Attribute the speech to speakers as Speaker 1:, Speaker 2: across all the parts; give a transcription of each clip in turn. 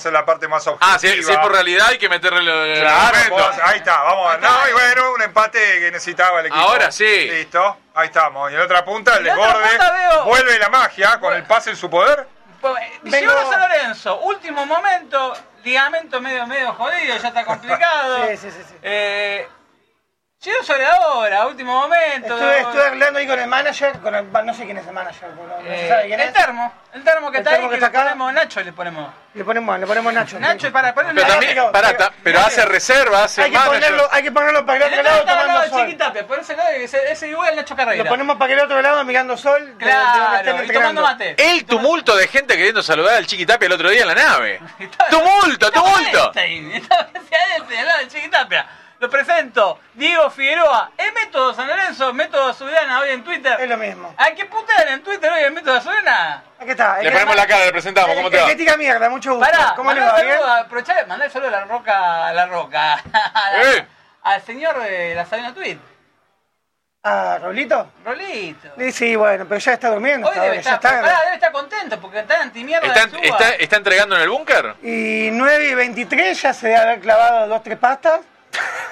Speaker 1: Esa es la parte más objetiva.
Speaker 2: Ah, si, es- si es por realidad hay que meterle lo- el
Speaker 1: Claro,
Speaker 2: argumento.
Speaker 1: vos- ahí está, vamos. No, y bueno, un empate que necesitaba el equipo.
Speaker 2: Ahora sí.
Speaker 1: Listo, ahí estamos. Y en la otra punta, el
Speaker 3: En la otra
Speaker 1: desborde.
Speaker 3: punta veo-
Speaker 1: Vuelve la magia con el pase en su poder.
Speaker 3: Vengo... a Pues, San Lorenzo, último momento, ligamento medio medio jodido, ya está complicado.
Speaker 4: Sí, sí, sí, sí.
Speaker 3: Eh, llego sobre la hora, último momento. Eh,
Speaker 4: Estuve, estuve hablando ahí con el manager, con el- no sé quién es el manager, porque no, no se
Speaker 3: Eh,
Speaker 4: sabe quién
Speaker 3: el
Speaker 4: es.
Speaker 3: termo, el termo que
Speaker 4: El
Speaker 3: está
Speaker 4: termo
Speaker 3: ahí,
Speaker 4: que
Speaker 3: que,
Speaker 4: está
Speaker 3: le
Speaker 4: acá.
Speaker 3: ponemos, Nacho le ponemos.
Speaker 4: Le ponemos, le ponemos Nacho.
Speaker 3: Nacho, para, ponle
Speaker 2: Pero también,
Speaker 4: Pero-
Speaker 2: pará, ta- pero
Speaker 4: pero-
Speaker 2: hace reserva, hace
Speaker 4: hay que,
Speaker 2: manager.
Speaker 4: ponerlo, hay que ponerlo para
Speaker 3: El otro
Speaker 4: el otro lado
Speaker 3: está al lado
Speaker 4: tomando
Speaker 3: de
Speaker 4: sol.
Speaker 3: Chiquitapia, ponéselo de- ese, ese igual al Nacho Carreira.
Speaker 4: Lo ponemos para el otro lado mirando sol. de- de donde estén
Speaker 3: claro, y
Speaker 4: entrenando.
Speaker 3: tomando mate.
Speaker 2: El tumulto de gente queriendo saludar al Chiquitapia el otro día en la nave. ¡Tumulto,
Speaker 3: Estaba
Speaker 2: tumulto!
Speaker 3: Einstein, estaba Einstein al lado de Chiquitapia. Lo presento, Diego Figueroa, el método San Lorenzo, método Subirana hoy en Twitter.
Speaker 4: Es lo mismo.
Speaker 3: ¿A qué putean en Twitter hoy el método Subirana?
Speaker 4: Aquí está. el
Speaker 2: Le
Speaker 4: que-
Speaker 2: ponemos la cara, le presentamos,
Speaker 4: el-
Speaker 2: ¿cómo te
Speaker 4: el
Speaker 2: va?
Speaker 4: que tira mierda, mucho gusto.
Speaker 3: Pará,
Speaker 4: ¿Cómo le
Speaker 3: mandá
Speaker 4: va?
Speaker 3: un
Speaker 4: ¿Bien?
Speaker 3: saludo, a- aprovechá, mandá el saludo a la roca, a la roca, a la-
Speaker 2: Eh.
Speaker 3: al señor de la Sabina Tweet,
Speaker 4: ¿A Roblito?
Speaker 3: Rolito.
Speaker 4: Ah, Sí, sí, bueno, pero ya está durmiendo.
Speaker 3: Hoy
Speaker 4: hasta
Speaker 3: debe
Speaker 4: ahora, ya
Speaker 3: estar,
Speaker 4: es tarde.
Speaker 3: pará, debe estar contento porque está antimierda
Speaker 2: ¿Está,
Speaker 3: de Suba.
Speaker 2: está, está entregando en el búnker?
Speaker 4: Y 9 y 23 ya se debe haber clavado dos, tres pastas.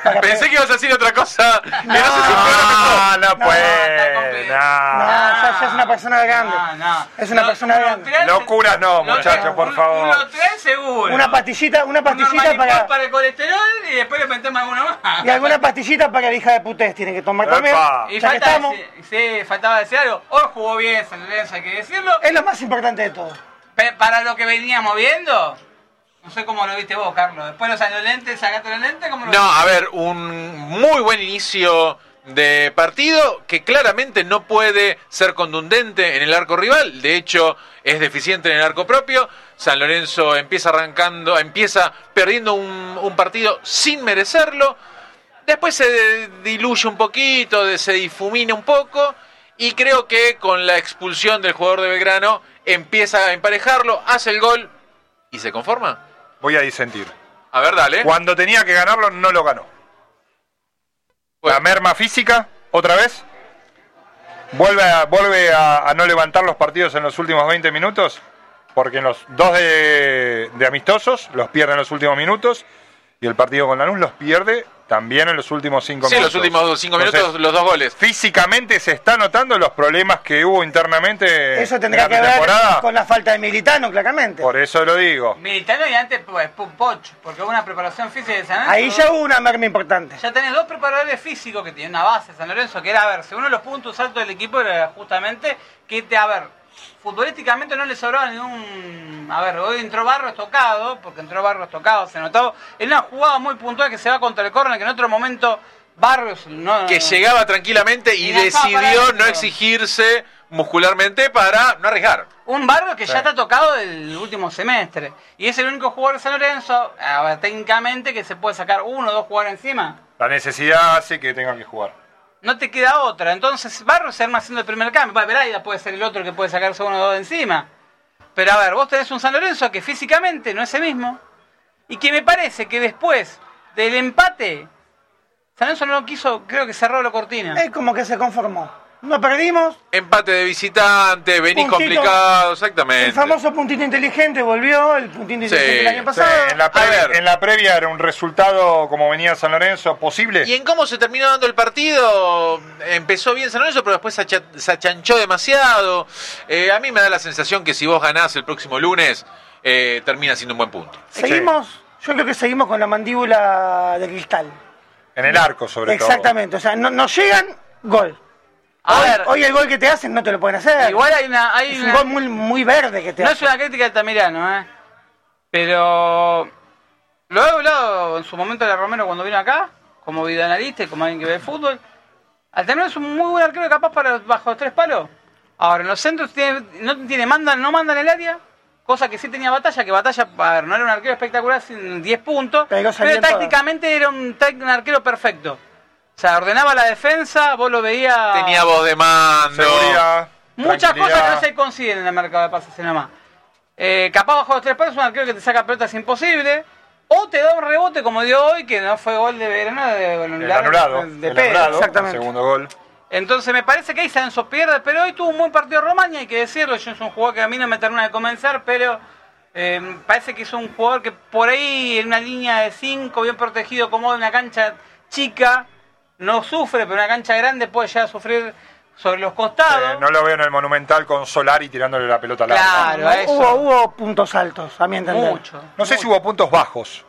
Speaker 4: Para
Speaker 2: Pensé que ibas a decir otra cosa. que no sé si fue
Speaker 1: Ah, No, no
Speaker 3: Ah, está
Speaker 1: puede.
Speaker 3: completo.
Speaker 4: No,
Speaker 1: No.
Speaker 4: ya, ya es una persona grande.
Speaker 3: No, no.
Speaker 4: Es una
Speaker 3: No,
Speaker 4: persona
Speaker 3: uno
Speaker 4: grande.
Speaker 3: tres-
Speaker 1: Locuras no,
Speaker 3: uno
Speaker 1: muchachos,
Speaker 3: tres-
Speaker 1: por
Speaker 3: uno-
Speaker 1: favor.
Speaker 3: Uno tres seguro.
Speaker 4: Una pastillita, una
Speaker 3: Un
Speaker 4: pastillita
Speaker 3: Normalipac
Speaker 4: para.
Speaker 3: para el colesterol y después le metemos alguno más.
Speaker 4: Y alguna pastillita para la hija de putés tiene que tomar
Speaker 1: Epa.
Speaker 4: también.
Speaker 3: Y
Speaker 4: Ya que
Speaker 3: falta
Speaker 4: estamos.
Speaker 3: decir- sí, faltaba decir algo. Hoy jugó bien San Lorenzo, hay que decirlo.
Speaker 4: Es lo más importante de todo.
Speaker 1: Eh,
Speaker 3: Pe- para lo que veníamos viendo, no sé cómo lo viste vos, Carlos. Después los lentes, sacaste los lentes, ¿cómo lo
Speaker 2: No, a ver, un muy buen inicio de partido que claramente no puede ser contundente en el arco rival, de hecho es deficiente en el arco propio. San Lorenzo empieza arrancando, empieza perdiendo un, un partido sin merecerlo. Después se diluye un poquito, de- se difumina un poco. Y creo que con la expulsión del jugador de Belgrano empieza a emparejarlo, hace el gol y se conforma.
Speaker 1: Voy a disentir.
Speaker 2: A ver, dale.
Speaker 1: Cuando tenía que ganarlo, no lo ganó.
Speaker 2: Pues-
Speaker 1: La merma física, otra vez. Vuelve, a, vuelve a, a no levantar los partidos en los últimos 20 minutos, porque en los dos de, de amistosos los pierde en los últimos minutos y el partido con Lanús los pierde también en los últimos 5
Speaker 2: Sí,
Speaker 1: minutos.
Speaker 2: los últimos cinco minutos,
Speaker 1: Entonces,
Speaker 2: los dos goles.
Speaker 1: Físicamente se está notando los problemas que hubo internamente
Speaker 4: Eso tendrá
Speaker 1: en la
Speaker 4: que ver
Speaker 1: pretemporada.
Speaker 4: con la falta de Militano, claramente.
Speaker 1: Por eso lo digo.
Speaker 3: Militano y antes, pues, pum, poch, porque hubo una preparación física de San Lorenzo.
Speaker 4: Ahí ya hubo una merma importante.
Speaker 3: Ya tenés dos preparadores físicos que tienen una base, San Lorenzo, que era, a ver, si uno de los puntos altos del equipo era justamente que, te, a ver, futbolísticamente no le sobraba ningún... A ver, hoy entró Barros tocado, porque entró Barros tocado, se notó, en una jugada muy puntual que se va contra el córner, que en otro momento Barros no...
Speaker 2: Que llegaba tranquilamente y
Speaker 3: Ah. Y la estaba
Speaker 2: decidió
Speaker 3: parando.
Speaker 2: no exigirse muscularmente para no arriesgar.
Speaker 3: Un Barros que ya está tocado del último semestre. Y es el único jugador de San Lorenzo, a ver, técnicamente, que se puede sacar uno o dos jugadores encima.
Speaker 1: La necesidad hace que tenga que jugar.
Speaker 3: No te queda otra. Entonces Barros se arma haciendo el primer cambio. Bueno, Veraida puede ser el otro que puede sacarse uno o dos de encima. Pero a ver, vos tenés un San Lorenzo que físicamente no es el mismo. Y que me parece que después del empate, San Lorenzo no quiso, creo que cerró la cortina.
Speaker 4: Es como que se conformó. No perdimos.
Speaker 2: Empate de visitante, venís
Speaker 4: Puntito.
Speaker 2: complicado,
Speaker 4: El
Speaker 2: exactamente.
Speaker 4: famoso puntito inteligente volvió, el puntito
Speaker 2: Sí,
Speaker 4: inteligente del año
Speaker 1: Sí,
Speaker 4: pasado.
Speaker 1: en, la
Speaker 2: A
Speaker 1: previa,
Speaker 2: ver.
Speaker 1: en la previa era un resultado como venía San Lorenzo posible.
Speaker 2: Y en cómo se terminó dando el partido, empezó bien San Lorenzo, pero después se, acha- se achanchó demasiado. Eh, a mí me da la sensación que si vos ganás el próximo lunes, eh, termina siendo un buen punto.
Speaker 4: Seguimos, yo creo que seguimos con la mandíbula de cristal.
Speaker 1: En el arco, sobre
Speaker 4: Exactamente, o sea, no, nos llegan, gol.
Speaker 3: A
Speaker 4: hoy,
Speaker 3: ver.
Speaker 4: hoy el gol que te hacen no te lo pueden hacer.
Speaker 3: Igual hay una... Hay
Speaker 4: es
Speaker 3: una-
Speaker 4: un gol muy, muy verde que te
Speaker 3: No es
Speaker 4: hacen.
Speaker 3: una crítica de Tamirano, ¿eh? Pero lo he hablado en su momento de Romero cuando vino acá, como videoanalista y como alguien que ve fútbol. Altamirano es un muy buen arquero capaz para bajo los tres palos. Ahora, en los centros tiene, no tiene manda, no manda en el área, cosa que sí tenía batalla, que batalla, a ver, no era un arquero espectacular sin 10 puntos,
Speaker 4: Pero
Speaker 3: pero,
Speaker 4: salía en todas.
Speaker 3: tácticamente era un, tac- un arquero perfecto. O sea, ordenaba la defensa, vos lo veías...
Speaker 2: Tenía voz de
Speaker 1: todo.
Speaker 2: mando.
Speaker 1: Seguridad.
Speaker 3: Muchas
Speaker 1: tranquilidad.
Speaker 3: cosas que no se consiguen en el mercado de pases nada más. Eh, capaz bajo los tres palos es un arquero que te saca pelotas imposible. O te da un rebote como dio hoy, que no fue gol de verano de,
Speaker 1: El anulado.
Speaker 3: de
Speaker 1: el
Speaker 3: Pedro.
Speaker 1: anulado,
Speaker 4: exactamente.
Speaker 1: el Segundo gol.
Speaker 3: Entonces me parece que ahí San Lorenzo pierde, pero hoy tuvo un buen partido Romaña, hay que decirlo. Yo es un jugador que a mí no me termina de comenzar, pero Eh, parece que es un jugador que por ahí en una línea de 5, bien protegido, cómodo, en una cancha chica, no sufre, pero en una cancha grande puede llegar a sufrir sobre los costados.
Speaker 1: Eh, no lo veo en el Monumental con Solari tirándole la pelota al
Speaker 3: Claro. eh.
Speaker 1: arco.
Speaker 3: a eso.
Speaker 4: hubo, hubo puntos altos, a mi entender.
Speaker 3: mucho.
Speaker 1: No sé si hubo puntos bajos.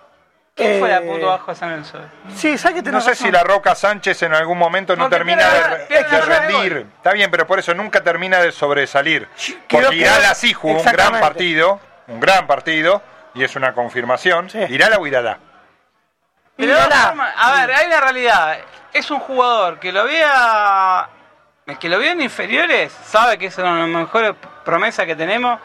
Speaker 3: ¿Quién fue la
Speaker 4: Eh,
Speaker 3: punto bajo de San Lorenzo?
Speaker 4: Sí, ¿sabes que
Speaker 1: No sé si la Roca Sánchez en algún momento no
Speaker 3: Porque
Speaker 1: termina de,
Speaker 3: pierde la- pierde
Speaker 1: de
Speaker 3: la llave de
Speaker 1: rendir. Está bien, pero por eso nunca termina de sobresalir.
Speaker 4: Creo
Speaker 1: Porque
Speaker 4: que-
Speaker 1: Irala sí jugó un gran
Speaker 4: Exactamente.
Speaker 1: partido, un gran partido, y es una confirmación.
Speaker 4: Sí.
Speaker 1: Irala o Irala.
Speaker 3: De la
Speaker 4: Mirala.
Speaker 3: forma- a ver, hay una realidad. Es un jugador que lo vea. Que lo vea en inferiores, sabe que es una de las mejores promesas que tenemos.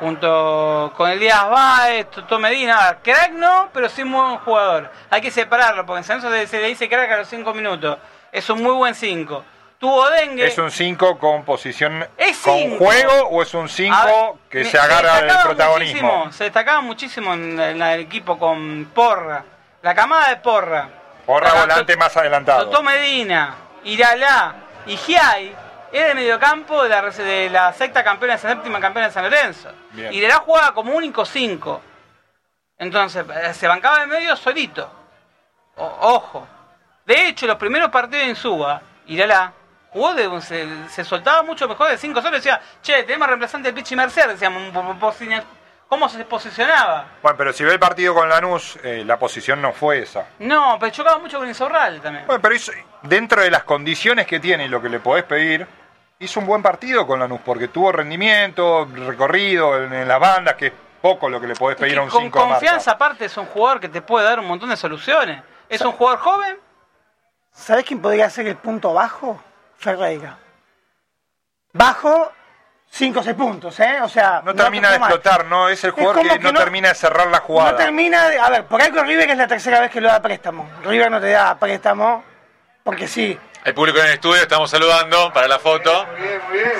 Speaker 3: Junto con Elías Baez, Toto Medina. Crack no, pero sí muy buen jugador. Hay que separarlo, porque en Sanso se le dice crack a los 5 minutos. Es un muy buen 5. Tuvo dengue.
Speaker 1: ¿Es un 5 con posición
Speaker 3: Es
Speaker 1: con
Speaker 3: cinco.
Speaker 1: juego o es un
Speaker 3: A ver,
Speaker 1: 5 que
Speaker 3: me-
Speaker 1: se agarra del
Speaker 3: destacaba
Speaker 1: protagonismo?
Speaker 3: muchísimo, se destacaba muchísimo en, el- en el equipo con Porra. La camada de Porra.
Speaker 1: Porra
Speaker 3: Ahora,
Speaker 1: volante
Speaker 3: Tot-
Speaker 1: más adelantado.
Speaker 3: Totó Medina, Iralá y Giai era de mediocampo de la, rece- de la sexta campeona, de la séptima campeona de San Lorenzo.
Speaker 1: Bien.
Speaker 3: Iralá jugaba como único cinco. Entonces, eh, se bancaba de medio solito. O- ojo. De hecho, los primeros partidos en Suba, Iralá jugó de, se, se soltaba mucho mejor de 5 solos. Decía, che, tenemos reemplazante de Pichi Mercer. Decíamos, "Po- po- po- ¿cómo se posicionaba?
Speaker 1: Bueno, pero si ve el partido con Lanús, eh, la posición no fue esa.
Speaker 3: No, pero chocaba mucho con Insaurral también.
Speaker 1: Bueno, pero hizo- dentro de las condiciones que tiene y lo que le podés pedir, hizo un buen partido con Lanús, porque tuvo rendimiento, recorrido en, en las bandas, que es poco lo que le podés pedir
Speaker 3: que
Speaker 1: a un
Speaker 3: con
Speaker 1: 5
Speaker 3: confianza, aparte, es un jugador que te puede dar un montón de soluciones. Es un jugador joven.
Speaker 4: ¿Sabes quién podría ser el punto bajo? Ferreira. Bajo 5 o 6 puntos, ¿eh? O sea.
Speaker 1: No termina
Speaker 4: te
Speaker 1: de
Speaker 4: fue mal.
Speaker 1: explotar, ¿no? Es el jugador
Speaker 4: como
Speaker 1: que,
Speaker 4: que
Speaker 1: no,
Speaker 4: no-
Speaker 1: termina de cerrar la jugada.
Speaker 4: No termina de. A ver, por algo River es la tercera vez que lo da préstamo. River no te da préstamo porque sí.
Speaker 2: El público en el estudio, estamos saludando para la foto.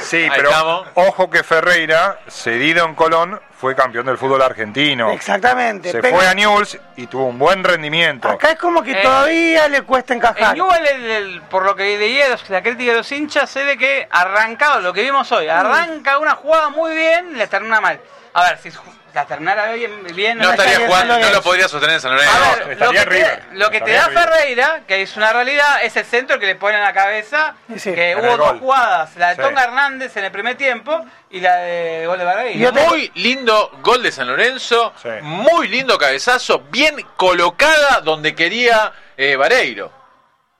Speaker 1: Sí,
Speaker 2: Ahí
Speaker 1: pero
Speaker 2: estamos.
Speaker 1: ojo que Ferreira, cedido en Colón, fue campeón del fútbol argentino.
Speaker 4: Exactamente.
Speaker 1: Se
Speaker 4: pero
Speaker 1: fue a Newell's y tuvo un buen rendimiento.
Speaker 4: Acá es como que
Speaker 3: Eh,
Speaker 4: todavía le cuesta encajar.
Speaker 3: En Newell, el- el- por lo que leía los- la crítica de los hinchas, es de que arrancado, lo que vimos hoy, arranca una jugada muy bien y la termina mal. A ver, si ju- la terminara bien, bien
Speaker 2: No
Speaker 3: la
Speaker 2: estaría
Speaker 4: estaría
Speaker 2: jugando, no
Speaker 4: San
Speaker 2: lo
Speaker 4: Lorenzo.
Speaker 2: podría sostener en San
Speaker 3: A
Speaker 2: Lorenzo.
Speaker 1: Eh, No,
Speaker 3: ver,
Speaker 1: estaría
Speaker 3: lo que,
Speaker 1: River,
Speaker 3: te, lo que te
Speaker 1: estaría
Speaker 3: da
Speaker 1: River.
Speaker 3: Ferreira, que es una realidad, es el centro que le ponen a la cabeza.
Speaker 4: Sí, sí.
Speaker 3: Que
Speaker 1: En
Speaker 3: hubo
Speaker 1: el
Speaker 3: dos
Speaker 1: gol.
Speaker 3: jugadas, la de
Speaker 1: Sí.
Speaker 3: Tonga Hernández en el primer tiempo y la de Gol de Barreiro.
Speaker 4: Y otra-
Speaker 2: Muy lindo gol de San Lorenzo,
Speaker 1: Sí.
Speaker 2: muy lindo cabezazo, bien colocada donde quería eh, Vareiro.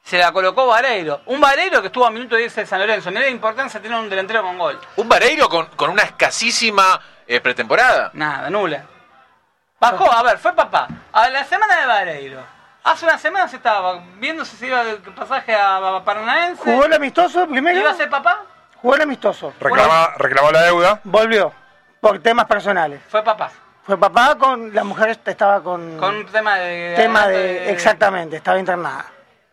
Speaker 3: Se la colocó Vareiro. Un Vareiro que estuvo a minuto 10 de San Lorenzo. Mirá la importancia de tener un delantero con gol.
Speaker 2: Un Vareiro con, con una escasísima eh, pretemporada.
Speaker 3: Nada, nula. Bajó, a ver, fue papá. A la semana de Vareiro. Hace una semana se estaba viendo si se iba de pasaje a Paranaense.
Speaker 4: ¿Jugó el amistoso primero?
Speaker 3: ¿Iba a ser papá?
Speaker 4: Jugó el amistoso.
Speaker 1: Reclama- reclamó la deuda.
Speaker 4: Volvió. Por temas personales.
Speaker 3: Fue papá.
Speaker 4: Fue papá con. La mujer estaba con.
Speaker 3: Con un tema de.
Speaker 4: tema de. Exactamente, estaba internada.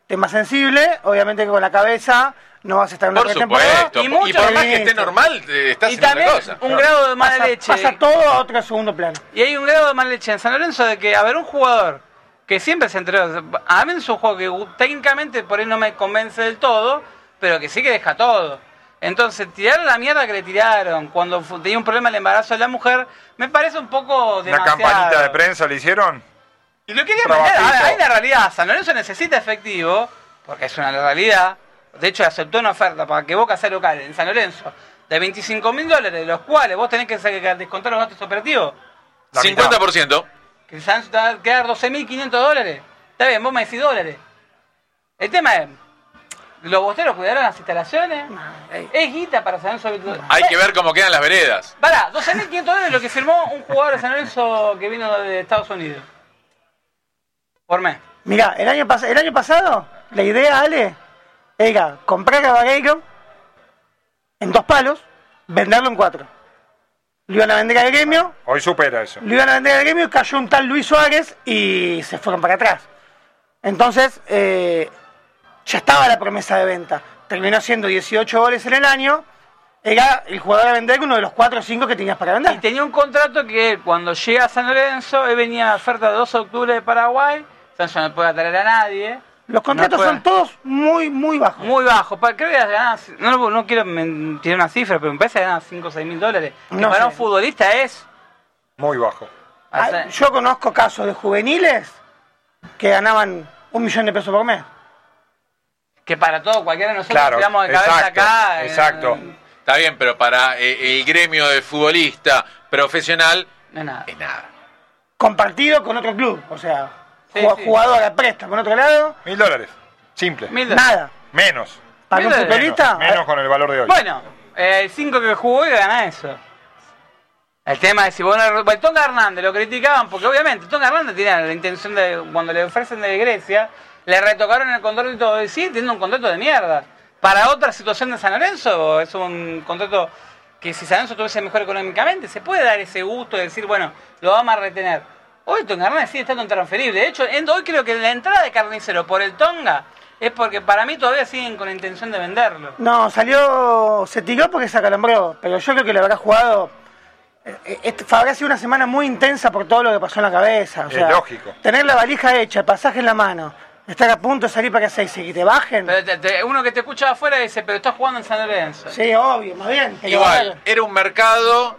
Speaker 4: Tema sensible, obviamente que con la cabeza no vas a estar en una
Speaker 2: Por
Speaker 4: pretemporada.
Speaker 2: supuesto.
Speaker 3: y
Speaker 2: Y,
Speaker 3: mucho
Speaker 2: por más que
Speaker 4: talento.
Speaker 2: esté normal, eh, está
Speaker 3: Y
Speaker 2: haciendo
Speaker 3: también
Speaker 2: otra cosa.
Speaker 3: un grado de mala
Speaker 4: Pasa,
Speaker 3: leche.
Speaker 4: pasa todo a otro segundo plano.
Speaker 3: Y hay un grado de mala leche en San Lorenzo de que, a ver, un jugador que siempre se entregó, a mí es un juego que uh, técnicamente por ahí no me convence del todo, pero que sí que deja todo. Entonces, tirar la mierda que le tiraron cuando fu- tenía un problema el embarazo de la mujer, me parece un poco
Speaker 1: Una
Speaker 3: demasiado.
Speaker 1: campanita de prensa le hicieron.
Speaker 3: Y lo quería mandar, a ver,
Speaker 1: Trabajito.
Speaker 3: hay una realidad, San Lorenzo necesita efectivo, porque es una realidad, de hecho aceptó una oferta para que Boca sea local en San Lorenzo, de 25 mil dólares, de los cuales vos tenés que sacar- descontar los gastos operativos.
Speaker 1: La
Speaker 2: 50%.
Speaker 3: Que el Santos te va a quedar 12.500 dólares. Está bien, vos me decís dólares. El tema es, ¿los bosteros cuidaron las instalaciones? Es guita para San Lorenzo.
Speaker 2: Hay que ver cómo quedan las veredas.
Speaker 3: Pará, 12.500 dólares lo que firmó un jugador de San Lorenzo que vino de Estados Unidos. Por mes.
Speaker 4: Mirá, el año, pas- el año pasado, la idea, Ale, era comprar a Vareiro en dos palos, venderlo en cuatro. Lo iban a vender al gremio,
Speaker 1: Hoy supera eso.
Speaker 4: lo iban a vender al gremio, cayó un tal Luis Suárez y se fueron para atrás. Entonces, eh, ya estaba la promesa de venta. Terminó siendo 18 goles en el año. Era el jugador a vender uno de los 4 o 5 que tenías para
Speaker 3: Y
Speaker 4: vender.
Speaker 3: tenía un contrato que él, cuando llega a San Lorenzo, él venía a oferta de 12 de octubre de Paraguay. San Lorenzo no puede atraer a nadie.
Speaker 4: Los contratos
Speaker 3: No puede.
Speaker 4: son todos muy, muy bajos.
Speaker 3: Muy bajo. Pa- Creo que ganaba, no, lo- no quiero men- tirar una cifra, pero me parece que ganaba 5 o 6 mil dólares. Que
Speaker 4: No
Speaker 3: para
Speaker 4: sé.
Speaker 3: un futbolista es
Speaker 1: muy bajo.
Speaker 4: Ah,
Speaker 3: Hace-
Speaker 4: Yo conozco casos de juveniles que ganaban un millón de pesos por mes.
Speaker 3: Que para todo, cualquiera de nosotros
Speaker 1: Claro,
Speaker 3: tiramos de cabeza
Speaker 1: exacto,
Speaker 3: acá. eh,
Speaker 4: eh,
Speaker 3: en-
Speaker 1: exacto.
Speaker 2: Está bien, pero para eh, el gremio de futbolista profesional
Speaker 3: no es nada.
Speaker 2: es nada.
Speaker 4: Compartido con otro club. O sea,
Speaker 3: Sí,
Speaker 4: ju-
Speaker 3: sí.
Speaker 4: jugador a préstamo en otro lado,
Speaker 1: Mil dólares. Simple.
Speaker 3: Mil dólares.
Speaker 4: nada.
Speaker 1: Menos.
Speaker 4: Para un
Speaker 3: Mira,
Speaker 4: futbolista.
Speaker 1: Menos, menos con el valor de hoy.
Speaker 3: Bueno, eh, el 5 que jugó y gana eso. El tema es si vos no... Bueno, Tonga Hernández lo criticaban porque obviamente Tonga Hernández tenía la intención de, cuando le ofrecen de Grecia, le retocaron el contrato y todo, y sí, tiene un contrato de mierda. Para otra situación de San Lorenzo, es un contrato que si San Lorenzo estuviese mejor económicamente, se puede dar ese gusto de decir, bueno, lo vamos a retener. Hoy Tonga Hernández sigue estando intransferible. De hecho, en- hoy creo que la entrada de Carnicero por el Tonga es porque para mí todavía siguen con la intención de venderlo.
Speaker 4: No, salió. Se tiró porque se acalambró. Pero yo creo que le habrá jugado. eh, eh, este- habrá sido una semana muy intensa por todo lo que pasó en la cabeza. o
Speaker 1: Es
Speaker 4: sea,
Speaker 1: lógico.
Speaker 4: Tener la valija hecha, el pasaje en la mano, estar a punto de salir para que se y que te bajen.
Speaker 3: Pero te- te- uno que te escucha afuera dice, pero estás jugando en San Lorenzo.
Speaker 4: Sí, obvio, más bien. pero
Speaker 2: Igual,
Speaker 4: bueno.
Speaker 2: era un mercado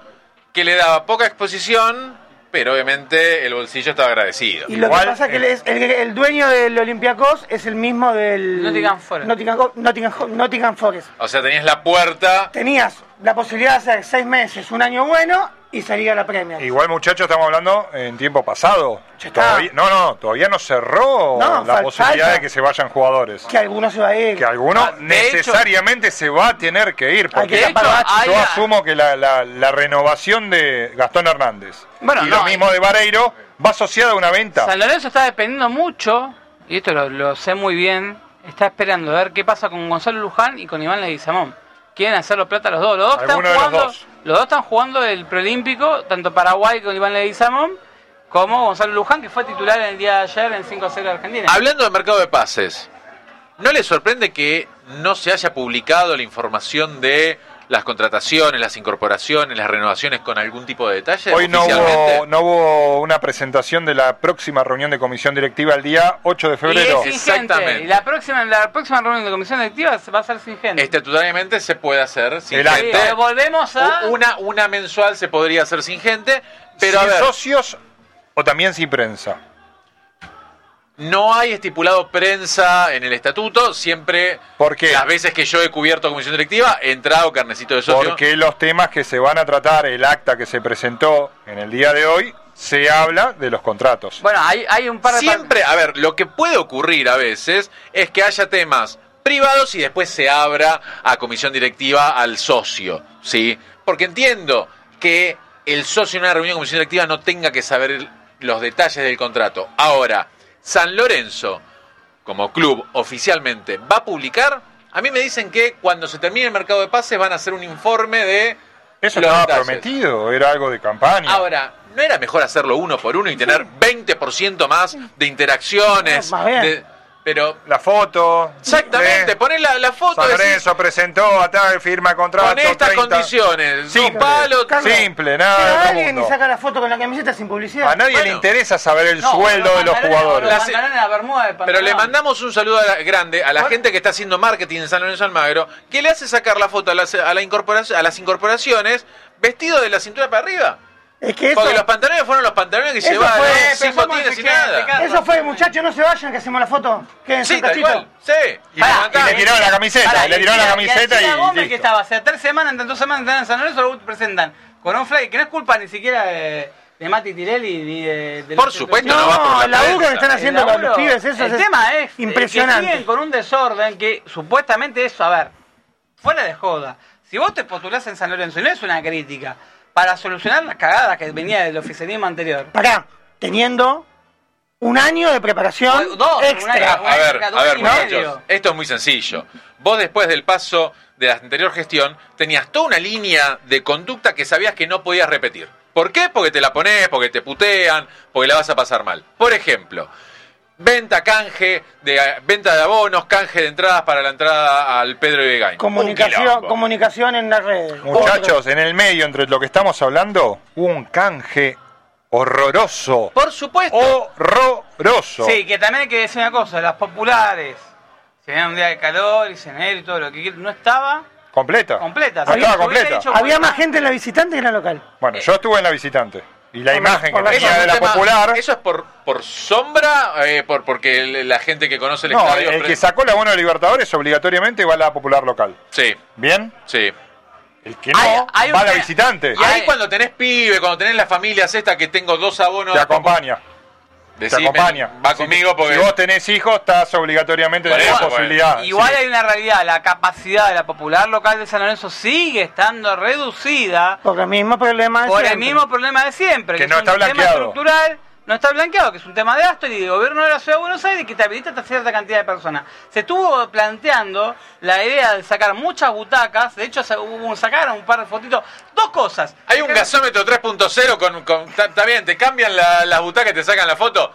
Speaker 2: que le daba poca exposición, pero obviamente el bolsillo estaba agradecido.
Speaker 4: Y lo
Speaker 1: Igual,
Speaker 4: que pasa es que
Speaker 1: eh,
Speaker 4: él es- el, el dueño del Olympiacos es el mismo del.
Speaker 3: Nottingham Forest.
Speaker 4: Nottingham, Co- Nottingham Ho- Nottingham Forest.
Speaker 2: O sea, tenías la puerta.
Speaker 4: Tenías la posibilidad de hacer seis meses, un año bueno y salir a la premia.
Speaker 1: Igual, muchachos, estamos hablando en tiempo pasado.
Speaker 4: Ya está.
Speaker 1: Todavía, no, no, todavía no cerró
Speaker 4: No,
Speaker 1: la
Speaker 4: fal-
Speaker 1: posibilidad
Speaker 4: falta.
Speaker 1: de que se vayan jugadores.
Speaker 4: Que alguno se va a ir.
Speaker 1: Que alguno
Speaker 2: Ah, de
Speaker 1: necesariamente se va a tener que ir. Porque
Speaker 4: que
Speaker 1: yo
Speaker 4: ir para Bachi.
Speaker 3: hay-
Speaker 1: asumo que la, la- la renovación de Gastón Hernández
Speaker 3: Bueno,
Speaker 1: y
Speaker 3: no,
Speaker 2: eh.
Speaker 1: lo mismo de Vareiro va asociada a una venta.
Speaker 3: San Lorenzo está dependiendo mucho, y esto lo, lo sé muy bien, está esperando a ver qué pasa con Gonzalo Luján y con Iván Leguizamón. Quieren hacerlo plata los dos. Los dos
Speaker 1: Alguno de
Speaker 3: están
Speaker 1: los
Speaker 3: jugando,
Speaker 1: dos.
Speaker 3: los dos están jugando el preolímpico, tanto Paraguay con Iván Leguizamón, como Gonzalo Luján, que fue titular en el día de ayer en 5-0 de Argentina.
Speaker 2: Hablando del mercado de pases, ¿no le sorprende que no se haya publicado la información de las contrataciones, las incorporaciones, las renovaciones con algún tipo de detalle?
Speaker 1: Hoy no
Speaker 2: oficialmente?
Speaker 1: hubo, no hubo una presentación de la próxima reunión de comisión directiva el día 8 de
Speaker 3: Y
Speaker 1: febrero.
Speaker 3: es ingente.
Speaker 2: Exactamente.
Speaker 3: Y la próxima, la próxima reunión de comisión directiva se va a hacer sin gente.
Speaker 1: Este,
Speaker 2: Estatutariamente se puede hacer sin
Speaker 1: El acta.
Speaker 3: Sí,
Speaker 2: gente.
Speaker 3: pero volvemos a...
Speaker 2: U- Una, una mensual se podría hacer sin gente, pero a
Speaker 1: sin
Speaker 2: ver,
Speaker 1: socios o también sin prensa.
Speaker 2: no hay estipulado prensa en el estatuto, siempre
Speaker 1: ¿Por qué?
Speaker 2: las veces que yo he cubierto comisión directiva, he entrado carnecito de socio.
Speaker 1: Porque los temas que se van a tratar, el acta que se presentó en el día de hoy, se habla de los contratos.
Speaker 3: Bueno, hay, hay un par de...
Speaker 2: Siempre, a ver, lo que puede ocurrir a veces es que haya temas privados y después se abra a comisión directiva al socio, ¿sí? Porque entiendo que el socio en una reunión de comisión directiva no tenga que saber el- los detalles del contrato. Ahora, San Lorenzo, como club oficialmente, va a publicar. A mí me dicen que cuando se termine el mercado de pases van a hacer un informe de.
Speaker 1: Eso
Speaker 2: los
Speaker 1: estaba
Speaker 2: detalles.
Speaker 1: prometido, era algo de campaña.
Speaker 2: Ahora, ¿no era mejor hacerlo uno por uno y tener 20% más de interacciones?
Speaker 4: Más bien.
Speaker 2: de- pero,
Speaker 1: la foto.
Speaker 2: exactamente,
Speaker 1: de
Speaker 2: poner la, la foto
Speaker 1: San
Speaker 2: decís,
Speaker 1: Lorenzo presentó a tal firma contrato.
Speaker 2: con estas
Speaker 1: 30.
Speaker 2: condiciones,
Speaker 1: Simple,
Speaker 2: un palo,
Speaker 4: Carlos,
Speaker 1: simple, nada de
Speaker 4: Llega
Speaker 1: otro
Speaker 4: alguien
Speaker 1: mundo. Ah,
Speaker 4: y saca la foto con la camiseta sin publicidad.
Speaker 1: A nadie le
Speaker 2: Bueno.
Speaker 1: interesa saber el
Speaker 3: No,
Speaker 1: sueldo de los
Speaker 3: pantalones,
Speaker 1: jugadores.
Speaker 3: los pantalones en la bermuda de
Speaker 2: Pero
Speaker 3: pantalón.
Speaker 2: le mandamos un saludo a la- grande a la gente que está haciendo marketing en San Lorenzo Almagro, que le hace sacar la foto a las, a la incorporación- a las incorporaciones vestido de la cintura para arriba.
Speaker 4: Es que eso,
Speaker 2: Porque los pantalones fueron los pantalones que
Speaker 4: Eso
Speaker 2: llevaban,
Speaker 4: fue,
Speaker 2: ¿eh?
Speaker 3: pero
Speaker 2: sin
Speaker 3: somos
Speaker 2: botines, sin
Speaker 3: efectivos,
Speaker 2: nada.
Speaker 3: efectivos.
Speaker 4: eso fue, muchachos, no se vayan que hacemos la foto. Quédense
Speaker 2: Sí,
Speaker 4: un
Speaker 2: tal
Speaker 4: cachito.
Speaker 2: cual. Sí. Y
Speaker 3: Pará,
Speaker 1: Y
Speaker 2: levantá.
Speaker 1: le tiraron la camiseta,
Speaker 3: Pará,
Speaker 1: le tiraron la
Speaker 3: y- y a
Speaker 1: camiseta y,
Speaker 3: Chila Gómez, que
Speaker 1: listo.
Speaker 3: estaba hace tres semanas, en dos semanas, en San Lorenzo, lo presentan con un flag que no es culpa ni siquiera de, de Mati Tirelli ni de... de
Speaker 2: Por
Speaker 3: los-
Speaker 2: supuesto,
Speaker 4: No,
Speaker 2: no va por la
Speaker 4: el laburo
Speaker 2: prensa.
Speaker 4: que están haciendo
Speaker 3: El
Speaker 4: con
Speaker 3: laburo-
Speaker 4: los pibes, eso
Speaker 3: el
Speaker 4: es
Speaker 3: tema es eh, que siguen
Speaker 4: impresionante.
Speaker 3: con un desorden que supuestamente eso, a ver, fuera de joda. Si vos te postulás en San Lorenzo, y no es una crítica, para solucionar las cagadas que venía del oficialismo anterior.
Speaker 4: Pará, teniendo un año de preparación
Speaker 3: Bueno, dos, un
Speaker 4: extra.
Speaker 3: año.
Speaker 2: A ver,
Speaker 3: Cada
Speaker 2: a
Speaker 3: un
Speaker 2: ver,
Speaker 3: año y medio.
Speaker 2: muchachos, esto es muy sencillo. Vos después del paso de la anterior gestión tenías toda una línea de conducta que sabías que no podías repetir. ¿Por qué? Porque te la pones, porque te putean, porque la vas a pasar mal. Por ejemplo, venta canje de eh, venta de abonos, canje de entradas para la entrada al Pedro y Begain. Un
Speaker 4: Comunicación,
Speaker 2: quilombo.
Speaker 4: comunicación en las redes.
Speaker 1: Muchachos, en el medio entre lo que estamos hablando, hubo un canje horroroso.
Speaker 2: Por supuesto.
Speaker 1: Horroroso.
Speaker 3: Sí, que también hay que decir una cosa, las populares, si era un día de calor y cenero y todo lo que quieras, no estaba
Speaker 1: Completa.
Speaker 3: completa.
Speaker 1: No
Speaker 3: Si
Speaker 1: estaba
Speaker 3: hubiese
Speaker 1: completa.
Speaker 3: dicho-
Speaker 4: Otro. Había más gente en la visitante que en la local.
Speaker 1: Bueno, yo estuve en la visitante. Y la
Speaker 4: Por la-
Speaker 1: imagen que
Speaker 4: por la
Speaker 1: tenía
Speaker 4: zona.
Speaker 1: de la
Speaker 2: tema-
Speaker 1: popular.
Speaker 2: Eso es por, por sombra, eh, por, porque el- la gente que conoce el
Speaker 1: No,
Speaker 2: estadio.
Speaker 1: el que
Speaker 2: pre-
Speaker 1: sacó la buena de Libertadores obligatoriamente va a la popular local.
Speaker 2: Sí,
Speaker 1: ¿Bien?
Speaker 2: sí.
Speaker 1: El que no,
Speaker 3: Hay- hay un
Speaker 1: va a la
Speaker 3: tema-
Speaker 1: visitante.
Speaker 2: Y ahí
Speaker 3: Ay.
Speaker 2: cuando tenés pibe, cuando tenés las familias esta que tengo dos abonos.
Speaker 1: Te acompaña. te
Speaker 2: decime,
Speaker 1: acompaña.
Speaker 2: Va
Speaker 1: Si-
Speaker 2: conmigo porque.
Speaker 1: Si vos tenés hijos, estás obligatoriamente
Speaker 2: Por
Speaker 1: tenés la
Speaker 2: eso, bueno.
Speaker 1: posibilidad.
Speaker 3: Igual
Speaker 1: Ah, Sí.
Speaker 3: hay una realidad, la capacidad de la popular local de San Lorenzo sigue estando reducida
Speaker 4: Por el mismo problema de
Speaker 3: por el
Speaker 4: siempre.
Speaker 3: mismo problema de siempre,
Speaker 1: Ah, Que no
Speaker 3: es
Speaker 1: está
Speaker 3: un
Speaker 1: blanqueado.
Speaker 3: tema estructural, no está blanqueado, que es un tema de gasto y de gobierno de la ciudad de Buenos Aires que te habilita hasta cierta cantidad de personas. Se estuvo planteando la idea de sacar muchas butacas, de hecho se- hubo un sacaron un par de fotitos, dos cosas.
Speaker 2: Hay un
Speaker 3: Creo-
Speaker 2: gasómetro 3.0 con. con- Está está bien, te cambian la, las butacas y te sacan la foto.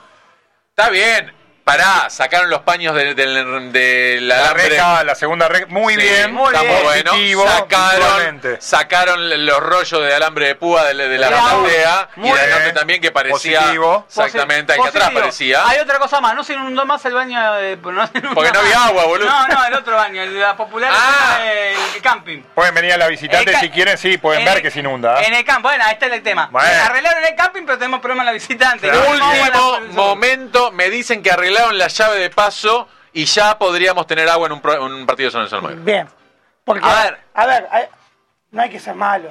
Speaker 2: Está bien. Pará, sacaron los paños del del- de la
Speaker 1: La
Speaker 2: alambre.
Speaker 1: reja, la segunda reja. Muy
Speaker 2: Sí,
Speaker 1: bien.
Speaker 3: muy
Speaker 2: está
Speaker 3: bien.
Speaker 2: bueno.
Speaker 1: Positivo,
Speaker 2: Sacaron,
Speaker 1: puntualmente.
Speaker 2: sacaron los rollos de alambre de púa de, la- de la
Speaker 3: Bravo.
Speaker 2: asamblea y
Speaker 1: Muy
Speaker 2: de
Speaker 1: bien.
Speaker 2: norte también que parecía
Speaker 1: Positivo.
Speaker 2: exactamente ahí
Speaker 3: Posi-
Speaker 2: atrás
Speaker 3: positivo.
Speaker 2: parecía.
Speaker 3: Hay otra cosa más, no se inundó más el baño de- no se inundó
Speaker 2: Porque no
Speaker 3: más.
Speaker 2: había agua, boludo.
Speaker 3: No, no, el otro baño, el de la popular
Speaker 2: Ah.
Speaker 3: el el camping.
Speaker 1: Pueden venir a la
Speaker 3: El
Speaker 1: visitante
Speaker 3: ca-
Speaker 1: si quieren, sí, pueden
Speaker 3: en
Speaker 1: ver
Speaker 3: el-
Speaker 1: que se inunda. ¿eh?
Speaker 3: En el campo, bueno, este es el tema.
Speaker 1: Bueno.
Speaker 3: Arreglaron el camping, pero tenemos problemas en la visitante.
Speaker 1: Claro.
Speaker 3: No, no, no,
Speaker 2: Último
Speaker 3: no, no.
Speaker 2: momento, me dicen que arreglaron la llave de paso y ya podríamos tener agua en un, pro- un partido de San Lorenzo Almagro.
Speaker 4: Bien. Porque,
Speaker 3: A ver.
Speaker 4: a ver, hay- no hay que ser malo.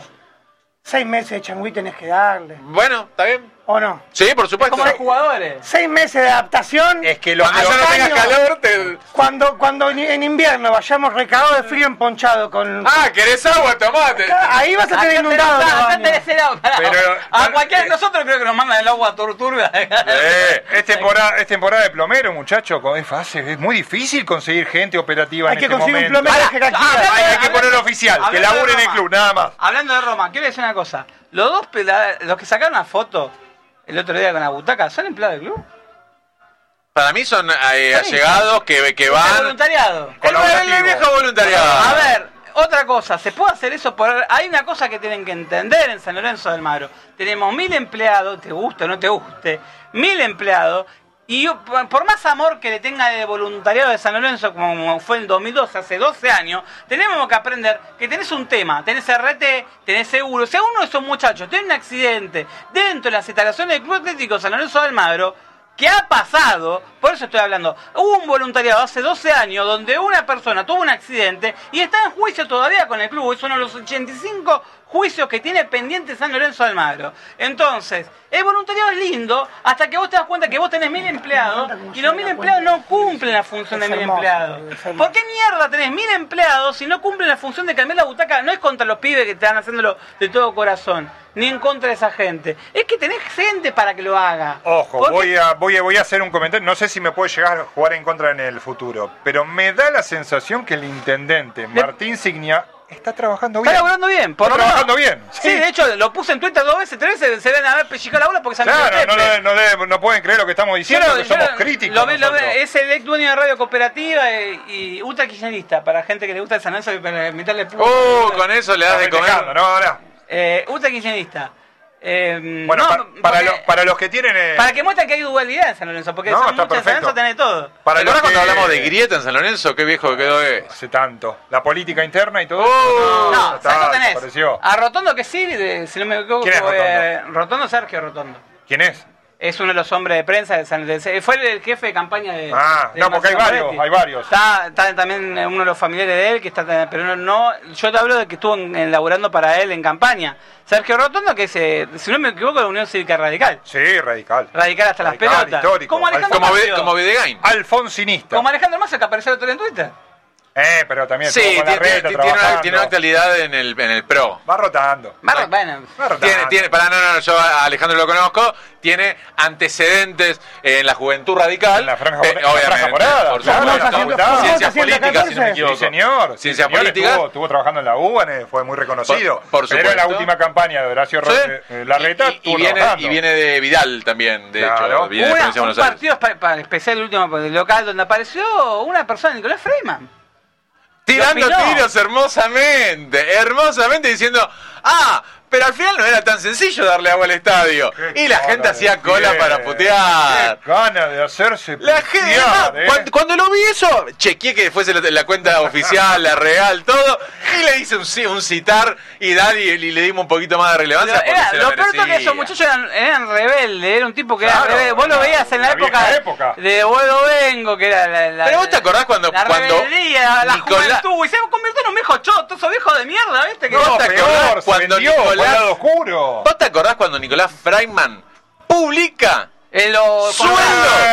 Speaker 4: Seis meses de changüí tenés que darle,
Speaker 2: Bueno, ¿está bien?
Speaker 4: ¿o no?
Speaker 2: Sí, por supuesto.
Speaker 3: Como los jugadores.
Speaker 4: Seis meses de adaptación.
Speaker 1: Es que los-
Speaker 2: Allá no
Speaker 4: los
Speaker 2: tengas
Speaker 4: años-
Speaker 2: calor, te-
Speaker 4: Cuando, cuando en- en invierno vayamos recagados de frío emponchado con...
Speaker 2: Ah, ¿querés agua? Tomate.
Speaker 4: ahí vas a
Speaker 3: Acá
Speaker 4: tener
Speaker 3: tenés-
Speaker 4: inundado. los
Speaker 3: acá
Speaker 4: baños.
Speaker 3: tenés el agua.
Speaker 1: Pero-
Speaker 3: a cualquiera de nosotros creo que nos mandan el agua tur- turbia.
Speaker 1: Eh, es, temporada, es temporada de plomero, muchacho. con- Es, fácil, es muy difícil conseguir gente operativa
Speaker 4: Hay
Speaker 1: en
Speaker 4: que
Speaker 1: este
Speaker 4: conseguir un
Speaker 1: momento.
Speaker 4: plomero de
Speaker 3: ah,
Speaker 4: jerarquía.
Speaker 1: Hay, hay que
Speaker 3: Hablando-
Speaker 1: ponerlo oficial, que
Speaker 3: hablando de
Speaker 1: labure en el
Speaker 3: Roma.
Speaker 1: club, nada más.
Speaker 3: Hablando de Roma, quiero decir una cosa. Los dos pela- los que sacaron la foto el otro día con la butaca, ¿son empleados del club?
Speaker 2: Para mí son eh, allegados que, que
Speaker 3: ¿El
Speaker 2: van.
Speaker 3: voluntariado?
Speaker 2: El, el- el viejo voluntariado.
Speaker 3: A ver, otra cosa, ¿se puede hacer eso por.? Hay una cosa que tienen que entender en San Lorenzo del Magro. Tenemos mil empleados, te guste o no te guste, mil empleados. Y yo, por por más amor que le tenga de voluntariado de San Lorenzo, como fue en 2012, hace 12 años, tenemos que aprender que tenés un tema, tenés RT, tenés seguro. Si a uno de esos muchachos tiene un accidente dentro de las instalaciones del Club Atlético San Lorenzo del Magro, ¿Qué ha pasado? Por eso estoy hablando. Hubo un voluntariado hace 12 años donde una persona tuvo un accidente y está en juicio todavía con el club. Es uno de los 85 juicios que tiene pendiente San Lorenzo de Almagro. Entonces, el voluntariado es lindo hasta que vos te das cuenta que vos tenés mil empleados y los mil empleados no cumplen la función de
Speaker 4: Es
Speaker 3: mil
Speaker 4: hermoso,
Speaker 3: empleados.
Speaker 4: es hermoso.
Speaker 3: ¿Por qué mierda tenés mil empleados si no cumplen la función de cambiar la butaca? No es contra los pibes que están haciéndolo de todo corazón, ni en contra de esa gente. Es que tenés gente para que lo haga.
Speaker 1: Ojo,
Speaker 3: Porque-
Speaker 1: voy a, voy, a, voy a hacer un comentario. No sé si me puede llegar a jugar en contra en el futuro, pero me da la sensación que el intendente Martín Signia está trabajando bien.
Speaker 3: Está laburando bien, por
Speaker 1: Está
Speaker 3: lo menos.
Speaker 1: trabajando bien.
Speaker 3: Sí, de hecho, lo puse en Twitter dos veces, tres veces, se ven a ver pellizcar la bola porque se han
Speaker 1: Claro,
Speaker 3: metido
Speaker 1: no,
Speaker 3: el
Speaker 1: lo-
Speaker 3: tepe.
Speaker 1: no debe- no pueden creer lo que estamos
Speaker 3: Yo
Speaker 1: diciendo,
Speaker 3: lo-
Speaker 1: que
Speaker 3: yo
Speaker 1: somos
Speaker 3: lo-
Speaker 1: críticos.
Speaker 3: lo ve- lo ve-
Speaker 1: nosotros.
Speaker 3: es el ex dueño de Radio Cooperativa eh, y, ultra kirchnerista, para gente que le gusta el San Lorenzo, para meterle pu-
Speaker 1: Oh,
Speaker 2: Uh, con eso le das
Speaker 1: Está
Speaker 2: de comer.
Speaker 1: festejando, ¿no? Ahora.
Speaker 3: Eh, ultra kirchnerista. Eh,
Speaker 1: Bueno,
Speaker 3: no,
Speaker 1: pa- para,
Speaker 3: porque-
Speaker 1: los, para los que tienen... eh,
Speaker 3: para que muestren que hay dualidad en San Lorenzo, porque
Speaker 1: No,
Speaker 3: San,
Speaker 1: está
Speaker 3: mucho en San
Speaker 1: perfecto.
Speaker 3: Lorenzo tenés todo.
Speaker 1: para
Speaker 2: ¿Te
Speaker 1: los
Speaker 2: acordás cuando
Speaker 1: que-
Speaker 2: hablamos de grieta en San Lorenzo? Qué viejo que quedó eh, es.
Speaker 1: Hace tanto. La política interna y todo.
Speaker 2: Oh.
Speaker 1: eso,
Speaker 3: Uh, No,
Speaker 1: ya
Speaker 3: ¿sabés
Speaker 1: está,
Speaker 3: cuál tenés? Ah.
Speaker 1: desapareció.
Speaker 3: A Rotondo que sí, de- si no me equivoco,
Speaker 1: ¿Quién es Rotondo?
Speaker 3: eh, Rotondo Sergio Rotondo.
Speaker 1: ¿Quién es?
Speaker 3: Es uno de los hombres de prensa de San de- Fue el jefe de campaña de.
Speaker 1: Ah,
Speaker 3: de
Speaker 1: no, porque hay
Speaker 3: Marcelo
Speaker 1: varios,
Speaker 3: Moretti.
Speaker 1: hay varios.
Speaker 3: Está, está también eh, uno de los familiares de él, que está eh, pero no, no- Yo te hablo de que estuvo en- en laburando para él en campaña. Sergio Rotondo, que se, si no me equivoco, de la Unión Cívica Radical.
Speaker 1: Sí, radical.
Speaker 3: Radical hasta
Speaker 1: Radical,
Speaker 3: las pelotas.
Speaker 1: histórico.
Speaker 3: Como Alejandro
Speaker 2: Como,
Speaker 3: Macio.
Speaker 2: Be- como Videgain.
Speaker 1: Alfonsinista.
Speaker 3: Como Alejandro Macio, que apareció el otro día en Twitter.
Speaker 1: Eh, pero también
Speaker 2: Sí,
Speaker 1: estuvo
Speaker 2: tiene,
Speaker 1: con la
Speaker 2: tiene-
Speaker 1: reta
Speaker 2: tiene una,
Speaker 1: trabajando.
Speaker 2: tiene una actualidad en el, en el pro.
Speaker 1: Va rotando.
Speaker 3: Barro- bueno.
Speaker 1: Va rotando.
Speaker 2: Tiene, tiene, pará, no, no, no, yo a Alejandro lo conozco, tiene antecedentes en la juventud radical.
Speaker 1: En la franja-
Speaker 2: Pe-
Speaker 1: en la franja
Speaker 2: Eh, obviamente,
Speaker 1: morada,
Speaker 2: por
Speaker 1: claro,
Speaker 2: supuesto.
Speaker 1: en la facultad.
Speaker 2: Ciencias
Speaker 4: Facultad
Speaker 2: políticas, si no me
Speaker 4: 114.
Speaker 2: equivoco.
Speaker 1: Sí, señor. Sí,
Speaker 2: Ciencias
Speaker 1: señor,
Speaker 2: políticas.
Speaker 1: Estuvo, estuvo trabajando en la UBAN, eh, fue muy reconocido.
Speaker 2: Por- por
Speaker 1: Pero en la
Speaker 2: supuesto.
Speaker 1: última campaña de Horacio
Speaker 2: Sí.
Speaker 1: Ro- eh, Larreta
Speaker 2: Y- y, y
Speaker 1: estuvo
Speaker 2: viene,
Speaker 1: trabajando.
Speaker 2: y viene de Vidal también, de
Speaker 1: Claro.
Speaker 2: hecho. Viene de
Speaker 3: Una-
Speaker 2: Provincia de
Speaker 3: un
Speaker 2: Buenos Aires.
Speaker 3: partido pa- para el especial, el último el local, donde apareció una persona, Nicolás Freeman.
Speaker 2: Tirando
Speaker 3: Lo opinó.
Speaker 2: tiros hermosamente, hermosamente diciendo, ah, Pero al final no era tan sencillo darle agua al estadio.
Speaker 1: Qué
Speaker 2: Y la
Speaker 1: cara
Speaker 2: gente
Speaker 1: de
Speaker 2: hacía cola
Speaker 1: pie.
Speaker 2: para putear.
Speaker 1: Qué gana de hacerse
Speaker 2: La gente,
Speaker 1: putear,
Speaker 2: además,
Speaker 1: eh.
Speaker 2: cuando, cuando lo vi eso, chequeé que fuese la, la cuenta oficial, la real, todo, y le hice un, ci- un citar y, dale, y, le dimos un poquito más de relevancia.
Speaker 3: Pero
Speaker 2: porque
Speaker 3: era-
Speaker 2: se
Speaker 3: lo peor es que
Speaker 2: merecía.
Speaker 3: esos muchachos eran, eran rebeldes, era un tipo que era
Speaker 1: Claro,
Speaker 3: rebelde. Vos lo
Speaker 1: claro,
Speaker 3: veías en la,
Speaker 1: la
Speaker 3: época,
Speaker 1: vieja época.
Speaker 3: de Vuelo Vengo, que era la, la-
Speaker 2: Pero vos te acordás cuando-
Speaker 3: la
Speaker 2: cuando
Speaker 3: rebeldía, la
Speaker 2: Nicolás-
Speaker 3: juventud, y se convirtió en un viejo choto, esos viejos de mierda, ¿viste? Que
Speaker 2: No,
Speaker 1: No,
Speaker 2: ¿Te
Speaker 1: peor,
Speaker 2: acordás
Speaker 1: se
Speaker 2: cuando
Speaker 1: vendió por el
Speaker 2: Nicolás-
Speaker 1: lado oscuro.
Speaker 2: ¿Vos te acordás cuando Nicolás Freiman publica
Speaker 3: en los-
Speaker 2: Sueldo.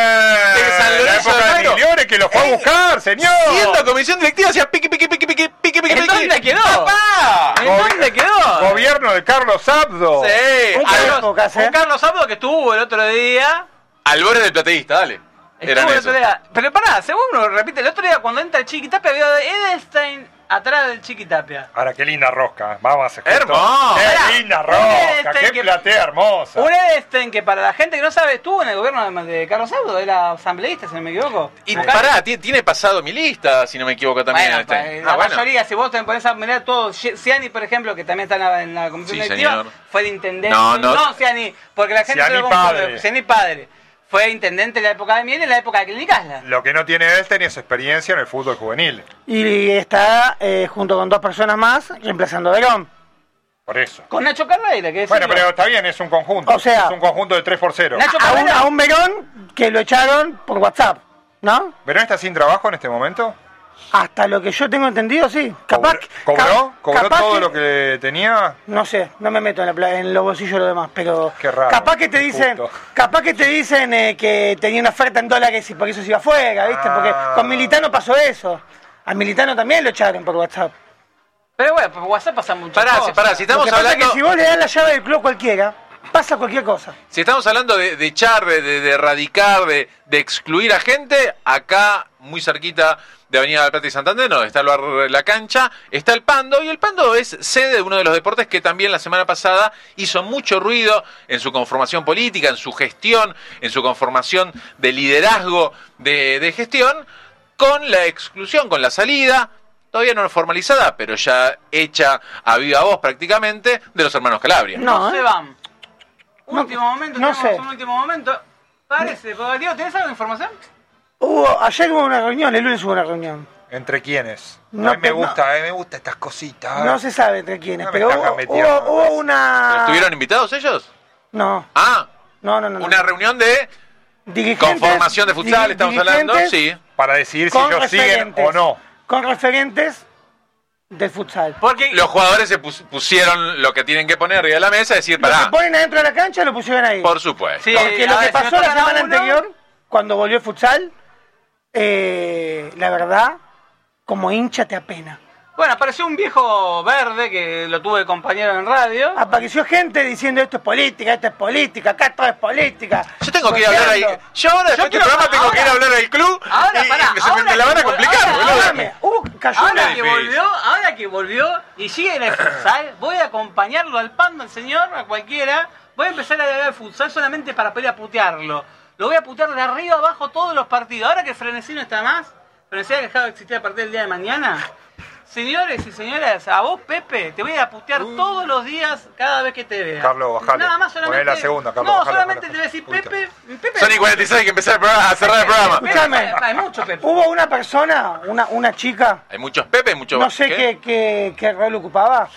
Speaker 2: de San
Speaker 1: Ah, la
Speaker 2: Lorenzo de
Speaker 1: época de
Speaker 2: Almagro.
Speaker 1: Migliore que lo fue a
Speaker 2: Ey,
Speaker 1: buscar, señor.
Speaker 2: siendo comisión directiva hacía piqui, piqui, piqui, piqui, piqui, piqui,
Speaker 3: ¿En
Speaker 2: piqui.
Speaker 3: dónde quedó?
Speaker 2: ¡Papá!
Speaker 3: ¿En dónde quedó?
Speaker 1: Gobierno de Carlos Abdo.
Speaker 2: Sí,
Speaker 4: Un
Speaker 2: al,
Speaker 4: carajo. épocas, ¿eh?
Speaker 3: un Carlos Abdo que estuvo el otro día.
Speaker 2: al borde del plateísta, dale. Eran
Speaker 3: Estuvo el
Speaker 2: esos.
Speaker 3: otro día. Pero pará, según uno repite, el otro día cuando entra el Chiquitapia veo a Edelstein atrás del Chiquitapia.
Speaker 1: Ahora, qué linda rosca. eh. Vamos a hacer juntos.
Speaker 2: Hermoso.
Speaker 1: Qué
Speaker 3: Pará,
Speaker 1: linda
Speaker 3: un
Speaker 1: rosca.
Speaker 3: este
Speaker 1: Qué
Speaker 3: que-
Speaker 1: platea hermosa.
Speaker 3: Un Edelstein que para la gente que no sabe estuvo en el gobierno de de Carlos Abdo, era asambleísta, si no me equivoco.
Speaker 2: Y
Speaker 3: Vocal.
Speaker 2: pará, ti- tiene pasado mi lista, si no me equivoco también.
Speaker 3: Bueno,
Speaker 2: este.
Speaker 3: pa- eh,
Speaker 2: Ah,
Speaker 3: la
Speaker 2: bueno.
Speaker 3: mayoría, si vos te pones a mirar todo, Ye- Ciani, por ejemplo, que también está en la, en la comisión
Speaker 2: Sí,
Speaker 3: directiva,
Speaker 2: señor.
Speaker 3: fue el intendente.
Speaker 2: No, no.
Speaker 3: Ciani, porque la gente
Speaker 1: Ciani
Speaker 3: se lo confunde.
Speaker 1: padre.
Speaker 3: Ciani padre. Fue intendente en la época de Miel y en la época de Clinicasla.
Speaker 1: Lo que no tiene Elten es experiencia en el fútbol juvenil.
Speaker 4: Y está eh, junto con dos personas más reemplazando a Verón.
Speaker 1: Por eso.
Speaker 3: Con Nacho Carreira, que es
Speaker 1: Bueno, pero está bien, es un conjunto.
Speaker 4: O sea-
Speaker 1: es un conjunto de 3 por 0.
Speaker 3: Nacho
Speaker 4: A un,
Speaker 3: Carrera.
Speaker 4: a un Verón que lo echaron por WhatsApp, ¿no?
Speaker 1: ¿Verón está sin trabajo en este momento?
Speaker 4: Hasta lo que yo tengo entendido, sí. Capaz.
Speaker 1: ¿Cobró, cobró,
Speaker 4: cap-
Speaker 1: cobró
Speaker 4: capaz
Speaker 1: todo lo que tenía?
Speaker 4: No sé, no me meto en, la pla- en los bolsillos de los demás, pero.
Speaker 1: Qué raro,
Speaker 4: Capaz que te
Speaker 1: qué
Speaker 4: dicen.
Speaker 1: justo.
Speaker 4: Capaz que te dicen eh, que tenía una oferta en dólares y por eso se iba afuera, ¿viste? Porque
Speaker 1: Ah.
Speaker 4: con Militano pasó eso. A Militano también lo echaron por WhatsApp.
Speaker 3: Pero bueno, por WhatsApp pasa mucho.
Speaker 2: Pará, si, pará, si
Speaker 4: Lo
Speaker 2: estamos
Speaker 4: que pasa
Speaker 2: hablando.
Speaker 4: es que si vos le das la llave del club a cualquiera, pasa cualquier cosa.
Speaker 2: Si estamos hablando de, de echar, de, de- de erradicar, de, de excluir a gente, acá, muy cerquita de Avenida del Plata y Santander, no, está el bar La Cancha, está el Pando, y el Pando es sede de uno de los deportes que también la semana pasada hizo mucho ruido en su conformación política, en su gestión, en su conformación de liderazgo de, de gestión, con la exclusión, con la salida. Todavía no formalizada, pero ya hecha a viva voz prácticamente de los hermanos Calabria.
Speaker 4: No,
Speaker 3: se
Speaker 4: ¿eh?
Speaker 3: van.
Speaker 4: No,
Speaker 3: Último momento,
Speaker 4: no
Speaker 3: tenemos
Speaker 4: sé.
Speaker 3: un último momento. Parece, porque, Diego, ¿tenés algo de información?
Speaker 4: Hubo, ayer hubo una reunión, el lunes hubo una reunión.
Speaker 1: ¿Entre quiénes? a
Speaker 4: No,
Speaker 1: mí me
Speaker 4: pero no.
Speaker 1: gusta, eh, me gusta estas
Speaker 2: Ah.
Speaker 1: cositas.
Speaker 4: No se sabe entre quiénes,
Speaker 1: No me
Speaker 4: pero
Speaker 1: estás
Speaker 4: hubo,
Speaker 1: gambeteando,
Speaker 4: hubo- hubo
Speaker 1: parece.
Speaker 4: una.
Speaker 2: ¿Estuvieron invitados ellos?
Speaker 4: No,
Speaker 2: Ah,
Speaker 4: no, no, no. no.
Speaker 2: una reunión de
Speaker 4: Dirigentes-
Speaker 2: conformación de futsal,
Speaker 4: diri-
Speaker 2: estamos hablando.
Speaker 4: dirigentes
Speaker 2: Sí.
Speaker 1: Para decidir si
Speaker 4: con
Speaker 1: ellos siguen
Speaker 4: referentes.
Speaker 1: o no.
Speaker 4: Con referentes del futsal.
Speaker 3: Porque
Speaker 2: Los jugadores se pus- pusieron lo que tienen que poner arriba de la mesa y decir,
Speaker 4: Lo que
Speaker 2: pará,
Speaker 4: ponen adentro de la cancha lo pusieron ahí.
Speaker 2: por supuesto.
Speaker 3: Sí,
Speaker 4: Porque
Speaker 3: a
Speaker 4: lo que
Speaker 3: ver, si
Speaker 4: pasó
Speaker 3: no
Speaker 4: la
Speaker 3: tocan a
Speaker 4: semana
Speaker 3: uno-
Speaker 4: anterior, cuando volvió el futsal, eh, la verdad, como hincha te apena.
Speaker 3: Bueno, apareció un viejo verde que lo tuve de compañero en radio.
Speaker 1: Ah,
Speaker 4: Apareció gente diciendo esto es política, esto es política, acá todo es política.
Speaker 2: Yo tengo que ir a hablar ahí.
Speaker 4: Golpeando.
Speaker 2: Yo ahora, después de
Speaker 3: quiero-
Speaker 2: este programa, tengo que ir a
Speaker 3: ahora-
Speaker 2: hablar al club.
Speaker 3: ahora,
Speaker 2: y,
Speaker 3: pará,
Speaker 2: y se me- me,
Speaker 3: ahora
Speaker 2: la van a
Speaker 3: que vol-
Speaker 2: complicar,
Speaker 3: ahora-
Speaker 2: boludo.
Speaker 4: Espérame, uh, cayó
Speaker 3: Ahora
Speaker 4: una-
Speaker 3: que
Speaker 2: difícil.
Speaker 3: volvió, ahora que volvió y sigue en el futsal, voy a acompañarlo al pando al señor, a cualquiera. Voy a empezar a hablar de futsal solamente para poder a putearlo. Lo voy a putear de arriba abajo todos los partidos. Ahora que Frenesí no está más, Frenesí ha dejado de existir a partir del día de mañana. Señores y señoras, a vos, Pepe, te voy a putear todos los días cada vez que te vea.
Speaker 1: Carlos, bajale.
Speaker 3: Nada más solamente.
Speaker 1: Poné la segunda, Carlos,
Speaker 3: no,
Speaker 1: bajale,
Speaker 3: solamente
Speaker 1: bajale.
Speaker 3: te voy a decir,
Speaker 1: Puta.
Speaker 3: Pepe. Pepe
Speaker 2: Son y 46 hay que empezar el programa- a cerrar el programa.
Speaker 3: Pepe,
Speaker 4: Escúchame.
Speaker 3: Hay mucho, Pepe.
Speaker 4: Hubo una persona, una, una chica,
Speaker 2: Hay muchos Pepe, muchos.
Speaker 4: no sé qué, qué, qué rol ocupaba,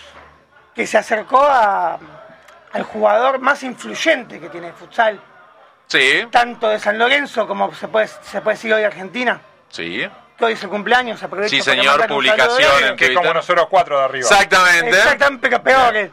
Speaker 4: que se acercó a, al jugador más influyente que tiene el futsal,
Speaker 2: Sí,
Speaker 4: tanto de San Lorenzo como se puede, se puede decir hoy de Argentina.
Speaker 2: sí.
Speaker 4: Que hoy es su cumpleaños, aprovecho
Speaker 2: Sí,
Speaker 4: para
Speaker 2: señor,
Speaker 4: mandar un saludo a él.
Speaker 2: publicaciones.
Speaker 1: Que es
Speaker 2: evitar-
Speaker 1: como nosotros cuatro de arriba.
Speaker 2: Exactamente.
Speaker 4: Exactamente, pero peores.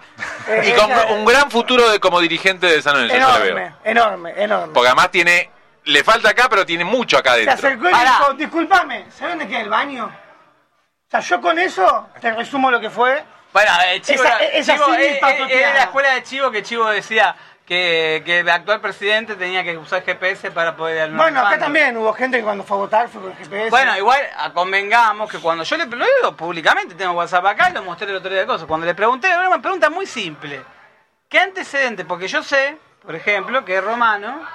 Speaker 4: Eh,
Speaker 2: Y con
Speaker 4: ella-
Speaker 2: un gran futuro de, como dirigente de San Lorenzo, yo le
Speaker 4: Enorme,
Speaker 2: veo.
Speaker 4: enorme, enorme.
Speaker 2: Porque además tiene. Le falta acá, pero tiene mucho acá
Speaker 4: Se
Speaker 2: adentro.
Speaker 4: acercó y le
Speaker 3: Pará.
Speaker 4: dijo, disculpame, ¿sabes dónde queda el baño? O sea, yo con eso te resumo lo que fue.
Speaker 3: Bueno, eh, Chivo,
Speaker 4: Esa-
Speaker 3: era,
Speaker 4: esa
Speaker 3: Chivo,
Speaker 4: sí
Speaker 3: eh,
Speaker 4: es para
Speaker 3: eh,
Speaker 4: tutear.
Speaker 3: era la escuela de Chivo que Chivo decía que, que el actual presidente tenía que usar GPS para poder ir al
Speaker 4: Bueno, acá
Speaker 3: Nordbando.
Speaker 4: también hubo gente que cuando fue a votar fue con el GPS.
Speaker 3: Mm. Bueno, igual ah, convengamos que cuando yo le lo digo públicamente, tengo WhatsApp acá, lo mostré el otro día de cosas. Cuando le pregunté, era una pregunta muy simple. ¿Qué antecedente? Porque yo sé, por ejemplo, que Romano,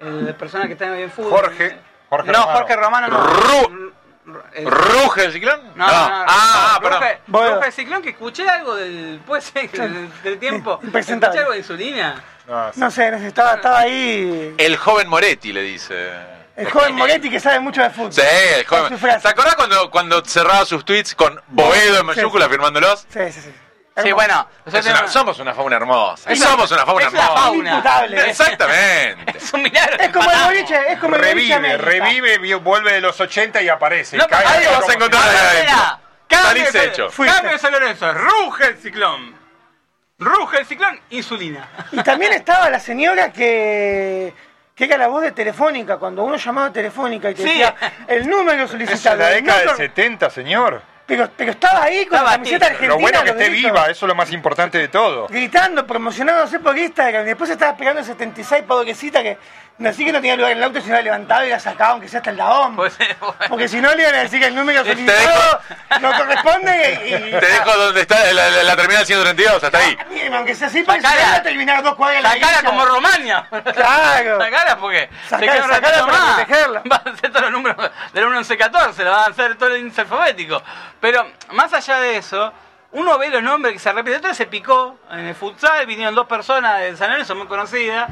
Speaker 3: el persona que está en el fútbol.
Speaker 1: Jorge- Jorge
Speaker 3: no,
Speaker 1: Romano.
Speaker 3: Jorge Romano no.
Speaker 2: Ru-
Speaker 3: R- el-
Speaker 2: ¿Ruge el ciclón?
Speaker 3: No, no, no, no.
Speaker 2: Ah, ah,
Speaker 3: Ruge-
Speaker 2: perdón.
Speaker 4: Bueno.
Speaker 3: Ruge el ciclón que escuché algo del. Puede ser que del, del tiempo.
Speaker 4: Impresentable.
Speaker 3: Escuché algo de insulina.
Speaker 1: No, sí.
Speaker 4: No sé, no sé, estaba, estaba ahí
Speaker 2: El joven Moretti le dice.
Speaker 4: el joven Moretti que sabe mucho de fútbol.
Speaker 2: Sí, el
Speaker 4: Con
Speaker 2: joven.
Speaker 4: su frase.
Speaker 2: ¿Te acordás cuando, cuando cerraba sus tweets con Boedo en mayúscula firmándolos?
Speaker 4: Sí, sí, sí.
Speaker 3: Sí, bueno.
Speaker 2: Es
Speaker 3: nosotros-
Speaker 2: una- somos una fauna hermosa.
Speaker 3: Es una-
Speaker 2: somos una fauna
Speaker 3: es una
Speaker 2: hermosa.
Speaker 3: fauna.
Speaker 4: Imputable.
Speaker 2: Exactamente.
Speaker 3: Es un milagro.
Speaker 4: Es
Speaker 3: que
Speaker 4: como el
Speaker 3: matamos.
Speaker 4: boliche, es como el boliche
Speaker 1: Revive,
Speaker 4: América.
Speaker 1: revive, vi- vuelve de los 80 y aparece.
Speaker 3: No,
Speaker 1: Cae acá
Speaker 3: ahí
Speaker 2: vas a
Speaker 1: como si
Speaker 2: encontrar-
Speaker 1: nada.
Speaker 3: Era. Cambio
Speaker 2: Salís
Speaker 3: de-
Speaker 2: hecho.
Speaker 4: Fuiste.
Speaker 3: Cambio de San Lorenzo. Ruge el ciclón. Ruge el ciclón, insulina.
Speaker 4: Y también estaba la señora que, que era la voz de Telefónica, cuando uno llamaba a Telefónica y te
Speaker 3: Sí.
Speaker 4: decía el número
Speaker 1: Esa es
Speaker 4: solicitado.
Speaker 1: la
Speaker 4: el
Speaker 1: década del
Speaker 4: número-
Speaker 1: 70, señor.
Speaker 4: pero, pero estaba ahí con
Speaker 3: Estaba
Speaker 4: la camiseta
Speaker 3: ahí.
Speaker 4: argentina.
Speaker 1: Lo bueno que
Speaker 4: los
Speaker 1: esté
Speaker 4: gritos,
Speaker 1: viva, eh. eso es lo más importante de todo.
Speaker 4: Gritando, promocionándose por Instagram. Y después estaba pegando el 76, pobrecita, que así que no tenía lugar en el auto, se la levantaba y la sacaba, aunque sea hasta el daón.
Speaker 3: Pues, bueno.
Speaker 4: Porque si no le iban a decir que el número
Speaker 2: Te dejo-
Speaker 4: solicitado no corresponde y, y-
Speaker 2: Te dejo donde está la, la- la terminal 132, hasta ahí.
Speaker 4: y aunque sea así, porque si
Speaker 3: Sacala.
Speaker 4: no iba a terminar dos cuadras en la
Speaker 3: Sacala
Speaker 4: cancha.
Speaker 3: como Romania.
Speaker 4: Claro.
Speaker 3: Sacala porque. se
Speaker 4: Sacala,
Speaker 3: queda un
Speaker 4: sacala
Speaker 3: ratito
Speaker 4: para
Speaker 3: más.
Speaker 4: protegerla.
Speaker 3: Va a hacer todos los números del 1 11 14, la van a hacer todo el índice alfabético. Pero más allá de eso, uno ve los nombres que se repiten. Entonces se picó en el futsal, vinieron dos personas de San Lorenzo muy conocidas.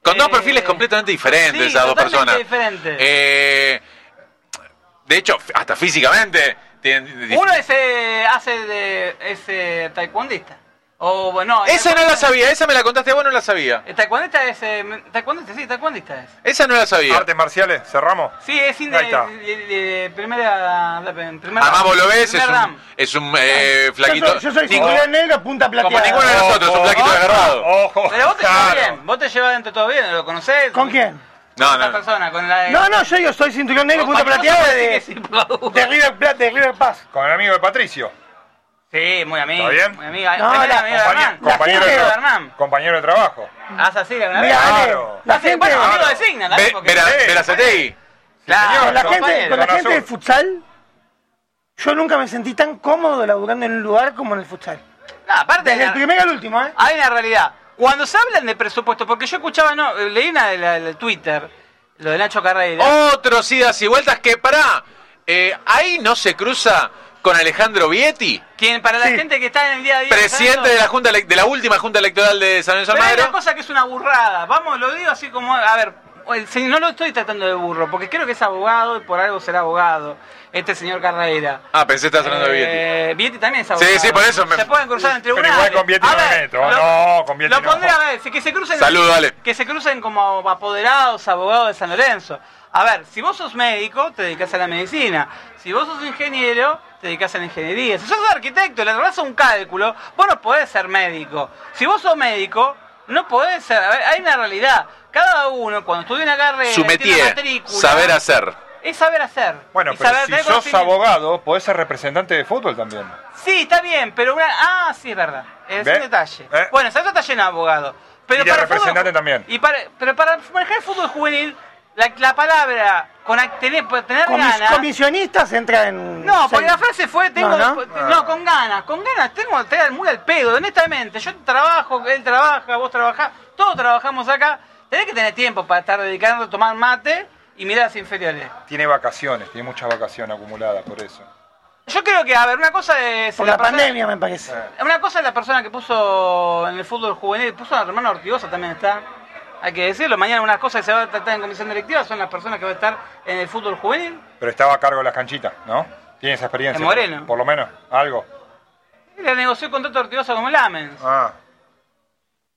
Speaker 2: Con dos
Speaker 3: Eh,
Speaker 2: perfiles completamente diferentes,
Speaker 3: sí,
Speaker 2: esas dos
Speaker 3: totalmente
Speaker 2: personas.
Speaker 3: diferentes.
Speaker 2: Eh, de hecho, hasta físicamente. tienen-
Speaker 3: Uno es, eh, hace de. es eh, taekwondista. O bueno.
Speaker 2: Esa no la sabía, esa me la contaste vos, no la sabía.
Speaker 3: El taekwondista es. eh, taekwondista, sí, taekwondista es.
Speaker 2: Esa no la
Speaker 3: Ah,
Speaker 2: sabía.
Speaker 1: Artes marciales, cerramos.
Speaker 3: Sí, es inde-
Speaker 1: Ahí está.
Speaker 3: de, de- de primera. en primera
Speaker 2: Además vos lo ves, es
Speaker 3: primer
Speaker 2: un,
Speaker 3: dam.
Speaker 2: es un eh,
Speaker 4: Yo soy-
Speaker 2: flaquito.
Speaker 4: Yo soy
Speaker 2: Ninguno-
Speaker 4: cinturón negro, punta plateada.
Speaker 2: como ninguno de nosotros, un flaquito desgarrado.
Speaker 1: Ojo.
Speaker 3: Pero vos te llevas
Speaker 1: claro.
Speaker 3: bien, vos te llevas dentro todo bien, lo conocés.
Speaker 4: ¿Con quién?
Speaker 2: No,
Speaker 3: Con esta
Speaker 2: no.
Speaker 3: persona, con la de.
Speaker 4: No, no, yo digo, soy cinturón negro,
Speaker 3: con
Speaker 4: punta
Speaker 3: cualquier
Speaker 4: plateada
Speaker 3: cosa
Speaker 4: de,
Speaker 3: decís que sí, por favor.
Speaker 4: de River Plate, de River Paz.
Speaker 1: Con el amigo de Patricio.
Speaker 3: Sí, muy amiga.
Speaker 1: ¿Está bien?
Speaker 3: Muy amiga.
Speaker 4: No,
Speaker 3: Muy
Speaker 4: la-
Speaker 3: amiga de
Speaker 1: Compañe-
Speaker 3: Hernán.
Speaker 1: compañero,
Speaker 4: La
Speaker 1: de
Speaker 4: gente-
Speaker 1: tra-
Speaker 3: Hernán.
Speaker 1: compañero de trabajo.
Speaker 3: Haz Ah, así, la
Speaker 4: Mirá,
Speaker 3: verdad.
Speaker 4: Ale,
Speaker 1: Claro.
Speaker 4: la
Speaker 3: Haz así,
Speaker 4: gente,
Speaker 3: bueno, amigo
Speaker 1: Claro.
Speaker 3: de Signa,
Speaker 2: Ve- Vera-
Speaker 1: Sí.
Speaker 2: Verazategui.
Speaker 1: señor,
Speaker 4: con la gente,
Speaker 1: compañero,
Speaker 4: con la
Speaker 1: con
Speaker 4: gente
Speaker 1: azul.
Speaker 4: del futsal, yo nunca me sentí tan cómodo laburando en un lugar como en el futsal.
Speaker 3: No, Ah, aparte,
Speaker 4: Desde el
Speaker 3: la-
Speaker 4: primero al último, ¿eh?
Speaker 3: hay una realidad. Cuando se hablan de presupuesto, porque yo escuchaba, no, eh, leí una de la, la Twitter, lo de Nacho Carrera.
Speaker 4: Oh,
Speaker 2: Otros idas y vueltas que, pará, eh, ahí no se cruza con Alejandro Vietti,
Speaker 3: Quien para la
Speaker 4: Sí.
Speaker 3: gente que está en el día a día.
Speaker 2: presidente de la junta ele- de la última junta electoral de San Lorenzo
Speaker 3: Pero hay una
Speaker 2: Almagro.
Speaker 3: cosa que es una burrada. Vamos, lo digo así como. A ver, el se- no lo estoy tratando de burro, porque creo que es abogado y por algo será abogado. Este señor Carrera.
Speaker 2: Ah, pensé que estabas hablando de Vietti.
Speaker 3: Eh, Vietti también es abogado.
Speaker 2: Sí, sí, por eso me-
Speaker 3: Se pueden cruzar entre
Speaker 1: Pero
Speaker 3: tribunales.
Speaker 1: igual con Vietti
Speaker 3: A
Speaker 1: no me
Speaker 3: ver,
Speaker 1: meto. No, con Vietti
Speaker 3: Lo
Speaker 1: no.
Speaker 3: pondré a ver, si- que se crucen.
Speaker 2: Saludo, Ale.
Speaker 3: Que se crucen como apoderados, abogados de San Lorenzo. A ver, si vos sos médico, te dedicas a la medicina. Si vos sos ingeniero, te dedicas a la ingeniería. Si sos arquitecto, le das un cálculo, vos no podés ser médico. Si vos sos médico, no podés ser. A ver, hay una realidad. Cada uno, cuando estudia una carrera,
Speaker 2: Su
Speaker 3: y
Speaker 1: eh,
Speaker 3: tiene
Speaker 2: métier,
Speaker 3: matrícula,
Speaker 2: saber hacer.
Speaker 3: es saber hacer.
Speaker 1: Bueno,
Speaker 3: Y
Speaker 1: pero
Speaker 3: saber
Speaker 1: si
Speaker 3: tener
Speaker 1: sos
Speaker 3: conocimiento.
Speaker 1: abogado, podés ser representante de fútbol también.
Speaker 3: Sí, está bien, pero una. Ah, sí, es verdad. Es
Speaker 1: ¿Ve?
Speaker 3: un detalle.
Speaker 1: ¿Eh?
Speaker 3: Bueno, Santos está lleno de abogados. Pero
Speaker 1: Y de
Speaker 3: para el fútbol
Speaker 1: representantes
Speaker 3: ju-
Speaker 1: también.
Speaker 3: Y para, pero para manejar el fútbol juvenil, la, la palabra con ac- tener, por tener
Speaker 4: Comis-
Speaker 3: ganas.
Speaker 4: comisionistas entra en...
Speaker 3: No, porque
Speaker 4: seis.
Speaker 3: la frase fue, tengo,
Speaker 4: No,
Speaker 3: no,
Speaker 4: ¿no?
Speaker 3: con ganas, con ganas, tengo que estar muy al pedo, honestamente, yo trabajo, él trabaja, vos trabajás, todos trabajamos acá, tenés que tener tiempo para estar dedicando a tomar mate y mirar las inferiores.
Speaker 1: Tiene vacaciones, tiene mucha vacación acumulada por eso.
Speaker 3: Yo creo que, a ver, una cosa es...
Speaker 4: Por la
Speaker 3: persona-
Speaker 4: pandemia, me parece.
Speaker 3: Una cosa es la persona que puso en el fútbol juvenil, puso a hermano Ortigosa también está. Hay que decirlo, mañana unas cosas que se va a tratar en comisión directiva son las personas que van a estar en el fútbol juvenil.
Speaker 1: Pero estaba a cargo de las canchitas, ¿no? Tiene esa experiencia.
Speaker 3: En Moreno.
Speaker 1: Por lo menos, algo.
Speaker 3: Y Le negoció el contrato a Ortigosa como Lamens.
Speaker 1: Ah.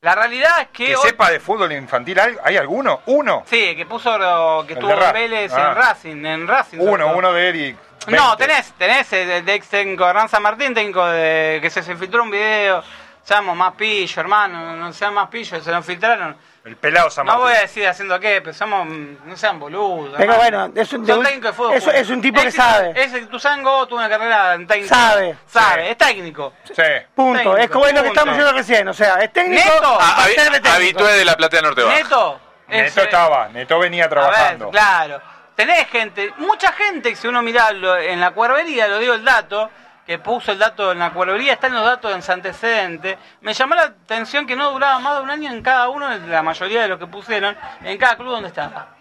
Speaker 3: La realidad es que.
Speaker 1: Que
Speaker 3: hoy-
Speaker 1: sepa de fútbol infantil, ¿hay hay alguno? Uno.
Speaker 3: Sí, que puso que
Speaker 1: El
Speaker 3: estuvo
Speaker 1: de Ra-
Speaker 3: en Vélez
Speaker 1: Ah.
Speaker 3: en Racing, en Racing. sobre
Speaker 1: Uno,
Speaker 3: todo.
Speaker 1: uno de Eric.
Speaker 3: No,
Speaker 1: 20.
Speaker 3: tenés, tenés el, el ex técnico Hernán San Martín, técnico de que se, se filtró un video. Seamos más pillo, hermano, no sean más pillo, se lo filtraron.
Speaker 1: El pelado San
Speaker 3: No
Speaker 1: Martín.
Speaker 3: voy a decir haciendo qué, pero somos, no sean boludos.
Speaker 4: Pero
Speaker 3: hermano.
Speaker 4: bueno, es un- de
Speaker 3: Son
Speaker 4: un-
Speaker 3: técnico de fútbol.
Speaker 4: es- es un tipo que
Speaker 3: Ese-
Speaker 4: sabe.
Speaker 3: Ese Tuzango tuvo una carrera en técnico.
Speaker 4: Sabe.
Speaker 3: Sabe,
Speaker 1: Sí.
Speaker 3: es técnico.
Speaker 1: Sí.
Speaker 4: Punto.
Speaker 3: Técnico,
Speaker 4: es como es lo que
Speaker 3: punto.
Speaker 4: estamos viendo recién. O sea, es técnico...
Speaker 3: Neto.
Speaker 4: va
Speaker 2: Ah,
Speaker 4: a
Speaker 2: habi-
Speaker 4: ser de técnico.
Speaker 2: habitué de la platea norte Baja.
Speaker 3: Neto. es-
Speaker 1: Neto estaba, Neto venía
Speaker 3: A ver,
Speaker 1: trabajando.
Speaker 3: claro. Tenés gente, mucha gente, si uno mirá lo- en la cuervería, lo digo el dato, que puso el dato en la cuervería, están los datos en su antecedente. Me llamó la atención que no duraba más de un año en cada uno, de la mayoría de los que pusieron, en cada club donde estaba.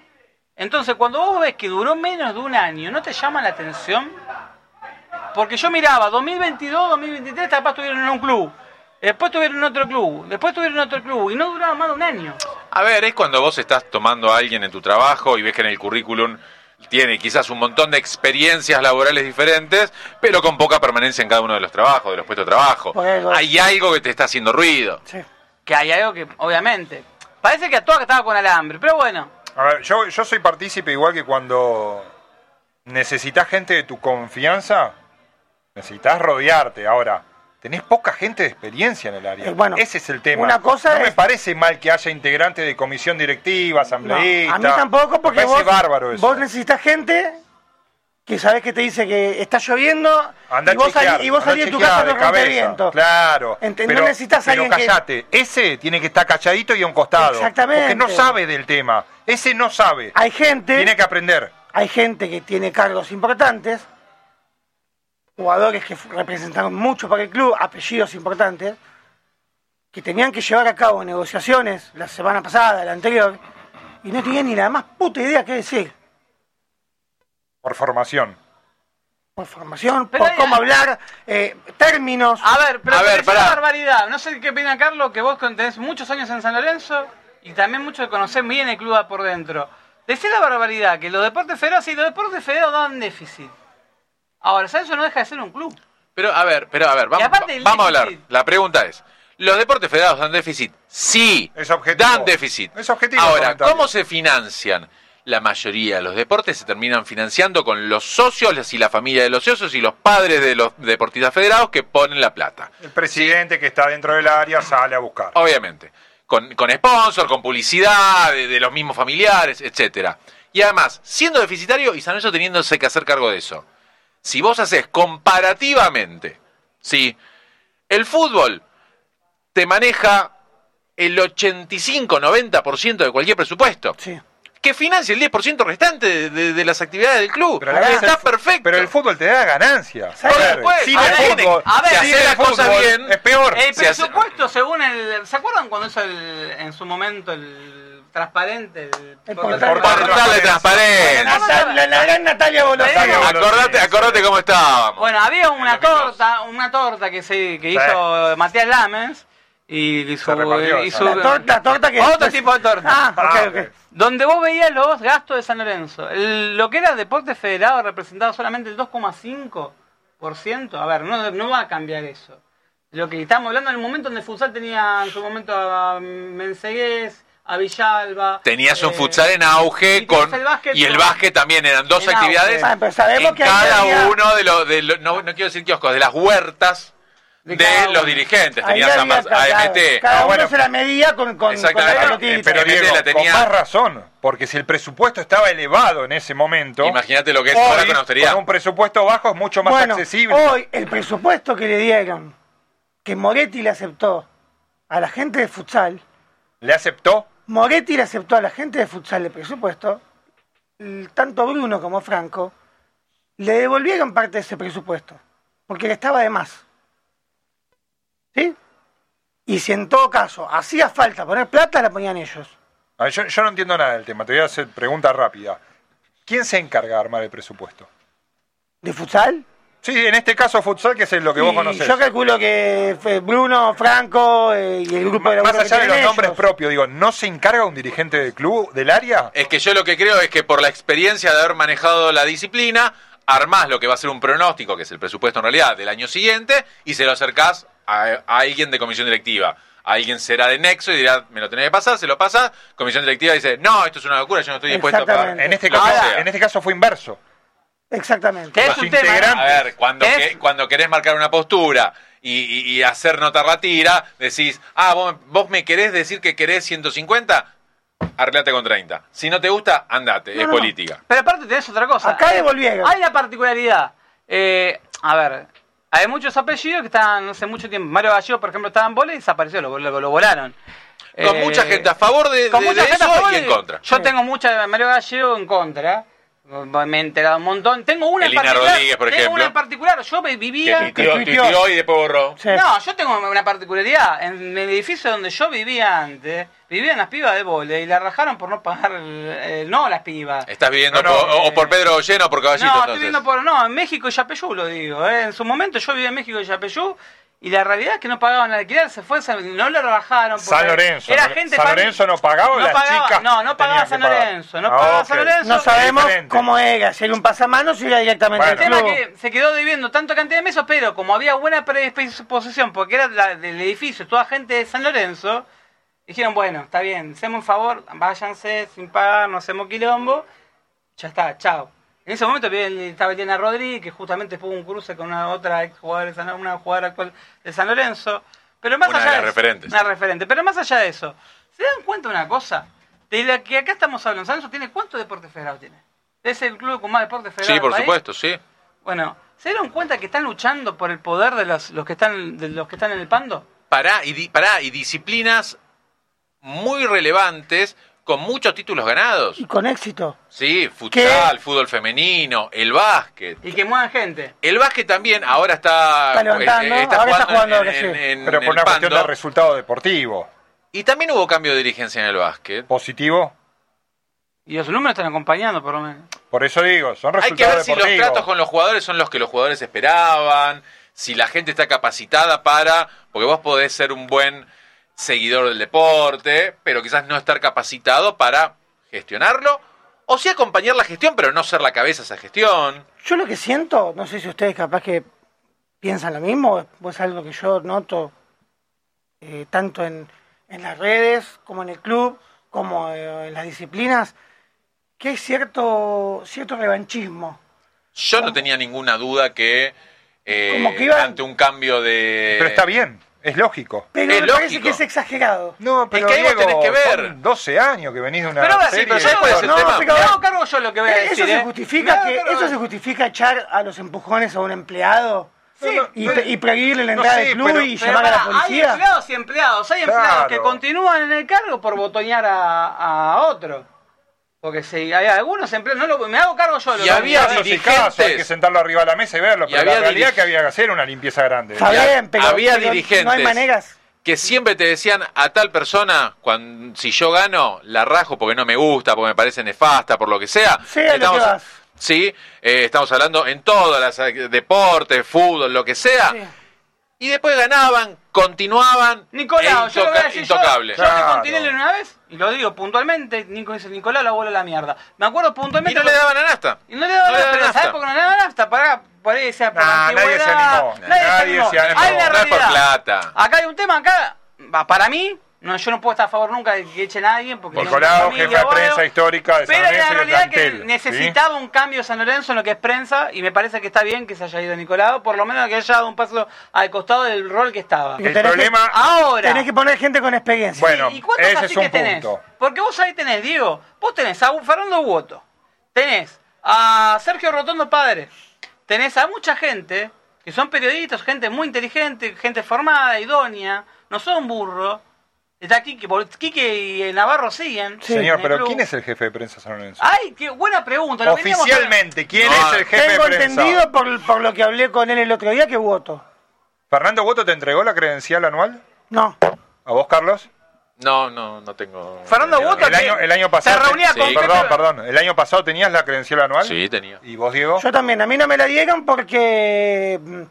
Speaker 3: Entonces, cuando vos ves que duró menos de un año, ¿no te llama la atención? Porque yo miraba, 2022, 2023, capaz estuvieron en un club. Después tuvieron en otro club, después tuvieron en otro club, y no duraba más de un año.
Speaker 2: A ver, es cuando vos estás tomando a alguien en tu trabajo y ves que en el currículum tiene quizás un montón de experiencias laborales diferentes, pero con poca permanencia en cada uno de los trabajos, de los puestos de trabajo.
Speaker 4: Por algo.
Speaker 2: Hay algo que te está haciendo ruido.
Speaker 4: Sí.
Speaker 3: Que hay algo que, obviamente, parece que a todas que estaba con alambre, pero bueno,
Speaker 1: A ver, yo, yo soy partícipe igual que cuando necesitas gente de tu confianza, necesitas rodearte. Ahora, tenés poca gente de experiencia en el área.
Speaker 4: Eh, bueno,
Speaker 1: Ese es el tema.
Speaker 4: una cosa
Speaker 1: no me
Speaker 4: es-
Speaker 1: parece mal que haya integrantes de comisión directiva,
Speaker 4: No,
Speaker 1: asambleísta.
Speaker 4: a mí tampoco porque
Speaker 1: me
Speaker 4: vos,
Speaker 1: parece bárbaro eso.
Speaker 4: vos necesitas gente que sabes que te dice que está lloviendo
Speaker 1: Andá
Speaker 4: y vos,
Speaker 1: a chequear,
Speaker 4: salí- y vos
Speaker 1: andá
Speaker 4: salís de
Speaker 1: a
Speaker 4: tu
Speaker 1: chequear
Speaker 4: casa
Speaker 1: de
Speaker 4: con rompeviento.
Speaker 1: cabeza. Claro.
Speaker 4: Ente- no
Speaker 1: pero,
Speaker 4: necesitas
Speaker 1: pero
Speaker 4: alguien que-
Speaker 1: callate. Ese tiene que estar calladito y a un costado.
Speaker 4: Exactamente.
Speaker 1: Porque no sabe del tema. Ese no sabe.
Speaker 4: Hay gente,
Speaker 1: Tiene que aprender.
Speaker 4: hay gente que tiene cargos importantes, jugadores que f- representaron mucho para el club, apellidos importantes, que tenían que llevar a cabo negociaciones la semana pasada, la anterior, y no tenían ni la más puta idea qué decir.
Speaker 1: Por formación.
Speaker 4: Por formación,
Speaker 3: Pero
Speaker 4: por
Speaker 3: hay-
Speaker 4: cómo hablar, eh, términos.
Speaker 3: A ver, pero
Speaker 2: A
Speaker 3: a
Speaker 2: ver, pará.
Speaker 3: barbaridad. No sé qué opina Carlos, que vos con- tenés muchos años en San Lorenzo y también mucho que conocés bien el club por dentro. Decir la barbaridad, que los deportes federados, sí, los deportes federados dan déficit. Ahora, ¿sabes? Eso no deja de ser un club.
Speaker 2: Pero a ver, pero a ver, vamos,
Speaker 3: aparte el
Speaker 2: vamos a hablar.
Speaker 3: déficit.
Speaker 2: La pregunta es, ¿los deportes federados dan déficit? Sí,
Speaker 1: Es objetivo.
Speaker 2: dan déficit.
Speaker 1: Es objetivo el
Speaker 2: Ahora,
Speaker 1: comentario.
Speaker 2: ¿cómo se financian? La mayoría de los deportes se terminan financiando con los socios las- y la familia de los socios y los padres de los deportistas federados que ponen la plata.
Speaker 1: El presidente que está dentro del área sale a buscar.
Speaker 2: Obviamente. Con, con sponsor, con publicidad, de, de los mismos familiares, etcétera. Y además, siendo deficitario y San Lorenzo teniéndose que hacer cargo de eso. Si vos haces comparativamente, ¿sí? El fútbol te maneja el 85-90% de cualquier presupuesto.
Speaker 4: Sí.
Speaker 2: Que financia el 10% restante de, de- de las actividades del club.
Speaker 1: la verdad es
Speaker 2: Está
Speaker 1: el fu-
Speaker 2: perfecto.
Speaker 1: Pero el fútbol te da ganancias.
Speaker 2: Por
Speaker 1: A ver,
Speaker 2: supuesto.
Speaker 1: sin
Speaker 2: A
Speaker 1: el
Speaker 2: ver,
Speaker 1: fútbol,
Speaker 3: a ver,
Speaker 1: sin
Speaker 2: hacer
Speaker 1: el
Speaker 2: las cosas
Speaker 1: fútbol
Speaker 2: bien. Eh,
Speaker 1: es peor.
Speaker 3: El
Speaker 2: se hace-
Speaker 3: presupuesto, según el. ¿Se acuerdan cuando hizo el- en su momento el transparente? El,
Speaker 4: El
Speaker 1: portal
Speaker 2: Portal de transparencia.
Speaker 4: Natal- la, la gran Natalia Bolotari.
Speaker 1: Natalia
Speaker 2: Acordate, acordate cómo estábamos.
Speaker 3: Bueno, había
Speaker 1: En
Speaker 3: una
Speaker 1: los Beatles.
Speaker 3: torta, una torta que se que
Speaker 1: Sí.
Speaker 3: hizo eh, Matías Lamens y, su,
Speaker 1: repartió
Speaker 3: y
Speaker 1: esa.
Speaker 3: su-
Speaker 4: La torta, la torta que.
Speaker 3: eh, otro tipo de torta.
Speaker 4: Ah, ok, ok.
Speaker 3: Donde vos veías los gastos de San Lorenzo. El- lo que era deporte federado representaba solamente el 2,5%. A ver, no, no va a cambiar eso. Lo que estamos hablando en el momento donde el futsal tenía en su momento a Mensegués, a Villalba.
Speaker 2: Tenías un
Speaker 3: eh,
Speaker 2: futsal en auge
Speaker 3: y
Speaker 2: con
Speaker 3: tenías el básquet
Speaker 2: y el
Speaker 3: con-
Speaker 2: básquet también eran dos
Speaker 3: en auge.
Speaker 2: actividades
Speaker 4: Ah, pero sabemos
Speaker 2: en
Speaker 4: que ahí
Speaker 2: cada
Speaker 4: había-
Speaker 2: uno de los de lo- no, no quiero decir kioscos de las huertas de,
Speaker 3: De cada uno.
Speaker 2: los dirigentes
Speaker 4: Ahí
Speaker 2: tenías
Speaker 4: había
Speaker 2: ambas
Speaker 4: cada-
Speaker 2: AMT
Speaker 4: Cada
Speaker 1: Ah,
Speaker 4: uno
Speaker 1: bueno.
Speaker 4: se la medía con, con, con
Speaker 2: Exactamente.
Speaker 4: la
Speaker 2: Pero-
Speaker 4: pelotita.
Speaker 1: pero
Speaker 2: Mete
Speaker 1: Diego,
Speaker 2: la tenía-
Speaker 1: con más razón, porque si el presupuesto estaba elevado en ese momento,
Speaker 2: Imagínate lo que es
Speaker 1: hoy,
Speaker 2: ahora con austeridad.
Speaker 1: un presupuesto bajo es mucho más
Speaker 4: bueno,
Speaker 1: accesible.
Speaker 4: hoy el presupuesto que le dieron, que Moretti le aceptó a la gente de futsal,
Speaker 1: Le aceptó.
Speaker 4: Moretti le aceptó a la gente de futsal el presupuesto, l- tanto Bruno como Franco, le devolvieron parte de ese presupuesto, porque le estaba de más. ¿Sí? Y si en todo caso hacía falta poner plata, la ponían ellos.
Speaker 1: A ver, yo, yo no entiendo nada del tema, te voy a hacer pregunta rápida. ¿Quién se encarga de armar el presupuesto?
Speaker 4: ¿De futsal?
Speaker 1: Sí, en este caso futsal, que es lo que vos
Speaker 4: Y
Speaker 1: conocés.
Speaker 4: Yo calculo que fue Bruno, Franco eh, y el grupo de
Speaker 1: más
Speaker 4: laburo que
Speaker 1: allá de
Speaker 4: tienen
Speaker 1: los nombres
Speaker 4: ellos.
Speaker 1: propios, digo, ¿no se encarga un dirigente del club, del área?
Speaker 2: es que yo lo que creo es que por la experiencia de haber manejado la disciplina armás lo que va a ser un pronóstico que es el presupuesto en realidad del año siguiente y se lo acercás a, a alguien de comisión directiva Alguien será de nexo y dirá, me lo tenés que pasar, se lo pasa. Comisión directiva dice, no, esto es una locura, yo no estoy dispuesto a pagar.
Speaker 4: Exactamente.
Speaker 1: En este
Speaker 2: Lo
Speaker 1: caso,
Speaker 2: que sea.
Speaker 1: en este caso fue inverso.
Speaker 4: Exactamente.
Speaker 3: Que es
Speaker 1: Los
Speaker 3: un tema, ¿eh?
Speaker 1: integrantes.
Speaker 2: A ver, cuando,
Speaker 3: Es-
Speaker 2: que- cuando querés marcar una postura y, y- y hacer notar la tira, decís, ah, vos, vos me querés decir que querés 150, arreglate con 30. Si no te gusta, andate,
Speaker 4: No,
Speaker 2: es
Speaker 4: no, no.
Speaker 2: política.
Speaker 3: Pero aparte tenés otra cosa.
Speaker 4: Acá
Speaker 3: Hay-
Speaker 4: devolvieron.
Speaker 3: Hay una particularidad. Eh, a ver, hay muchos apellidos que están hace mucho tiempo. Mario Gallego, por ejemplo, estaba en bola y desapareció, lo, lo- lo volaron.
Speaker 2: Con
Speaker 3: Eh,
Speaker 2: mucha gente a favor de,
Speaker 3: con
Speaker 2: de-
Speaker 3: mucha
Speaker 2: de
Speaker 3: gente a
Speaker 2: eso
Speaker 3: favor
Speaker 2: y
Speaker 3: de-
Speaker 2: en contra.
Speaker 3: Yo tengo mucha de Mario Gallego en contra. Me he enterado un montón. Tengo una en
Speaker 2: Elina
Speaker 3: particular.
Speaker 2: Rodríguez, por
Speaker 3: tengo
Speaker 2: ejemplo.
Speaker 3: una en particular. Yo me
Speaker 2: Que
Speaker 3: vivía.
Speaker 2: tuiteó,
Speaker 4: tuiteó.
Speaker 2: tuiteó y después borró.
Speaker 4: Sí.
Speaker 3: No, yo tengo una particularidad. En el edificio donde yo vivía antes, vivían las pibas de vole y la rajaron por no pagar el, el no a las pibas.
Speaker 2: Estás viviendo
Speaker 1: No, no,
Speaker 2: por- o- o por Pedro Olleno o por Caballito,
Speaker 3: eh, No, estoy
Speaker 2: entonces.
Speaker 3: viendo por. No, en México y Yapeyú lo digo. eh. En su momento yo vivía en México y Yapeyú. Y la realidad es que no pagaban alquiler, se fue, San- no lo rajaron. porque
Speaker 1: San Lorenzo.
Speaker 3: Era
Speaker 1: ¿no?
Speaker 3: gente
Speaker 1: San
Speaker 3: fami-
Speaker 1: Lorenzo no pagaba o
Speaker 3: No
Speaker 1: las
Speaker 3: pagaba-
Speaker 1: chicas.
Speaker 3: no, no
Speaker 1: tenían
Speaker 3: pagaba
Speaker 1: que
Speaker 3: San
Speaker 1: pagar? Ah,
Speaker 3: Lorenzo, no pagaba
Speaker 1: ok.
Speaker 3: San Lorenzo.
Speaker 4: No sabemos
Speaker 1: diferente.
Speaker 4: cómo era, si era un pasamano, si era directamente
Speaker 1: Bueno.
Speaker 3: El
Speaker 4: al
Speaker 3: tema
Speaker 4: club.
Speaker 3: que se quedó debiendo tanta cantidad de meses, pero como había buena predisposición, porque era la- del edificio, toda gente de San Lorenzo, dijeron, bueno, está bien, hacemos un favor, váyanse sin pagar, no hacemos quilombo, ya está, chao. En ese momento bien, estaba Elena Rodríguez, que justamente tuvo un cruce con una otra ex jugadora de San una jugadora actual de San Lorenzo. Pero más
Speaker 2: Una de
Speaker 3: allá
Speaker 2: las
Speaker 3: eso-
Speaker 2: referentes.
Speaker 3: Una referente. Pero más allá de eso, ¿se dan cuenta de una cosa? De la que acá estamos hablando, San Lorenzo tiene cuántos deportes federados tiene. Es el club con más deportes federados.
Speaker 2: Sí,
Speaker 3: del
Speaker 2: por
Speaker 3: país.
Speaker 2: supuesto, sí.
Speaker 3: Bueno, ¿se dieron cuenta que están luchando por el poder de los, los que están de los que están en el pando?
Speaker 2: Pará y, di- pará, y disciplinas muy relevantes con muchos títulos ganados.
Speaker 4: Y con éxito.
Speaker 2: Sí, futsal, fútbol femenino, el básquet.
Speaker 3: Y que muevan gente.
Speaker 2: El básquet también ahora está,
Speaker 4: Está levantando,
Speaker 2: eh,
Speaker 4: ahora está
Speaker 2: en,
Speaker 4: jugando,
Speaker 2: en-
Speaker 4: sí.
Speaker 2: en-
Speaker 1: Pero
Speaker 2: en
Speaker 1: por una
Speaker 2: el
Speaker 1: cuestión de
Speaker 2: Pando.
Speaker 1: resultado deportivo.
Speaker 2: Y también hubo cambio de dirigencia en el básquet.
Speaker 1: Positivo.
Speaker 3: Y los números están acompañando, por lo menos.
Speaker 1: Por eso digo, son
Speaker 2: Hay que
Speaker 1: resultados
Speaker 2: ver si los
Speaker 1: deportivos.
Speaker 2: tratos con los jugadores son los que los jugadores esperaban, si la gente está capacitada para, porque vos podés ser un buen seguidor del deporte, pero quizás no estar capacitado para gestionarlo, o sí acompañar la gestión, pero no ser la cabeza de esa gestión.
Speaker 4: Yo lo que siento, no sé si ustedes capaz que piensan lo mismo, o es algo que yo noto eh, tanto en, en las redes, como en el club, como eh, en las disciplinas, que hay cierto, cierto revanchismo.
Speaker 2: Yo no tenía ninguna duda que, eh,
Speaker 4: Como que iban-
Speaker 2: ante un cambio de...
Speaker 1: Pero está bien, es lógico.
Speaker 4: Pero
Speaker 2: Es
Speaker 4: me parece
Speaker 2: lógico.
Speaker 4: que es exagerado.
Speaker 1: No, pero
Speaker 2: que ahí vos
Speaker 1: Diego,
Speaker 2: tenés que ver.
Speaker 1: son 12 años que venís de una
Speaker 3: Pero ahora sí,
Speaker 1: serie
Speaker 2: pero ¿sabés
Speaker 1: de-
Speaker 2: cuál es el
Speaker 1: no,
Speaker 2: tema?
Speaker 4: pero-
Speaker 3: Me hago cargo yo lo que voy a decir.
Speaker 4: Eso se
Speaker 3: ¿eh?
Speaker 4: justifica
Speaker 3: Me
Speaker 4: que
Speaker 3: hago cargo-
Speaker 4: eso se justifica echar a los empujones a un empleado
Speaker 3: Sí,
Speaker 4: y,
Speaker 1: pero-
Speaker 4: y prohibirle la entrada
Speaker 1: sé,
Speaker 4: del club
Speaker 1: pero-
Speaker 4: y
Speaker 3: Pero
Speaker 4: llamar a la
Speaker 3: pará, Hay
Speaker 4: policía.
Speaker 3: empleados y empleados. Hay empleados
Speaker 1: Claro.
Speaker 3: que continúan en el cargo por botonear a, a otro. Porque si hay algunos empleados, no lo, me hago cargo yo. de lo
Speaker 2: Y
Speaker 3: que
Speaker 2: había
Speaker 3: digo, ¿eh?
Speaker 1: Caso y caso, hay que
Speaker 2: dirigentes.
Speaker 1: sentarlo arriba de la mesa y verlo.
Speaker 2: Y
Speaker 1: Pero
Speaker 2: había
Speaker 1: la realidad
Speaker 2: dirige-
Speaker 1: es que había que hacer una limpieza grande.
Speaker 4: Está
Speaker 2: Había-
Speaker 4: bien, pero,
Speaker 2: había
Speaker 4: pero no hay
Speaker 2: dirigentes.
Speaker 4: maneras.
Speaker 2: que siempre te decían a tal persona, cuando, si yo gano, la rajo porque no me gusta, porque me parece nefasta, por lo que sea.
Speaker 4: Sea lo que vas.
Speaker 2: Sí, eh, estamos hablando en todas las eh, deportes, fútbol, lo que sea. Y después ganaban, continuaban.
Speaker 3: Nicolás,
Speaker 2: e
Speaker 3: yo lo voy
Speaker 2: intoca-
Speaker 3: a decir, yo-
Speaker 2: intocable.
Speaker 3: Yo,
Speaker 1: Claro.
Speaker 3: le conté a él una vez, y lo digo puntualmente, Nico dice, Nicolás la bola la mierda. Me acuerdo
Speaker 2: Y
Speaker 3: puntualmente.
Speaker 2: no le daban a nafta.
Speaker 3: Y no le
Speaker 2: No
Speaker 3: daban
Speaker 2: le daban
Speaker 3: nafta, pero ¿sabes
Speaker 4: ¿eh?
Speaker 2: nafta.
Speaker 3: por qué no le daban nafta? Para, por ahí decía, por
Speaker 1: Nah, nadie
Speaker 3: antigüedad,
Speaker 1: se animó. Nadie se animó.
Speaker 3: Hay una
Speaker 2: No es por
Speaker 3: realidad.
Speaker 2: plata.
Speaker 3: Acá hay un tema, acá, va, para mí, no, yo no puedo estar a favor nunca de que echen a alguien. Porque tengo
Speaker 1: Nicolau,
Speaker 3: familia
Speaker 1: jefe de
Speaker 3: o algo,
Speaker 1: prensa histórica de San
Speaker 3: Pero
Speaker 1: Lorenzo y
Speaker 3: la
Speaker 1: del
Speaker 3: realidad es que
Speaker 1: plantel,
Speaker 3: necesitaba un cambio San Lorenzo en lo que es prensa, y me parece que está bien que se haya ido Nicolau, por lo menos que haya dado un paso al costado del rol que estaba.
Speaker 1: El
Speaker 4: Tenés que- Ah,
Speaker 1: problema.
Speaker 3: Ahora.
Speaker 4: Eh, Tenés que poner gente con experiencia.
Speaker 1: Bueno.
Speaker 3: ¿Y cuántos
Speaker 1: ese es
Speaker 3: caciques
Speaker 1: un
Speaker 3: tenés?
Speaker 1: punto.
Speaker 3: Porque vos ahí tenés, Diego, vos tenés a Fernando Buoto, tenés a Sergio Rotondo Padre, tenés a mucha gente que son periodistas, gente muy inteligente, gente formada, idónea, no son burro. Está Quique, bol- Quique y Navarro siguen.
Speaker 1: Señor,
Speaker 3: en el
Speaker 1: pero
Speaker 3: club.
Speaker 1: ¿quién es el jefe de prensa de San Lorenzo?
Speaker 3: Ay, qué buena pregunta. lo veníamos hablando.
Speaker 1: Oficialmente, ¿quién
Speaker 2: No,
Speaker 1: es el jefe
Speaker 4: Tengo
Speaker 1: de prensa?
Speaker 4: entendido por, por lo que hablé con él el otro día que voto.
Speaker 1: ¿Fernando Goto te entregó la credencial anual?
Speaker 4: No.
Speaker 1: ¿A vos, Carlos?
Speaker 2: No, no, no tengo.
Speaker 3: Fernando Bota
Speaker 1: El
Speaker 3: que
Speaker 1: año, el año pasado.
Speaker 3: se reunía
Speaker 1: Sí.
Speaker 3: con Pepe-
Speaker 1: Perdón, perdón. ¿El año pasado tenías la credencial anual?
Speaker 2: Sí, tenía.
Speaker 1: ¿Y vos, Diego?
Speaker 4: Yo también. A mí no me la dieron porque mm,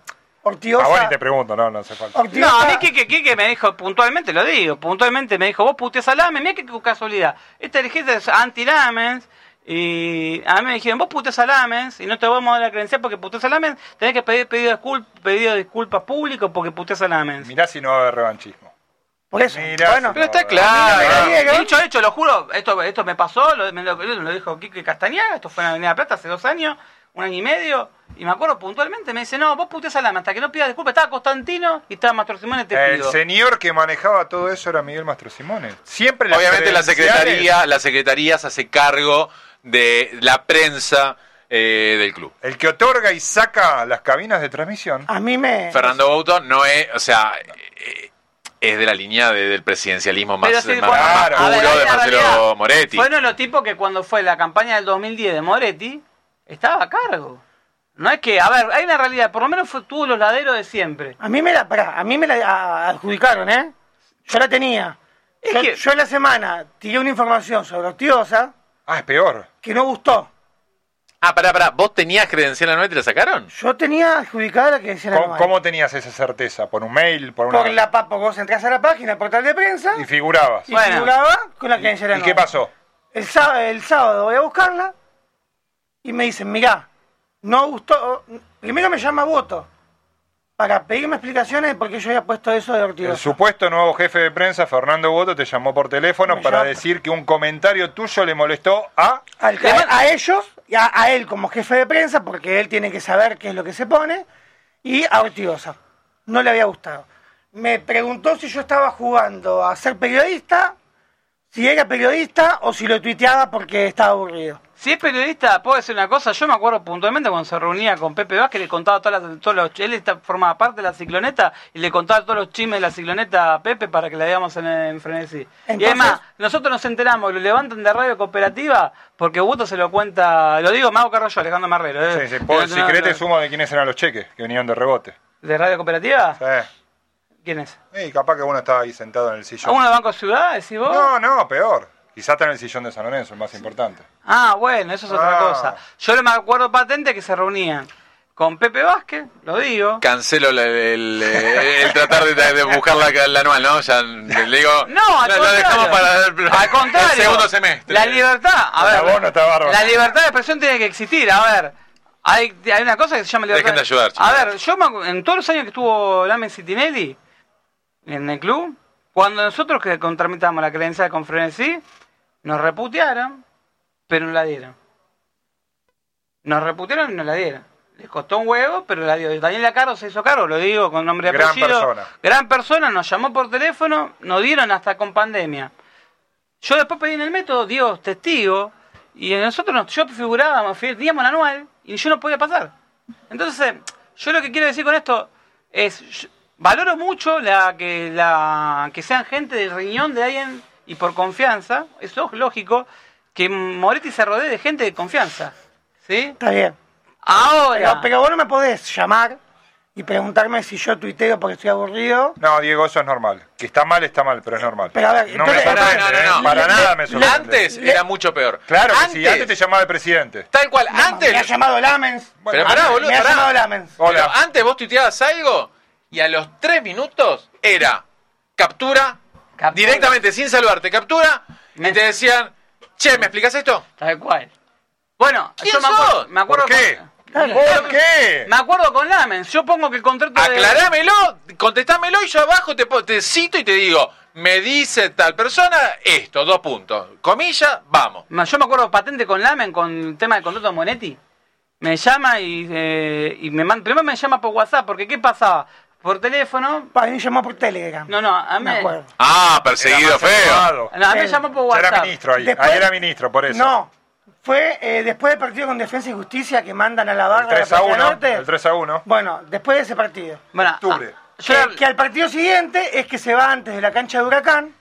Speaker 4: Ortigosa.
Speaker 1: Ah, bueno, y te pregunto, no, no hace falta.
Speaker 4: Ortigosa-
Speaker 3: No, a mí Quique, Quique me dijo, puntualmente lo digo, puntualmente me dijo, vos puteas a Lames, mira qué casualidad. Esta dirigencia es anti-Lames, y a mí me dijeron, vos puteas a Lames, y no te vamos a dar la credencial porque puteas a Lames, tenés que pedir pedido, de discul- pedido de disculpas público porque puteas a Lames.
Speaker 1: Mirá si no va a haber revanchismo.
Speaker 4: Por eso.
Speaker 1: Mirá,
Speaker 4: bueno,
Speaker 2: Pero está
Speaker 4: A mí no me la
Speaker 2: claro.
Speaker 4: dieron. Diego.
Speaker 3: Dicho hecho, lo juro, esto, esto me pasó, lo, me lo, lo dijo Quique Castañaga, esto fue en Avenida Plata hace dos años, un año y medio, y me acuerdo puntualmente, me dice, no, vos puteas a Lames, hasta que no pidas disculpas, estaba Constantino y estaba Mastro Simón, te
Speaker 1: El
Speaker 3: pido.
Speaker 1: señor que manejaba todo eso era Miguel Mastro Simone. Siempre las
Speaker 2: Obviamente la
Speaker 1: credenciales-
Speaker 2: secretaría, la secretaría se hace cargo de la prensa eh, del club.
Speaker 1: El que otorga y
Speaker 4: Ah.
Speaker 1: saca las cabinas de transmisión.
Speaker 4: a mí me.
Speaker 2: Fernando Bouto no es, o sea, eh, es de la línea de- del presidencialismo más,
Speaker 3: Pero sí,
Speaker 2: más-
Speaker 1: cuando-
Speaker 2: más
Speaker 1: Claro.
Speaker 2: puro
Speaker 1: A ver,
Speaker 2: de
Speaker 3: la
Speaker 2: Marcelo
Speaker 3: realidad.
Speaker 2: Moretti.
Speaker 3: Fue uno de los tipos que cuando fue la campaña del 2010 de Moretti, estaba a cargo. No es que, a ver, hay una realidad, por lo menos fue, tuvo los laderos de siempre.
Speaker 4: A mí me la, pará, a mí me la a- adjudicaron, ¿eh? Yo la tenía.
Speaker 3: Es
Speaker 4: yo,
Speaker 3: que-
Speaker 4: yo en la semana tiré una información sobre Ortiosa
Speaker 1: Ah, es peor.
Speaker 4: que no gustó.
Speaker 2: Ah, pará, pará. ¿Vos tenías credencial anual y te la sacaron?
Speaker 4: Yo tenía adjudicada la que decía la
Speaker 1: ¿Cómo,
Speaker 4: normal.
Speaker 1: cómo tenías esa certeza? ¿Por un mail? ¿Por una.?
Speaker 4: Por la papa, vos entras a la página, portal de prensa,
Speaker 1: Y
Speaker 4: y,
Speaker 1: figurabas.
Speaker 3: Sí. Bueno.
Speaker 4: figuraba con la que decía la
Speaker 1: ¿Y qué
Speaker 4: normal.
Speaker 1: pasó?
Speaker 4: El sábado, el sábado voy a buscarla y me dicen, mirá, no gustó. Primero me llama Voto para pedirme explicaciones de por qué yo había puesto eso de
Speaker 1: El
Speaker 4: Ortigosa.
Speaker 1: supuesto nuevo jefe de prensa, Fernando Boto, te llamó por teléfono
Speaker 4: Me
Speaker 1: para
Speaker 4: llama.
Speaker 1: decir que un comentario tuyo le molestó a.
Speaker 4: Al-
Speaker 3: Le man-
Speaker 4: a, a ellos, y a, a él como jefe de prensa, porque él tiene que saber qué es lo que se pone, y a Ortigosa. No le había gustado. Me preguntó si yo estaba jugando a ser periodista, si era periodista o si lo tuiteaba porque estaba aburrido.
Speaker 3: Si es periodista, puedo decir una cosa. Yo me acuerdo puntualmente cuando se reunía con Pepe Vázquez, le contaba todas las- todos los. Él está- formaba parte de la cicloneta y le contaba todos los chismes de la cicloneta a Pepe para que la veamos en, en frenesí. y
Speaker 4: Entonces-
Speaker 3: además, nosotros nos enteramos, lo levantan de radio cooperativa porque Buto se lo cuenta. Lo digo, Mago Carroyo, Alejandro Marrero.
Speaker 1: Sí,
Speaker 3: ¿eh?
Speaker 1: sí, por-
Speaker 3: No,
Speaker 1: si
Speaker 3: no,
Speaker 1: querés, te
Speaker 3: no.
Speaker 1: sumo de quiénes eran los cheques que venían de rebote.
Speaker 3: ¿De radio cooperativa?
Speaker 1: Sí.
Speaker 3: ¿Quién es?
Speaker 1: Y capaz que uno estaba ahí sentado en el
Speaker 3: ¿A
Speaker 1: sillón.
Speaker 3: uno de Banco Ciudad, decís vos?
Speaker 1: No, no, peor. Quizás está en el sillón de San Lorenzo, el más importante.
Speaker 3: Ah, bueno, eso es otra
Speaker 1: Ah.
Speaker 3: cosa. Yo me acuerdo patente que se reunían con Pepe Vázquez, lo digo.
Speaker 2: Cancelo la- el, el- el tratar de, de buscar la, la anual, ¿no? Ya le digo.
Speaker 3: No, al
Speaker 2: la, la
Speaker 3: contrario.
Speaker 2: dejamos para el,
Speaker 3: Al contrario.
Speaker 2: el segundo semestre.
Speaker 3: La libertad, a
Speaker 1: La
Speaker 3: ver.
Speaker 1: bono está bárbaro.
Speaker 3: la libertad de expresión tiene que existir, a ver. Hay, hay una cosa que se llama libertad.
Speaker 2: Dejen de ayudar,
Speaker 3: A
Speaker 2: chicos.
Speaker 3: ver, yo me acu- en todos los años que estuvo Lamen Citinelli en el club, cuando nosotros que contramitamos la creencia de Confrenesí, nos reputearon, pero no la dieron. Nos reputearon y no la dieron. Les costó un huevo, pero la dio. Daniel Acaro se hizo caro, lo digo con nombre y
Speaker 1: Gran
Speaker 3: apellido.
Speaker 1: persona.
Speaker 3: Gran persona, nos llamó por teléfono, nos dieron hasta con pandemia. Yo después pedí en el método, Dios, testigo, y nosotros nos, yo figurábamos, teníamos el anual, y yo no podía pasar. Entonces, yo lo que quiero decir con esto es, yo- valoro mucho la que, la que sean gente del riñón de alguien y por confianza, eso es lógico, que Moretti se rodee de gente de confianza. ¿Sí?
Speaker 4: Está bien. Pero,
Speaker 3: Ahora,
Speaker 4: pero vos no me podés llamar y preguntarme si yo tuiteo porque estoy aburrido.
Speaker 1: No, Diego, eso es normal. Que está mal, está mal, pero es normal.
Speaker 4: Pero a ver,
Speaker 1: no me
Speaker 4: entonces-
Speaker 1: sorprende,
Speaker 2: No, no, no,
Speaker 1: ¿eh?
Speaker 2: no.
Speaker 1: Para
Speaker 4: Le-
Speaker 1: nada
Speaker 4: le-
Speaker 1: me sorprende.
Speaker 2: Antes
Speaker 4: Le-
Speaker 2: era mucho peor.
Speaker 1: Claro que sí, antes te llamaba el presidente.
Speaker 2: Tal cual, antes.
Speaker 4: Me ha llamado Lamens.
Speaker 2: Pero
Speaker 1: Bueno,
Speaker 2: pará,
Speaker 1: me-
Speaker 2: boludo,
Speaker 4: me ha
Speaker 2: pará.
Speaker 4: llamado Lamens.
Speaker 1: Hola.
Speaker 2: Pero antes vos tuiteabas algo y a los tres minutos era captura,
Speaker 3: Captura.
Speaker 2: directamente sin salvarte, captura,
Speaker 3: Me-
Speaker 2: y te decían, che, ¿me explicás esto?
Speaker 3: tal cual. Bueno,
Speaker 2: ¿Quién
Speaker 3: yo me acuerdo,
Speaker 2: sos?
Speaker 3: me acuerdo
Speaker 1: ¿Por qué?
Speaker 3: con-
Speaker 1: ¿Por qué?
Speaker 3: Me acuerdo con Lamens, yo pongo que el contrato de-
Speaker 2: Aclarámelo, contestámelo y yo abajo te, po- te cito y te digo, me dice tal persona esto, dos puntos, comilla, vamos.
Speaker 3: Ma- Yo me acuerdo patente con Lamen, con el tema del contrato de Monetti. Me llama y, eh, y me manda. Primero me llama por WhatsApp, porque ¿qué pasaba? Por teléfono.
Speaker 4: Para mí me llamó por Telegram.
Speaker 3: No, no, a mí.
Speaker 4: me acuerdo.
Speaker 2: Ah,
Speaker 1: Era
Speaker 2: perseguido
Speaker 1: más
Speaker 2: feo.
Speaker 1: elevado.
Speaker 3: No, a mí me
Speaker 4: Sí.
Speaker 3: llamó por
Speaker 1: Ya
Speaker 3: WhatsApp.
Speaker 1: era ministro ahí.
Speaker 4: Después-
Speaker 1: Ahí era ministro, por eso.
Speaker 4: No, fue eh, después del partido con Defensa y Justicia que mandan a la
Speaker 1: El
Speaker 4: barra de la
Speaker 1: 3 a
Speaker 4: Plaza
Speaker 1: 1.
Speaker 4: Norte.
Speaker 1: El 3 a 1.
Speaker 4: Bueno, después de ese partido.
Speaker 3: Bueno,
Speaker 1: Octubre.
Speaker 3: ah, yo
Speaker 4: Que,
Speaker 3: era-
Speaker 4: que al partido siguiente es que se va antes de la cancha de Huracán.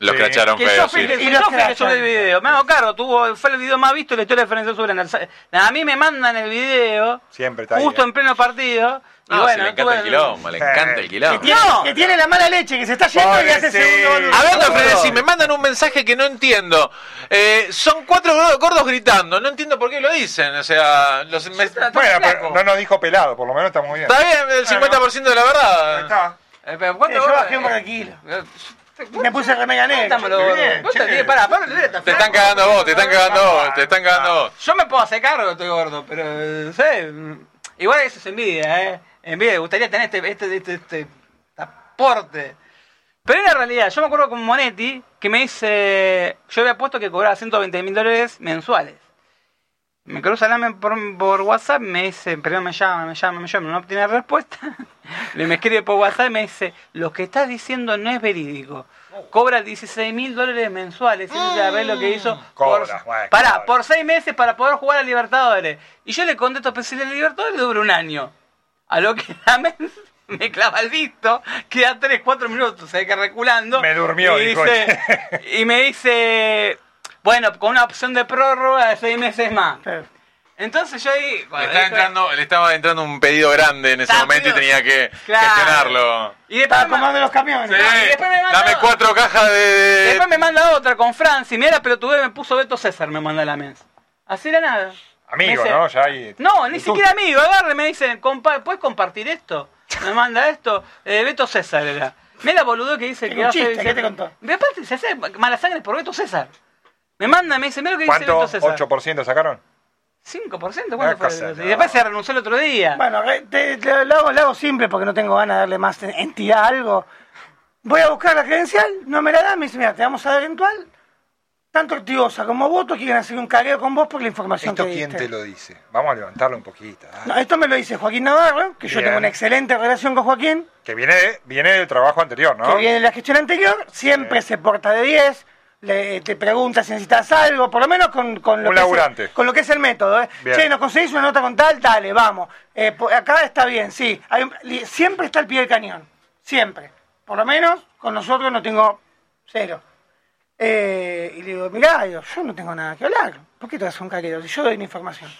Speaker 2: Los
Speaker 1: Sí.
Speaker 2: cracharon
Speaker 3: que yo
Speaker 2: feo,
Speaker 3: fui
Speaker 2: sí.
Speaker 3: el que,
Speaker 4: Y
Speaker 3: yo
Speaker 4: los
Speaker 3: fui el que subí el
Speaker 4: crachan.
Speaker 3: video. Me hago caro, tuvo, fue el video más visto en la historia de Ferenc Sobre. A mí me mandan el video.
Speaker 1: Siempre está ahí,
Speaker 3: Justo
Speaker 1: eh.
Speaker 3: en pleno partido. Y
Speaker 2: No, si
Speaker 3: bueno,
Speaker 2: Ah, le encanta el
Speaker 3: tuve-
Speaker 2: quilombo, le encanta el
Speaker 4: Que
Speaker 2: quilombo.
Speaker 4: tiene,
Speaker 3: No.
Speaker 4: que tiene la mala leche, que se está yendo y hace
Speaker 1: Pobrecito.
Speaker 4: segundo boludo.
Speaker 2: Hablando
Speaker 1: Por
Speaker 2: de Frenesí,
Speaker 1: favor.
Speaker 2: me mandan un mensaje que no entiendo. Eh, son cuatro gordos- gordos gritando, no entiendo por qué lo dicen. O sea, los, me- está bien,
Speaker 1: Bueno, pero
Speaker 3: flaco.
Speaker 1: no nos dijo pelado, por lo menos está muy bien.
Speaker 2: el 50% de la verdad.
Speaker 1: Ahí está.
Speaker 3: Eh, pero
Speaker 4: Eh,
Speaker 3: ¿cuánto
Speaker 4: Yo
Speaker 3: gordo-
Speaker 4: bajé un par de kilos.
Speaker 3: Eh,
Speaker 4: Me puse remera negra.
Speaker 3: Cuéntamelo,
Speaker 1: che,
Speaker 3: gordo.
Speaker 1: bien,
Speaker 3: Vos
Speaker 1: che.
Speaker 3: te- pará, Pablo Rivera está
Speaker 2: Te están
Speaker 3: flaco.
Speaker 2: cagando a vos, te están cagando a vos, te están cagando a vos.
Speaker 3: Yo me puedo hacer cargo, estoy gordo, pero eh, no sé. mm, Igual eso es envidia, ¿eh? Envidia, me gustaría tener este, este, este, este aporte. Pero en la realidad, yo me acuerdo con Monetti que me dice. Yo había puesto que cobraba 120 mil dólares mensuales. Me cruza Lamen por, por WhatsApp, me dice, pero me llama, me llama, me llama, no obtiene respuesta. Le me escribe por WhatsApp y me dice, lo que estás diciendo no es verídico. Cobra 16 mil dólares mensuales, ese es el arreglo que hizo.
Speaker 1: Mm. Cobra,
Speaker 3: por,
Speaker 1: bueno,
Speaker 3: pará,
Speaker 1: cobra.
Speaker 3: por seis meses para poder jugar a Libertadores. Y yo le contesto, pero si la Libertadores dura un año. A lo que Lamen me clava el visto, queda 3, 4 minutos, se que reculando.
Speaker 1: Me durmió,
Speaker 3: y,
Speaker 1: dijo
Speaker 3: dice, y me dice, bueno, con una opción de prórroga de 6 meses más. Entonces yo ahí...
Speaker 2: Le,
Speaker 3: cuando
Speaker 2: estaba
Speaker 3: dijo-
Speaker 2: entrando, le estaba entrando un pedido grande en ese
Speaker 3: Estaba
Speaker 2: momento y
Speaker 3: pedido-
Speaker 2: tenía que
Speaker 3: Claro.
Speaker 2: gestionarlo.
Speaker 3: Y después
Speaker 4: Estaba
Speaker 3: me ma-
Speaker 4: comando los camiones.
Speaker 2: Sí,
Speaker 3: y después me manda-
Speaker 2: dame cuatro cajas de...
Speaker 3: Después me manda otra con Franci. Mira, pero tuve, me puso Beto César, me manda la mesa. Así era nada.
Speaker 1: Amigo,
Speaker 3: Me dice-
Speaker 1: ¿no? Ya hay...
Speaker 3: No, ni
Speaker 1: Tú-
Speaker 3: siquiera amigo. Agarre, me dice, compa- ¿puedes compartir esto? Me manda esto. Eh, Beto César era. Mira, boludo, que dice
Speaker 4: Es
Speaker 3: que
Speaker 4: un
Speaker 3: hace-
Speaker 4: chiste,
Speaker 3: dice-
Speaker 4: ¿qué te contó?
Speaker 3: Y aparte, se hace mala sangre por Beto César. Me manda, me dice, mira lo que dice
Speaker 1: ¿Cuánto?
Speaker 3: Beto César.
Speaker 4: ah.
Speaker 1: ¿8% sacaron?
Speaker 3: 5%,
Speaker 1: Una
Speaker 3: ¿cuánto fue?
Speaker 1: cosa,
Speaker 3: Y
Speaker 1: no.
Speaker 3: después se renunció el otro día.
Speaker 4: Bueno, re- te- te- lo, hago, lo hago simple porque no tengo ganas de darle más entidad a algo. Voy a buscar la credencial, no me la dan, me dice, mira, te vamos a dar eventual. Tanto Ortigosa como Voto quieren hacer un careo con vos por la información
Speaker 1: ¿Esto
Speaker 4: que
Speaker 1: quién
Speaker 4: diste.
Speaker 1: te lo dice? Vamos a levantarlo un poquito. dale.
Speaker 4: No, esto me lo dice Joaquín Navarro, que yo
Speaker 1: Bien.
Speaker 4: tengo una excelente relación con Joaquín,
Speaker 1: Que viene, de- viene del trabajo anterior, ¿no?
Speaker 4: que viene de la gestión anterior, siempre se porta de 10, le, eh, te pregunta si necesitas algo, por lo menos con, con, lo,
Speaker 1: Un
Speaker 4: que
Speaker 1: laburante.
Speaker 4: Es, con lo que es el método. ¿eh?
Speaker 1: Bien.
Speaker 4: Che, ¿nos conseguís una nota con tal? Dale, vamos. Eh, po- acá está bien, sí. Hay un- li- siempre está al pie del cañón, siempre. Por lo menos con nosotros no tengo cero. Eh, y le digo, mirá, digo, yo no tengo nada que hablar. ¿Por qué te vas a un carero? Si yo doy mi información.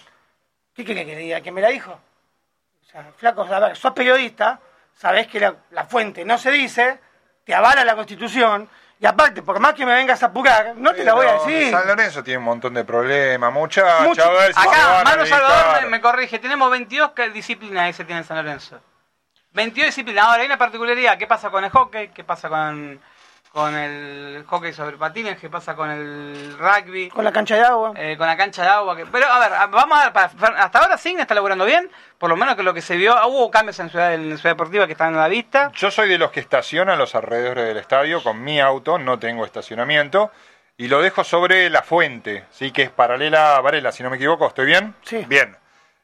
Speaker 4: ¿Qué querés que le diga? ¿Que me la dijo? O sea, flaco, a ver, sos periodista, sabés que la, la fuente no se dice, te avala la Constitución, y aparte, por más que me vengas a apurar, no te la voy a
Speaker 1: Pero
Speaker 4: decir.
Speaker 1: San Lorenzo tiene un montón de problemas, muchachos.
Speaker 4: Mucho.
Speaker 1: a ver si se van
Speaker 3: Acá,
Speaker 1: a
Speaker 3: Manu Salvador
Speaker 1: dedicar.
Speaker 3: me, me corrige. Tenemos 22 que- disciplinas que se tiene en San Lorenzo. 22 disciplinas. Ahora hay una particularidad. ¿Qué pasa con el hockey? ¿Qué pasa con, con el hockey sobre patines? ¿Qué pasa con el rugby?
Speaker 4: Con la cancha de agua.
Speaker 3: Eh, con la cancha de agua. que- Pero a ver, a- vamos a ver. para- para- hasta ahora Signa está laburando bien. Por lo menos que lo que se vio. ah, Hubo cambios en Ciudad, en Ciudad Deportiva que están a la vista.
Speaker 1: Yo soy de los que estacionan los alrededores del estadio con mi auto, no tengo estacionamiento, y lo dejo sobre la fuente, ¿sí? que es paralela a Varela, si no me equivoco, ¿estoy bien?
Speaker 4: Sí.
Speaker 1: Bien.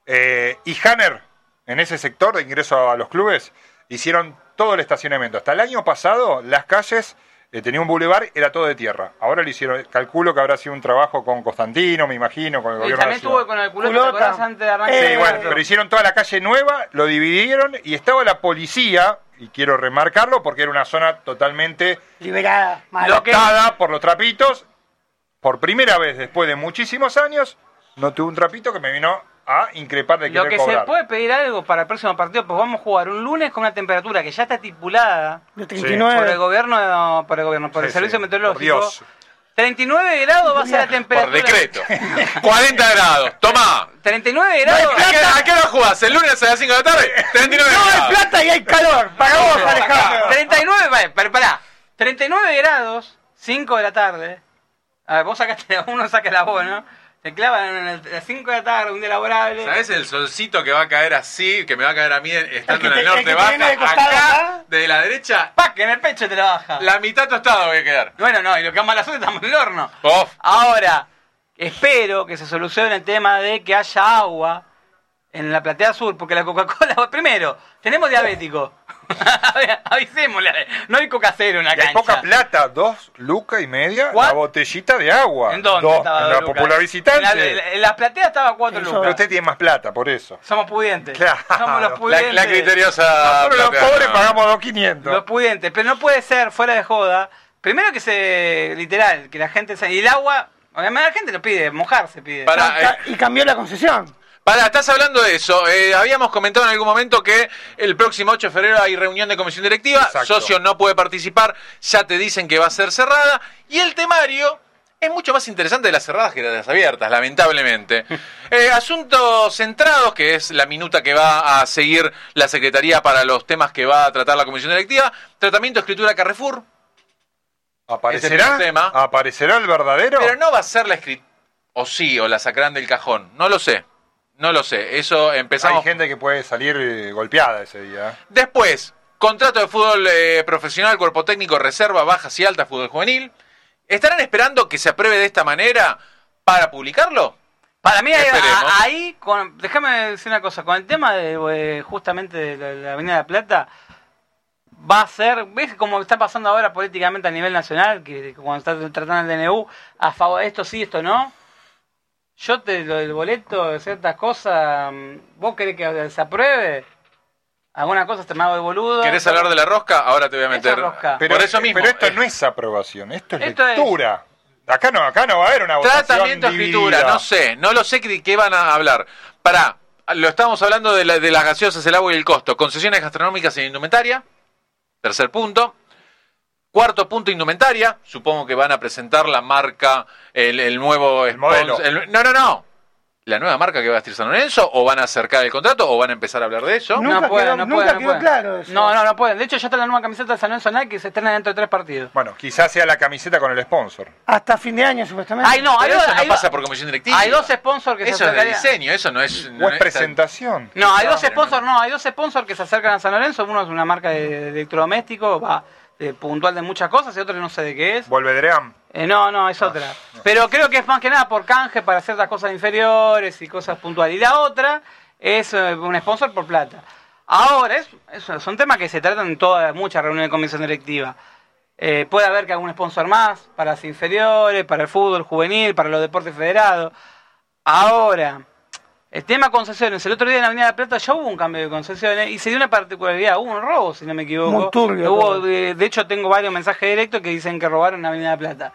Speaker 1: Eh, y Hanner, en ese sector de ingreso a los clubes, hicieron todo el estacionamiento. Hasta el año pasado, las calles, eh, tenía un bulevar, era todo de tierra. Ahora lo hicieron, calculo que habrá sido un trabajo con Constantino, me imagino, con el
Speaker 3: Y
Speaker 1: gobierno. de la
Speaker 3: también
Speaker 1: ciudad.
Speaker 3: tuvo con el culota, ¿te
Speaker 4: Culota.
Speaker 3: acordás, antes de arrancar
Speaker 4: Sí,
Speaker 1: Sí,
Speaker 3: el
Speaker 1: bueno,
Speaker 3: campeonato?
Speaker 1: pero hicieron toda la calle nueva, lo dividieron y estaba la policía, y quiero remarcarlo porque era una zona totalmente
Speaker 4: Liberada, mala.
Speaker 3: Lo que-
Speaker 1: atada por los trapitos. Por primera vez después de muchísimos años, no tuve un trapito que me vino a increpar de
Speaker 3: Lo
Speaker 1: querer
Speaker 3: que
Speaker 1: cobrar.
Speaker 3: se puede pedir algo para el próximo partido, pues vamos a jugar un lunes con una temperatura que ya está estipulada
Speaker 4: De
Speaker 3: por
Speaker 2: Eh.
Speaker 3: el
Speaker 4: 39.
Speaker 3: gobierno, por el gobierno, por el
Speaker 1: Sí,
Speaker 3: servicio
Speaker 1: sí,
Speaker 3: meteorológico.
Speaker 1: por Dios.
Speaker 3: 39 grados va a ser la
Speaker 2: Por
Speaker 3: temperatura.
Speaker 2: decreto. 40 grados. Tomá.
Speaker 3: 39
Speaker 2: ¿A
Speaker 3: grados.
Speaker 2: qué, a qué hora jugás? ¿El lunes a las 5 de la tarde? 39
Speaker 4: no hay
Speaker 2: grados.
Speaker 4: plata y hay calor. Para vos, Alejandro.
Speaker 3: 39, vale, pero pará. 39 grados, 5 de la tarde. A ver, vos sacaste, uno saca la voz, ¿no? Te clavan en el- a las 5 de la tarde, un día laborable.
Speaker 2: ¿Sabes el solcito que va a caer así, que me va a caer a mí estando
Speaker 4: El que
Speaker 2: en el
Speaker 4: te- el
Speaker 2: norte
Speaker 4: que te
Speaker 2: baja?
Speaker 4: viene de costado
Speaker 2: Acá,
Speaker 4: acá.
Speaker 2: de la derecha,
Speaker 3: ¡Pac! En el pecho te la baja.
Speaker 2: la mitad tostado voy a quedar.
Speaker 3: Bueno, no, y lo que ama la suerte estamos en el horno.
Speaker 2: Of.
Speaker 3: Ahora, espero que se solucione el tema de que haya agua en la platea sur, porque la Coca-Cola, primero, tenemos diabéticos. Avisémosle, no hay coca cero en la
Speaker 1: Y hay
Speaker 3: cancha.
Speaker 1: poca plata, dos lucas y media,
Speaker 3: ¿Cuá-
Speaker 1: la botellita de agua.
Speaker 3: ¿En dónde
Speaker 1: Dos,
Speaker 3: estaba
Speaker 1: en la
Speaker 3: Lucas?
Speaker 1: popular visitante.
Speaker 3: En la, en la- en la platea estaba cuatro
Speaker 4: Eso.
Speaker 1: Pero
Speaker 3: lucas.
Speaker 1: usted tiene más plata, por eso.
Speaker 3: Somos pudientes.
Speaker 1: Claro.
Speaker 3: Somos los
Speaker 1: La-
Speaker 2: La,
Speaker 3: pudientes.
Speaker 2: la
Speaker 3: Ah,
Speaker 2: criteriosa.
Speaker 1: Pero los
Speaker 2: platea,
Speaker 1: pobres
Speaker 2: no.
Speaker 1: pagamos 2.500.
Speaker 3: Los pudientes, pero no puede ser fuera de joda. Primero que se, literal, que la gente se... Y el agua, además la gente lo pide, mojarse pide.
Speaker 2: Para-
Speaker 4: No, ca-
Speaker 3: eh.
Speaker 4: Y cambió la concesión.
Speaker 2: Pará, estás hablando de eso. Eh, habíamos comentado en algún momento que el próximo 8 de febrero hay reunión de comisión directiva.
Speaker 1: Exacto.
Speaker 2: Socio no puede participar. Ya te dicen que va a ser cerrada. Y el temario es mucho más interesante de las cerradas que de las abiertas, lamentablemente. Eh, asuntos centrados, que es la minuta que va a seguir la Secretaría para los temas que va a tratar la comisión directiva. Tratamiento de escritura Carrefour.
Speaker 1: ¿Aparecerá?
Speaker 2: Ese tema.
Speaker 1: ¿Aparecerá el verdadero?
Speaker 2: Pero no va a ser la escritura. O sí, o la sacarán del cajón. No lo sé. No lo sé. Eso empezamos.
Speaker 1: Hay gente que puede salir eh, golpeada ese día.
Speaker 2: Después, contrato de fútbol eh, profesional, cuerpo técnico, reserva, bajas y altas, fútbol juvenil. ¿Estarán esperando que se apruebe de esta manera para publicarlo?
Speaker 3: Para mí, ahí,
Speaker 2: Esperemos.
Speaker 3: a- ahí, con, déjame decir una cosa, con el tema de eh, justamente de la, la Avenida de la Plata, va a ser, ¿ves como está pasando ahora políticamente a nivel nacional, que cuando está tratando el DNU, a favor, esto sí, esto no? Yo te lo del boleto de ciertas cosas, mm, ¿vos querés que se apruebe? Alguna cosa te me hago de boludo.
Speaker 2: ¿Querés hablar de la rosca? Ahora te voy a
Speaker 3: Esa
Speaker 2: meter.
Speaker 3: rosca.
Speaker 2: Por eso mismo.
Speaker 1: Pero esto
Speaker 2: eh,
Speaker 1: no es aprobación, esto es
Speaker 3: Esto es-
Speaker 1: lectura. Acá no, acá no va a haber una votación
Speaker 2: Tratamiento, escritura,
Speaker 1: dividida.
Speaker 2: no sé, no lo sé de qué van a hablar. Pará, lo estamos hablando de, la- de las gaseosas, el agua y el costo. Concesiones gastronómicas en indumentaria, tercer punto. Cuarto punto, indumentaria. Supongo que van a presentar la marca, el, el nuevo... spons-
Speaker 1: modelo.
Speaker 2: el- no, no, no. La nueva marca que va a vestir San Lorenzo, o van a acercar el contrato, o van a empezar a hablar de eso.
Speaker 4: Nunca quedó- nunca quedó claro eso.
Speaker 3: No, no, no pueden. De hecho, ya está la nueva camiseta de San Lorenzo Nike que se estrena dentro de tres partidos.
Speaker 1: Bueno, quizás sea la camiseta con el sponsor.
Speaker 4: Hasta fin de año, supuestamente.
Speaker 3: Ay, no, hay
Speaker 2: Pero
Speaker 3: dos,
Speaker 2: eso no
Speaker 3: hay dos-
Speaker 2: pasa por comisión directiva.
Speaker 3: hay dos sponsors que se
Speaker 2: Eso es de
Speaker 3: acercarían.
Speaker 2: diseño, eso no es...
Speaker 1: o
Speaker 2: no
Speaker 1: es
Speaker 2: es-
Speaker 1: presentación.
Speaker 3: No, hay
Speaker 2: No,
Speaker 3: dos
Speaker 2: pero
Speaker 3: sponsors, no. hay dos sponsors que se acercan a San Lorenzo. Uno es una marca de, de electrodoméstico, va, de puntual de muchas cosas, y otro no sé de qué es.
Speaker 1: Vuelve Dream.
Speaker 3: Eh, no, no, es otra. Pero creo que es más que nada por canje para ciertas cosas inferiores y cosas puntuales. Y la otra es eh, un sponsor por plata. Ahora, es, es- son temas que se tratan en todas, muchas reuniones de comisión directiva. Eh, puede haber que algún sponsor más para las inferiores, para el fútbol juvenil, para los deportes federados. Ahora, el tema concesiones. El otro día en la Avenida de la Plata ya hubo un cambio de concesiones y se dio una particularidad. Hubo un robo, si no me equivoco.
Speaker 4: Muy turbio
Speaker 3: Hubo,
Speaker 4: todo.
Speaker 3: eh, de hecho, tengo varios mensajes directos que dicen que robaron en la Avenida de la Plata.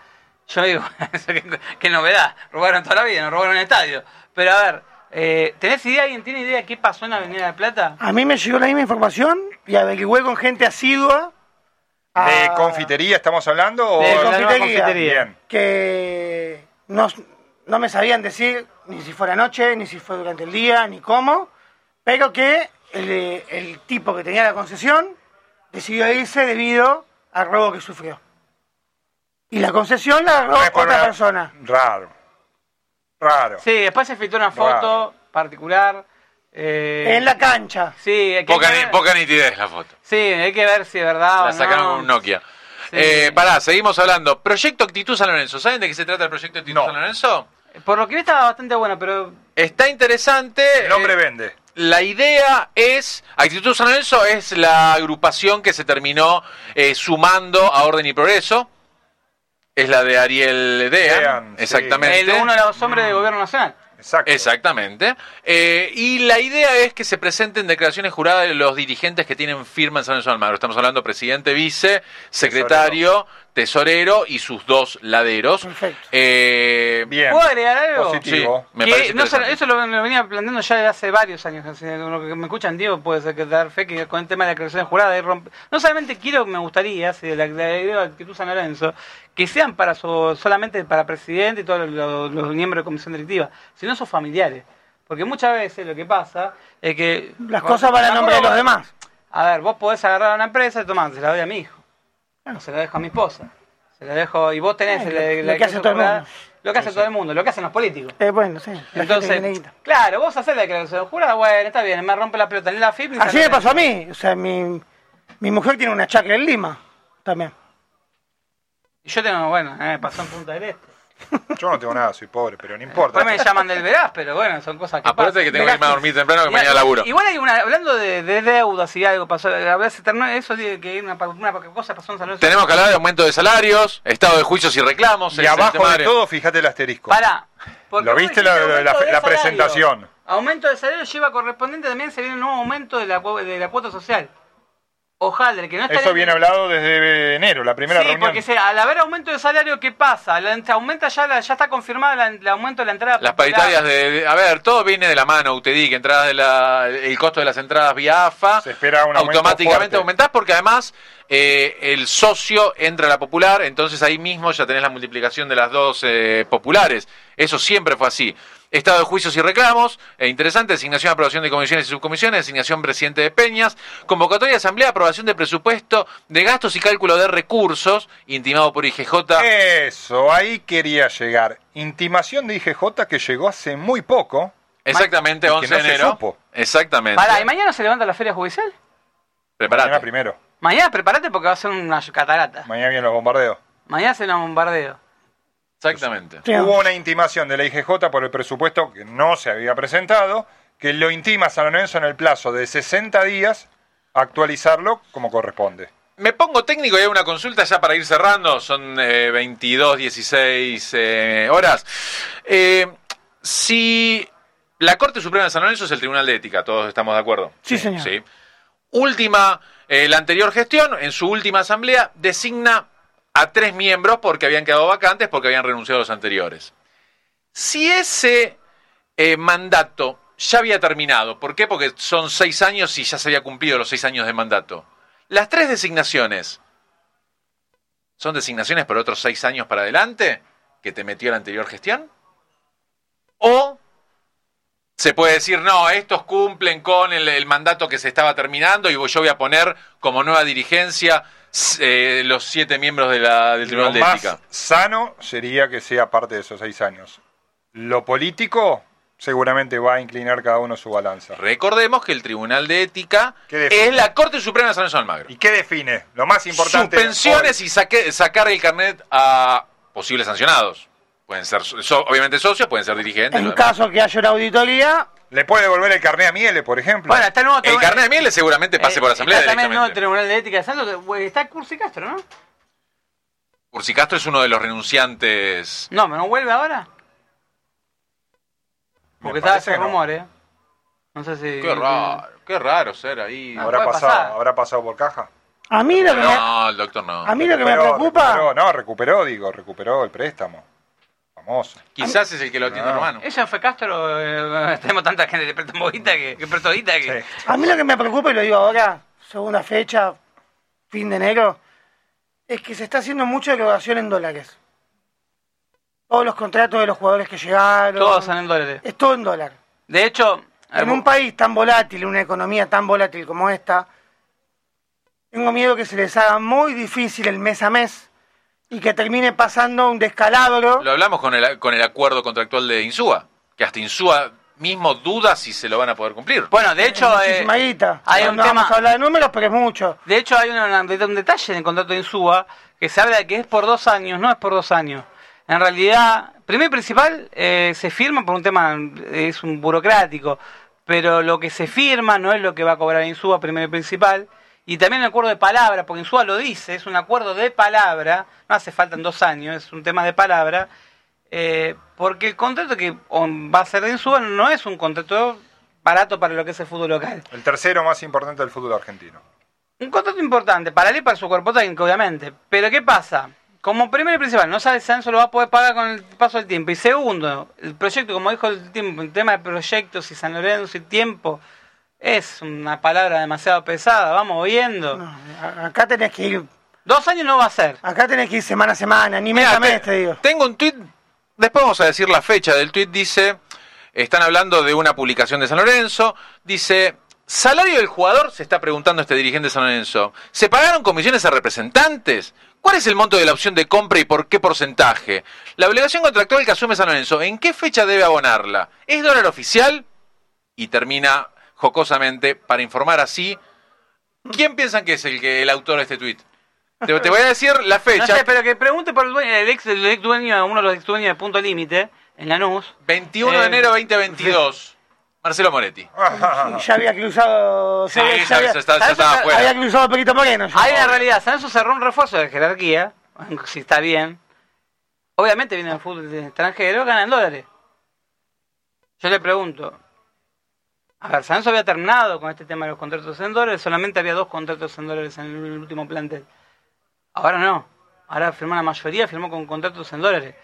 Speaker 3: Yo digo, eso qué, qué novedad. Robaron toda la vida, no robaron el estadio. Pero a ver, eh, ¿tenés idea? ¿Alguien tiene idea de qué pasó en la Avenida de la Plata?
Speaker 4: A mí me llegó la misma información y averigüé con gente asidua. a-
Speaker 1: ¿De confitería estamos hablando? O...
Speaker 3: De
Speaker 4: Ah. de
Speaker 3: la nueva
Speaker 4: confitería,
Speaker 3: confitería.
Speaker 1: Bien.
Speaker 4: Que no, no me sabían decir ni si fue la noche, ni si fue durante el día, ni cómo. Pero que el, el tipo que tenía la concesión decidió irse debido al robo que sufrió. Y la concesión la agarró
Speaker 1: No
Speaker 3: Pues,
Speaker 1: es por
Speaker 4: otra
Speaker 1: una-
Speaker 4: persona.
Speaker 1: Raro. Raro.
Speaker 3: Sí, después se filtró una foto
Speaker 1: Claro.
Speaker 3: particular. eh,
Speaker 4: En la cancha.
Speaker 3: Sí, hay que
Speaker 2: Poca, ni-
Speaker 3: ver,
Speaker 2: poca nitidez la foto.
Speaker 3: sí, hay que ver si es verdad o
Speaker 2: La sacaron
Speaker 3: no.
Speaker 2: con un Nokia.
Speaker 3: Sí.
Speaker 2: Eh, pará, seguimos hablando. Proyecto Actitud San Lorenzo. ¿Saben de qué se trata el Proyecto Actitud
Speaker 1: No.
Speaker 2: San Lorenzo?
Speaker 3: Por lo que vi estaba bastante bueno, pero
Speaker 2: Está interesante.
Speaker 1: El hombre
Speaker 2: eh,
Speaker 1: vende.
Speaker 2: la idea es, Actitud San Lorenzo es la agrupación que se terminó eh, sumando a Orden y Progreso. Es la de Ariel Dean.
Speaker 1: Dean, sí.
Speaker 2: exactamente.
Speaker 3: el de uno de los hombres del gobierno nacional.
Speaker 1: Exacto.
Speaker 2: Exactamente. Eh, y la idea es que se presenten declaraciones juradas de los dirigentes que tienen firma en San Lorenzo de Almagro. Estamos hablando presidente, vice, secretario, tesorero, y sus dos laderos.
Speaker 4: Perfecto.
Speaker 2: Eh,
Speaker 1: Bien.
Speaker 3: ¿Puedo agregar algo?
Speaker 1: Positivo.
Speaker 2: Sí. Me
Speaker 3: Que
Speaker 2: parece
Speaker 3: no se-
Speaker 2: interesante.
Speaker 3: eso lo, lo venía planteando ya desde hace varios años. así, lo que me escuchan, Diego, puede ser que dar fe que con el tema de la creación jurada. ahí rompe- no solamente quiero, me gustaría, si la, la idea de actitud San Lorenzo, que sean para su- solamente para presidente y todos los, los- los miembros de comisión directiva, sino sus familiares. Porque muchas veces lo que pasa es que.
Speaker 4: Las cosas van a nombre de los demás.
Speaker 3: A ver, vos podés agarrar una empresa y tomar, se la doy a mi hijo. No, se la dejo a mi esposa. Se la dejo. Y vos tenés. la-
Speaker 4: Eh, lo-
Speaker 3: la
Speaker 4: lo que hace todo el
Speaker 3: jurada-
Speaker 4: mundo.
Speaker 3: Lo que hace todo el mundo, lo que hacen los políticos.
Speaker 4: Eh, bueno, sí. la gente tiene
Speaker 3: Entonces,
Speaker 4: guita.
Speaker 3: claro, vos hacés la declaración jurada, bueno, está bien, me rompe la pelota en la FIP. ni San
Speaker 4: Así me
Speaker 3: Lorenzo.
Speaker 4: pasó a mí. O sea, mi, mi mujer tiene una chacra en Lima también.
Speaker 3: Y yo tengo, bueno, eh, pasó en Punta del Este.
Speaker 1: Yo no tengo nada, soy pobre, pero no importa.
Speaker 3: Después me llaman del Verás, pero bueno, son cosas que
Speaker 2: Aparte
Speaker 3: pasan.
Speaker 2: de que tengo que irme a dormir temprano que
Speaker 3: Mira,
Speaker 2: mañana laburo.
Speaker 3: Igual hay una, hablando de, de deudas y algo pasó, hablás eterno- eso de que una, pa- una cosa pasó en San Lorenzo.
Speaker 2: Tenemos que hablar de aumento de salarios, estado de juicios y reclamos.
Speaker 1: Y
Speaker 2: el
Speaker 1: abajo
Speaker 2: sistema
Speaker 1: de
Speaker 2: de-
Speaker 1: todo, fíjate el asterisco.
Speaker 3: Pará. porque
Speaker 1: ¿Lo
Speaker 3: vos
Speaker 1: viste
Speaker 3: dijiste
Speaker 1: la- la-
Speaker 3: aumento
Speaker 1: la-
Speaker 3: de
Speaker 1: la
Speaker 3: salario.
Speaker 1: presentación?
Speaker 3: Aumento de salario lleva correspondiente también se viene un nuevo aumento de la, cu- de la cuota social. Ojalá, que no está
Speaker 1: Eso viene hablado desde enero, la primera
Speaker 3: sí,
Speaker 1: reunión.
Speaker 3: porque se- al haber aumento de salario, ¿qué pasa? La ent- aumenta ya, la- ya está confirmada la- el aumento de la entrada.
Speaker 2: Las
Speaker 3: popular.
Speaker 2: paritarias de, de- A ver, todo viene de la mano, UTEDIC, entradas de la, el costo de las entradas vía AFA.
Speaker 1: Se espera un aumento
Speaker 2: Automáticamente
Speaker 1: fuerte.
Speaker 2: aumentás porque además eh, el socio entra a la popular, entonces ahí mismo ya tenés la multiplicación de las dos eh, populares. Eso siempre fue así. Estado de juicios y reclamos, eh, interesante, designación, aprobación de comisiones y subcomisiones, designación presidente de Peñas, convocatoria de asamblea, aprobación de presupuesto de gastos y cálculo de recursos, intimado por IGJ.
Speaker 1: Eh, Eso, ahí quería llegar. Intimación de IGJ que llegó hace muy poco.
Speaker 2: exactamente,
Speaker 1: y que
Speaker 2: 11
Speaker 1: no
Speaker 2: de
Speaker 1: se
Speaker 2: enero.
Speaker 1: supo.
Speaker 2: Exactamente.
Speaker 3: Pará, ¿y mañana se levanta la feria judicial?
Speaker 2: Preparate.
Speaker 1: Mañana primero.
Speaker 3: Mañana prepárate porque va a ser una catarata.
Speaker 1: Mañana vienen los bombardeos.
Speaker 3: Mañana será un bombardeo.
Speaker 2: Exactamente.
Speaker 4: Sí,
Speaker 1: Hubo una intimación de la IGJ por el presupuesto que no se había presentado, que lo intima a San Lorenzo en el plazo de 60 días a actualizarlo como corresponde.
Speaker 2: Me pongo técnico y hay una consulta ya para ir cerrando. Son eh, 22, 16 eh, horas. Eh, si la Corte Suprema de San Lorenzo es el Tribunal de Ética, todos estamos de acuerdo.
Speaker 4: Sí, señor.
Speaker 2: Sí. última, eh, la anterior gestión, en su última asamblea, designa a tres miembros porque habían quedado vacantes, porque habían renunciado los anteriores. Si ese eh, mandato ya había terminado, ¿por qué? Porque son seis años y ya se había cumplido los seis años de mandato. Las tres designaciones son designaciones para otros seis años para adelante que te metió la anterior gestión. O se puede decir, no, estos cumplen con el, el mandato que se estaba terminando y yo voy a poner como nueva dirigencia eh, los siete miembros de la, del
Speaker 1: Lo
Speaker 2: Tribunal de
Speaker 1: más
Speaker 2: Ética.
Speaker 1: sano sería que sea parte de esos seis años. Lo político seguramente va a inclinar cada uno su balanza.
Speaker 2: Recordemos que el Tribunal de Ética
Speaker 1: ¿Qué define?
Speaker 2: es la Corte Suprema de San Lorenzo de Almagro.
Speaker 1: ¿Y qué define? Lo más importante.
Speaker 2: Suspensiones y saque- sacar el carnet a posibles sancionados. Pueden ser, so- obviamente, socios, pueden ser dirigentes.
Speaker 4: En
Speaker 2: lo demás.
Speaker 4: caso que haya una auditoría,
Speaker 1: ¿Le puede devolver el carnet a Miele, por ejemplo?
Speaker 3: Bueno, está el nuevo
Speaker 2: El
Speaker 3: tribunal-
Speaker 2: carnet de Miele seguramente pase
Speaker 3: eh,
Speaker 2: por asamblea
Speaker 3: Está también el nuevo
Speaker 2: directamente.
Speaker 3: tribunal de ética de Santos. que, güey, Está Cursi Castro, ¿no?
Speaker 2: Cursi Castro es uno de los renunciantes.
Speaker 3: No, pero no vuelve ahora.
Speaker 1: Me
Speaker 3: Porque estaba
Speaker 1: parece
Speaker 3: ese
Speaker 1: que no.
Speaker 3: rumor, ¿eh? No sé si.
Speaker 2: Qué raro, qué raro ser ahí.
Speaker 3: Ah,
Speaker 1: ¿Habrá
Speaker 3: puede
Speaker 1: pasado,
Speaker 3: pasar.
Speaker 1: habrá pasado por caja?
Speaker 4: a mí lo que me,
Speaker 2: No, el doctor no.
Speaker 4: a mí lo que me
Speaker 1: Recuperó,
Speaker 4: preocupa.
Speaker 1: recuperó, no, recuperó, digo, recuperó el préstamo. Famoso.
Speaker 2: Quizás es el que lo atiende
Speaker 1: No.
Speaker 2: hermano.
Speaker 3: Ella fue Castro. eh, tenemos tanta gente de pretomovita que, que prestodita que.
Speaker 1: Sí.
Speaker 4: A mí lo que me preocupa, y lo digo ahora, segunda fecha, fin de enero, es que se está haciendo mucha erogación en dólares. Todos los contratos de los jugadores que llegaron.
Speaker 3: Todos Ah, son en dólares.
Speaker 4: Es todo en dólar.
Speaker 3: De hecho.
Speaker 4: En un país tan volátil, una economía tan volátil como esta, tengo miedo que se les haga muy difícil el mes a mes y que termine pasando un descalabro.
Speaker 3: eh,
Speaker 2: Lo hablamos con el, con el acuerdo contractual de Insúa, que hasta Insúa mismo duda si se lo van a poder cumplir.
Speaker 3: Bueno, de hecho. eh,
Speaker 4: Muchísima guita.
Speaker 3: hay
Speaker 4: no
Speaker 3: un
Speaker 4: no
Speaker 3: tema-
Speaker 4: vamos a hablar de números, pero es mucho.
Speaker 3: De hecho, hay una- un, detalle en el contrato de Insúa que se habla de que es por dos años, no es por dos años. En realidad, primero y principal, eh, se firma por un tema, eh, es un burocrático, pero lo que se firma no es lo que va a cobrar Insúa, primero y principal. Y también el acuerdo de palabra, porque Insúa lo dice, es un acuerdo de palabra, no hace falta en dos años, es un tema de palabra, eh, porque el contrato que o, va a ser de Insúa no es un contrato barato para lo que es el fútbol local.
Speaker 1: El tercero más importante del fútbol argentino.
Speaker 3: Un contrato importante para él y para su cuerpo técnico, obviamente. Pero ¿qué pasa? Como primero y principal, no sabe si Sanso lo va a poder pagar con el paso del tiempo. Y segundo, el proyecto, como dijo el tiempo, el tema de proyectos y San Lorenzo y tiempo, es una palabra demasiado pesada, vamos viendo.
Speaker 4: No, Ah, a- acá tenés que ir,
Speaker 3: Dos años no va a ser.
Speaker 4: acá tenés que ir semana a semana, ni mes
Speaker 2: Mirá,
Speaker 4: a mes,
Speaker 2: te-
Speaker 4: te digo.
Speaker 2: Tengo un tweet, después vamos a decir la fecha del tweet, dice, están hablando de una publicación de San Lorenzo, dice, salario del jugador, se está preguntando este dirigente de San Lorenzo, ¿se pagaron comisiones a representantes? ¿Cuál es el monto de la opción de compra y por qué porcentaje? La obligación contractual que asume San Lorenzo, ¿en qué fecha debe abonarla? ¿Es dólar oficial? Y termina jocosamente para informar así. ¿Quién piensan que es el que el autor de este tweet? Te, te voy a decir la fecha.
Speaker 3: No sé, pero que pregunte por el, dueño, el ex, el ex dueño, uno de los ex dueños de Punto Límite, en Lanús.
Speaker 2: 21 de
Speaker 3: Eh,
Speaker 2: enero 2022. Marcelo Moretti.
Speaker 4: Y ya había cruzado.
Speaker 2: Sí,
Speaker 4: había-
Speaker 2: ya
Speaker 4: había-
Speaker 2: se está- ya
Speaker 4: había
Speaker 2: estaba afuera.
Speaker 4: cruzado Perito Moreno. yo.
Speaker 3: Hay una realidad, Sanso cerró un refuerzo de jerarquía, si está bien. Obviamente viene el fútbol extranjero, ganan dólares. Yo le pregunto, a ver, Sanso había terminado con este tema de los contratos en dólares, solamente había dos contratos en dólares en el último plantel. Ahora no, ahora firmó la mayoría, firmó con contratos en dólares.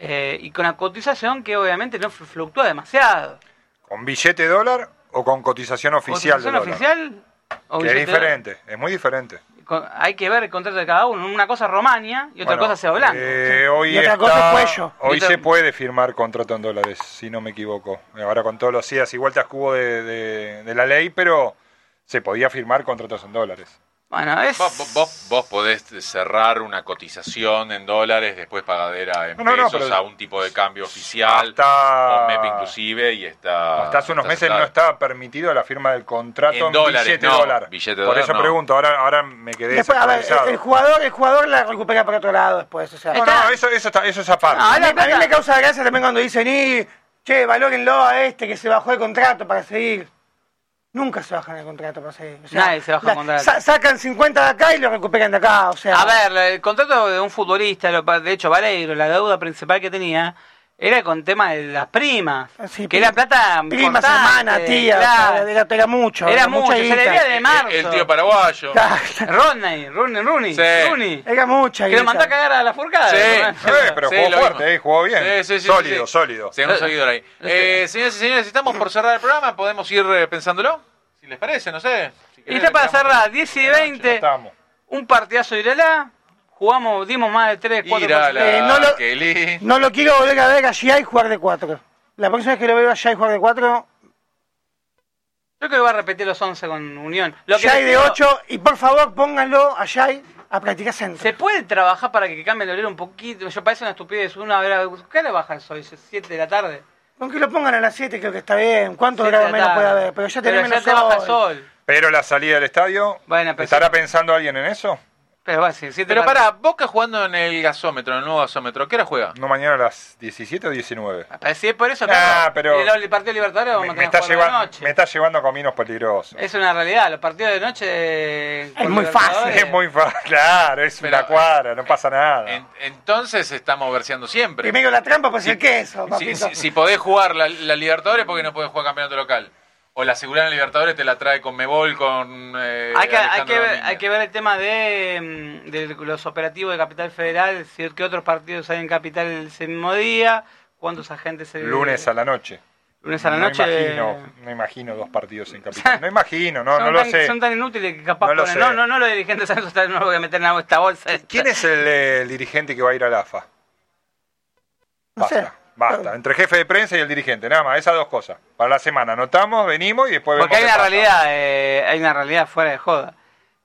Speaker 3: Eh, y con la cotización que obviamente no fl- fluctúa demasiado.
Speaker 1: ¿Con billete dólar o con cotización oficial
Speaker 3: ¿Cotización
Speaker 1: de dólar?
Speaker 3: oficial? o
Speaker 1: Que es
Speaker 3: billete de dólar?
Speaker 1: diferente, es muy diferente.
Speaker 3: Con- hay que ver el contrato de cada uno. Una cosa es Romania y otra
Speaker 1: Bueno,
Speaker 3: cosa es Cebo Blanco.
Speaker 1: eh, hoy
Speaker 4: Y otra
Speaker 1: está-
Speaker 4: cosa es cuello.
Speaker 1: Hoy
Speaker 3: Y otra-
Speaker 1: se puede firmar contrato en dólares, si no me equivoco. Ahora con todos los idas y vueltas que hubo de, de- de la ley, pero se podía firmar contratos en dólares.
Speaker 3: Bueno, es.
Speaker 2: Vos, vos- vos- vos podés cerrar una cotización en dólares, después pagadera en
Speaker 1: No, no, no,
Speaker 2: pesos
Speaker 1: pero-
Speaker 2: a un tipo de cambio oficial,
Speaker 1: Hasta-
Speaker 2: o MEP inclusive, y está...
Speaker 1: Hasta hace unos
Speaker 2: está
Speaker 1: meses
Speaker 2: aceptado.
Speaker 1: no estaba permitido la firma del contrato
Speaker 2: En
Speaker 1: en,
Speaker 2: dólares,
Speaker 1: billete,
Speaker 2: no,
Speaker 1: dólar.
Speaker 2: billete
Speaker 1: Por
Speaker 2: dólar,
Speaker 1: eso
Speaker 2: no.
Speaker 1: pregunto, ahora, ahora me quedé
Speaker 4: Después, a ver, el, el
Speaker 1: desactualizado.
Speaker 4: jugador, el jugador la recupera para otro lado después. O sea,
Speaker 1: No, no, eso, eso, está, eso es aparte.
Speaker 3: No,
Speaker 4: a, mí,
Speaker 3: Ah, la
Speaker 4: a mí
Speaker 3: plata-
Speaker 4: me causa gracia también cuando dicen, y, che, valórenlo a este que se bajó el contrato para seguir. Nunca se bajan el contrato para seguir. O sea,
Speaker 3: Nadie se baja el contrato.
Speaker 4: sa- sacan 50 de acá y lo recuperan de acá. O sea,
Speaker 3: A ver, el contrato de un futbolista, lo- de hecho, Vareiro, la deuda principal que tenía era con tema de las primas.
Speaker 4: Ah, Sí,
Speaker 3: que era plata
Speaker 4: Primas,
Speaker 3: importante,
Speaker 4: hermanas, tías,
Speaker 3: claro.
Speaker 4: o sea, era, era mucho.
Speaker 3: Era mucho, se le
Speaker 4: guita.
Speaker 3: veía de marzo.
Speaker 2: El tío paraguayo.
Speaker 4: Claro,
Speaker 3: Rodney, Rooney, Rooney,
Speaker 2: Sí.
Speaker 3: Rooney.
Speaker 4: Era mucha
Speaker 3: Que lo mandó a
Speaker 4: guita.
Speaker 3: cagar a la furcada.
Speaker 2: Sí.
Speaker 1: Eh, pero
Speaker 2: Sí,
Speaker 1: jugó
Speaker 2: lo vimos.
Speaker 1: fuerte, eh, jugó bien.
Speaker 2: Sí, sí, sí,
Speaker 1: sólido,
Speaker 2: sí.
Speaker 1: sólido.
Speaker 2: Seguimos seguidor ahí. Eh, señoras y señores, estamos por cerrar el programa. ¿Podemos ir eh, pensándolo? Si les parece, no sé. Si
Speaker 3: Y
Speaker 2: querés,
Speaker 3: está para
Speaker 2: le quedamos-
Speaker 3: cerrar, 10 y 20,
Speaker 1: Estamos.
Speaker 3: un partidazo de Iralá. Jugamos, dimos más de 3, 4
Speaker 2: Irala,
Speaker 4: Eh, no lo-
Speaker 2: qué lindo.
Speaker 4: No lo quiero volver a ver a G.I. jugar de 4. La próxima vez que lo veo a G.I. jugar de 4,
Speaker 3: Yo creo que va a repetir los 11 con Unión. Lo que
Speaker 4: G.I.
Speaker 3: les
Speaker 4: de
Speaker 3: pido,
Speaker 4: 8. Y por favor, pónganlo a G.I. a practicar centro.
Speaker 3: ¿Se puede trabajar para que cambie el horario un poquito? Yo parece una estupidez. Una hora, ¿qué le bajan hoy? ¿7 de la tarde?
Speaker 4: Aunque lo pongan a las 7, creo que está bien. ¿Cuántos
Speaker 3: Siete de
Speaker 4: grados
Speaker 3: la
Speaker 4: menos puede
Speaker 3: tarde.
Speaker 4: haber? Pero ya tenemos
Speaker 3: ya te baja el sol.
Speaker 1: Pero la salida del estadio,
Speaker 3: Bueno, pero
Speaker 1: ¿estará
Speaker 3: sí.
Speaker 1: pensando alguien en eso?
Speaker 3: Pero va, sí, siete
Speaker 2: Pero
Speaker 3: de la
Speaker 2: pará,
Speaker 3: tarde.
Speaker 2: Boca jugando en el gasómetro, en el nuevo gasómetro. ¿Qué hora juega?
Speaker 1: ¿No mañana a las 17 o 19?
Speaker 3: Pero si es por eso,
Speaker 1: Ah,
Speaker 3: claro,
Speaker 1: pero-
Speaker 3: el, el partido libertario vamos
Speaker 1: Me,
Speaker 3: a
Speaker 1: me
Speaker 3: tener que
Speaker 1: está
Speaker 3: jugar de
Speaker 1: llevando,
Speaker 3: noche.
Speaker 1: me está llevando a caminos peligrosos.
Speaker 3: Es una realidad, los partidos de noche. eh, con
Speaker 4: muy
Speaker 3: Libertadores-
Speaker 4: fácil.
Speaker 1: Es muy fácil, claro, es
Speaker 2: Pero-
Speaker 1: una cuadra, no pasa nada.
Speaker 3: Ah.
Speaker 2: En- entonces estamos verseando siempre.
Speaker 4: Primero la trampa, pues el queso,
Speaker 2: Si,
Speaker 4: papito.
Speaker 2: si- si podés jugar la, la Libertadores, ¿por qué no podés jugar campeonato local? O la seguridad en la Libertadores te la trae con Mebol, con. eh,
Speaker 3: Hay que, hay,
Speaker 2: Alejandro
Speaker 3: que ver,
Speaker 2: Domínguez.
Speaker 3: hay que ver el tema de, mm, de los operativos de Capital Federal, si, qué otros partidos hay en Capital ese mismo día, cuántos agentes se...
Speaker 1: Lunes a la noche.
Speaker 3: lunes a la
Speaker 1: no
Speaker 3: noche...
Speaker 1: Imagino, no imagino dos partidos en capital. No imagino, no,
Speaker 3: son,
Speaker 1: no lo
Speaker 3: tan,
Speaker 1: sé.
Speaker 3: son tan inútiles que capaz
Speaker 1: No lo
Speaker 3: ponen-
Speaker 1: sé.
Speaker 3: no, no, no, los dirigentes saben eso, no lo voy a meter en esta bolsa.
Speaker 1: ¿Quién es el, eh, el dirigente que va a ir al AFA?
Speaker 4: No sé.
Speaker 1: Basta, basta. Entre jefe de prensa y el dirigente, nada más, esas dos cosas. Para la semana, anotamos, venimos y después
Speaker 3: Porque hay
Speaker 1: vemos.
Speaker 3: una
Speaker 1: qué pasa.
Speaker 3: realidad, eh, hay una realidad fuera de joda.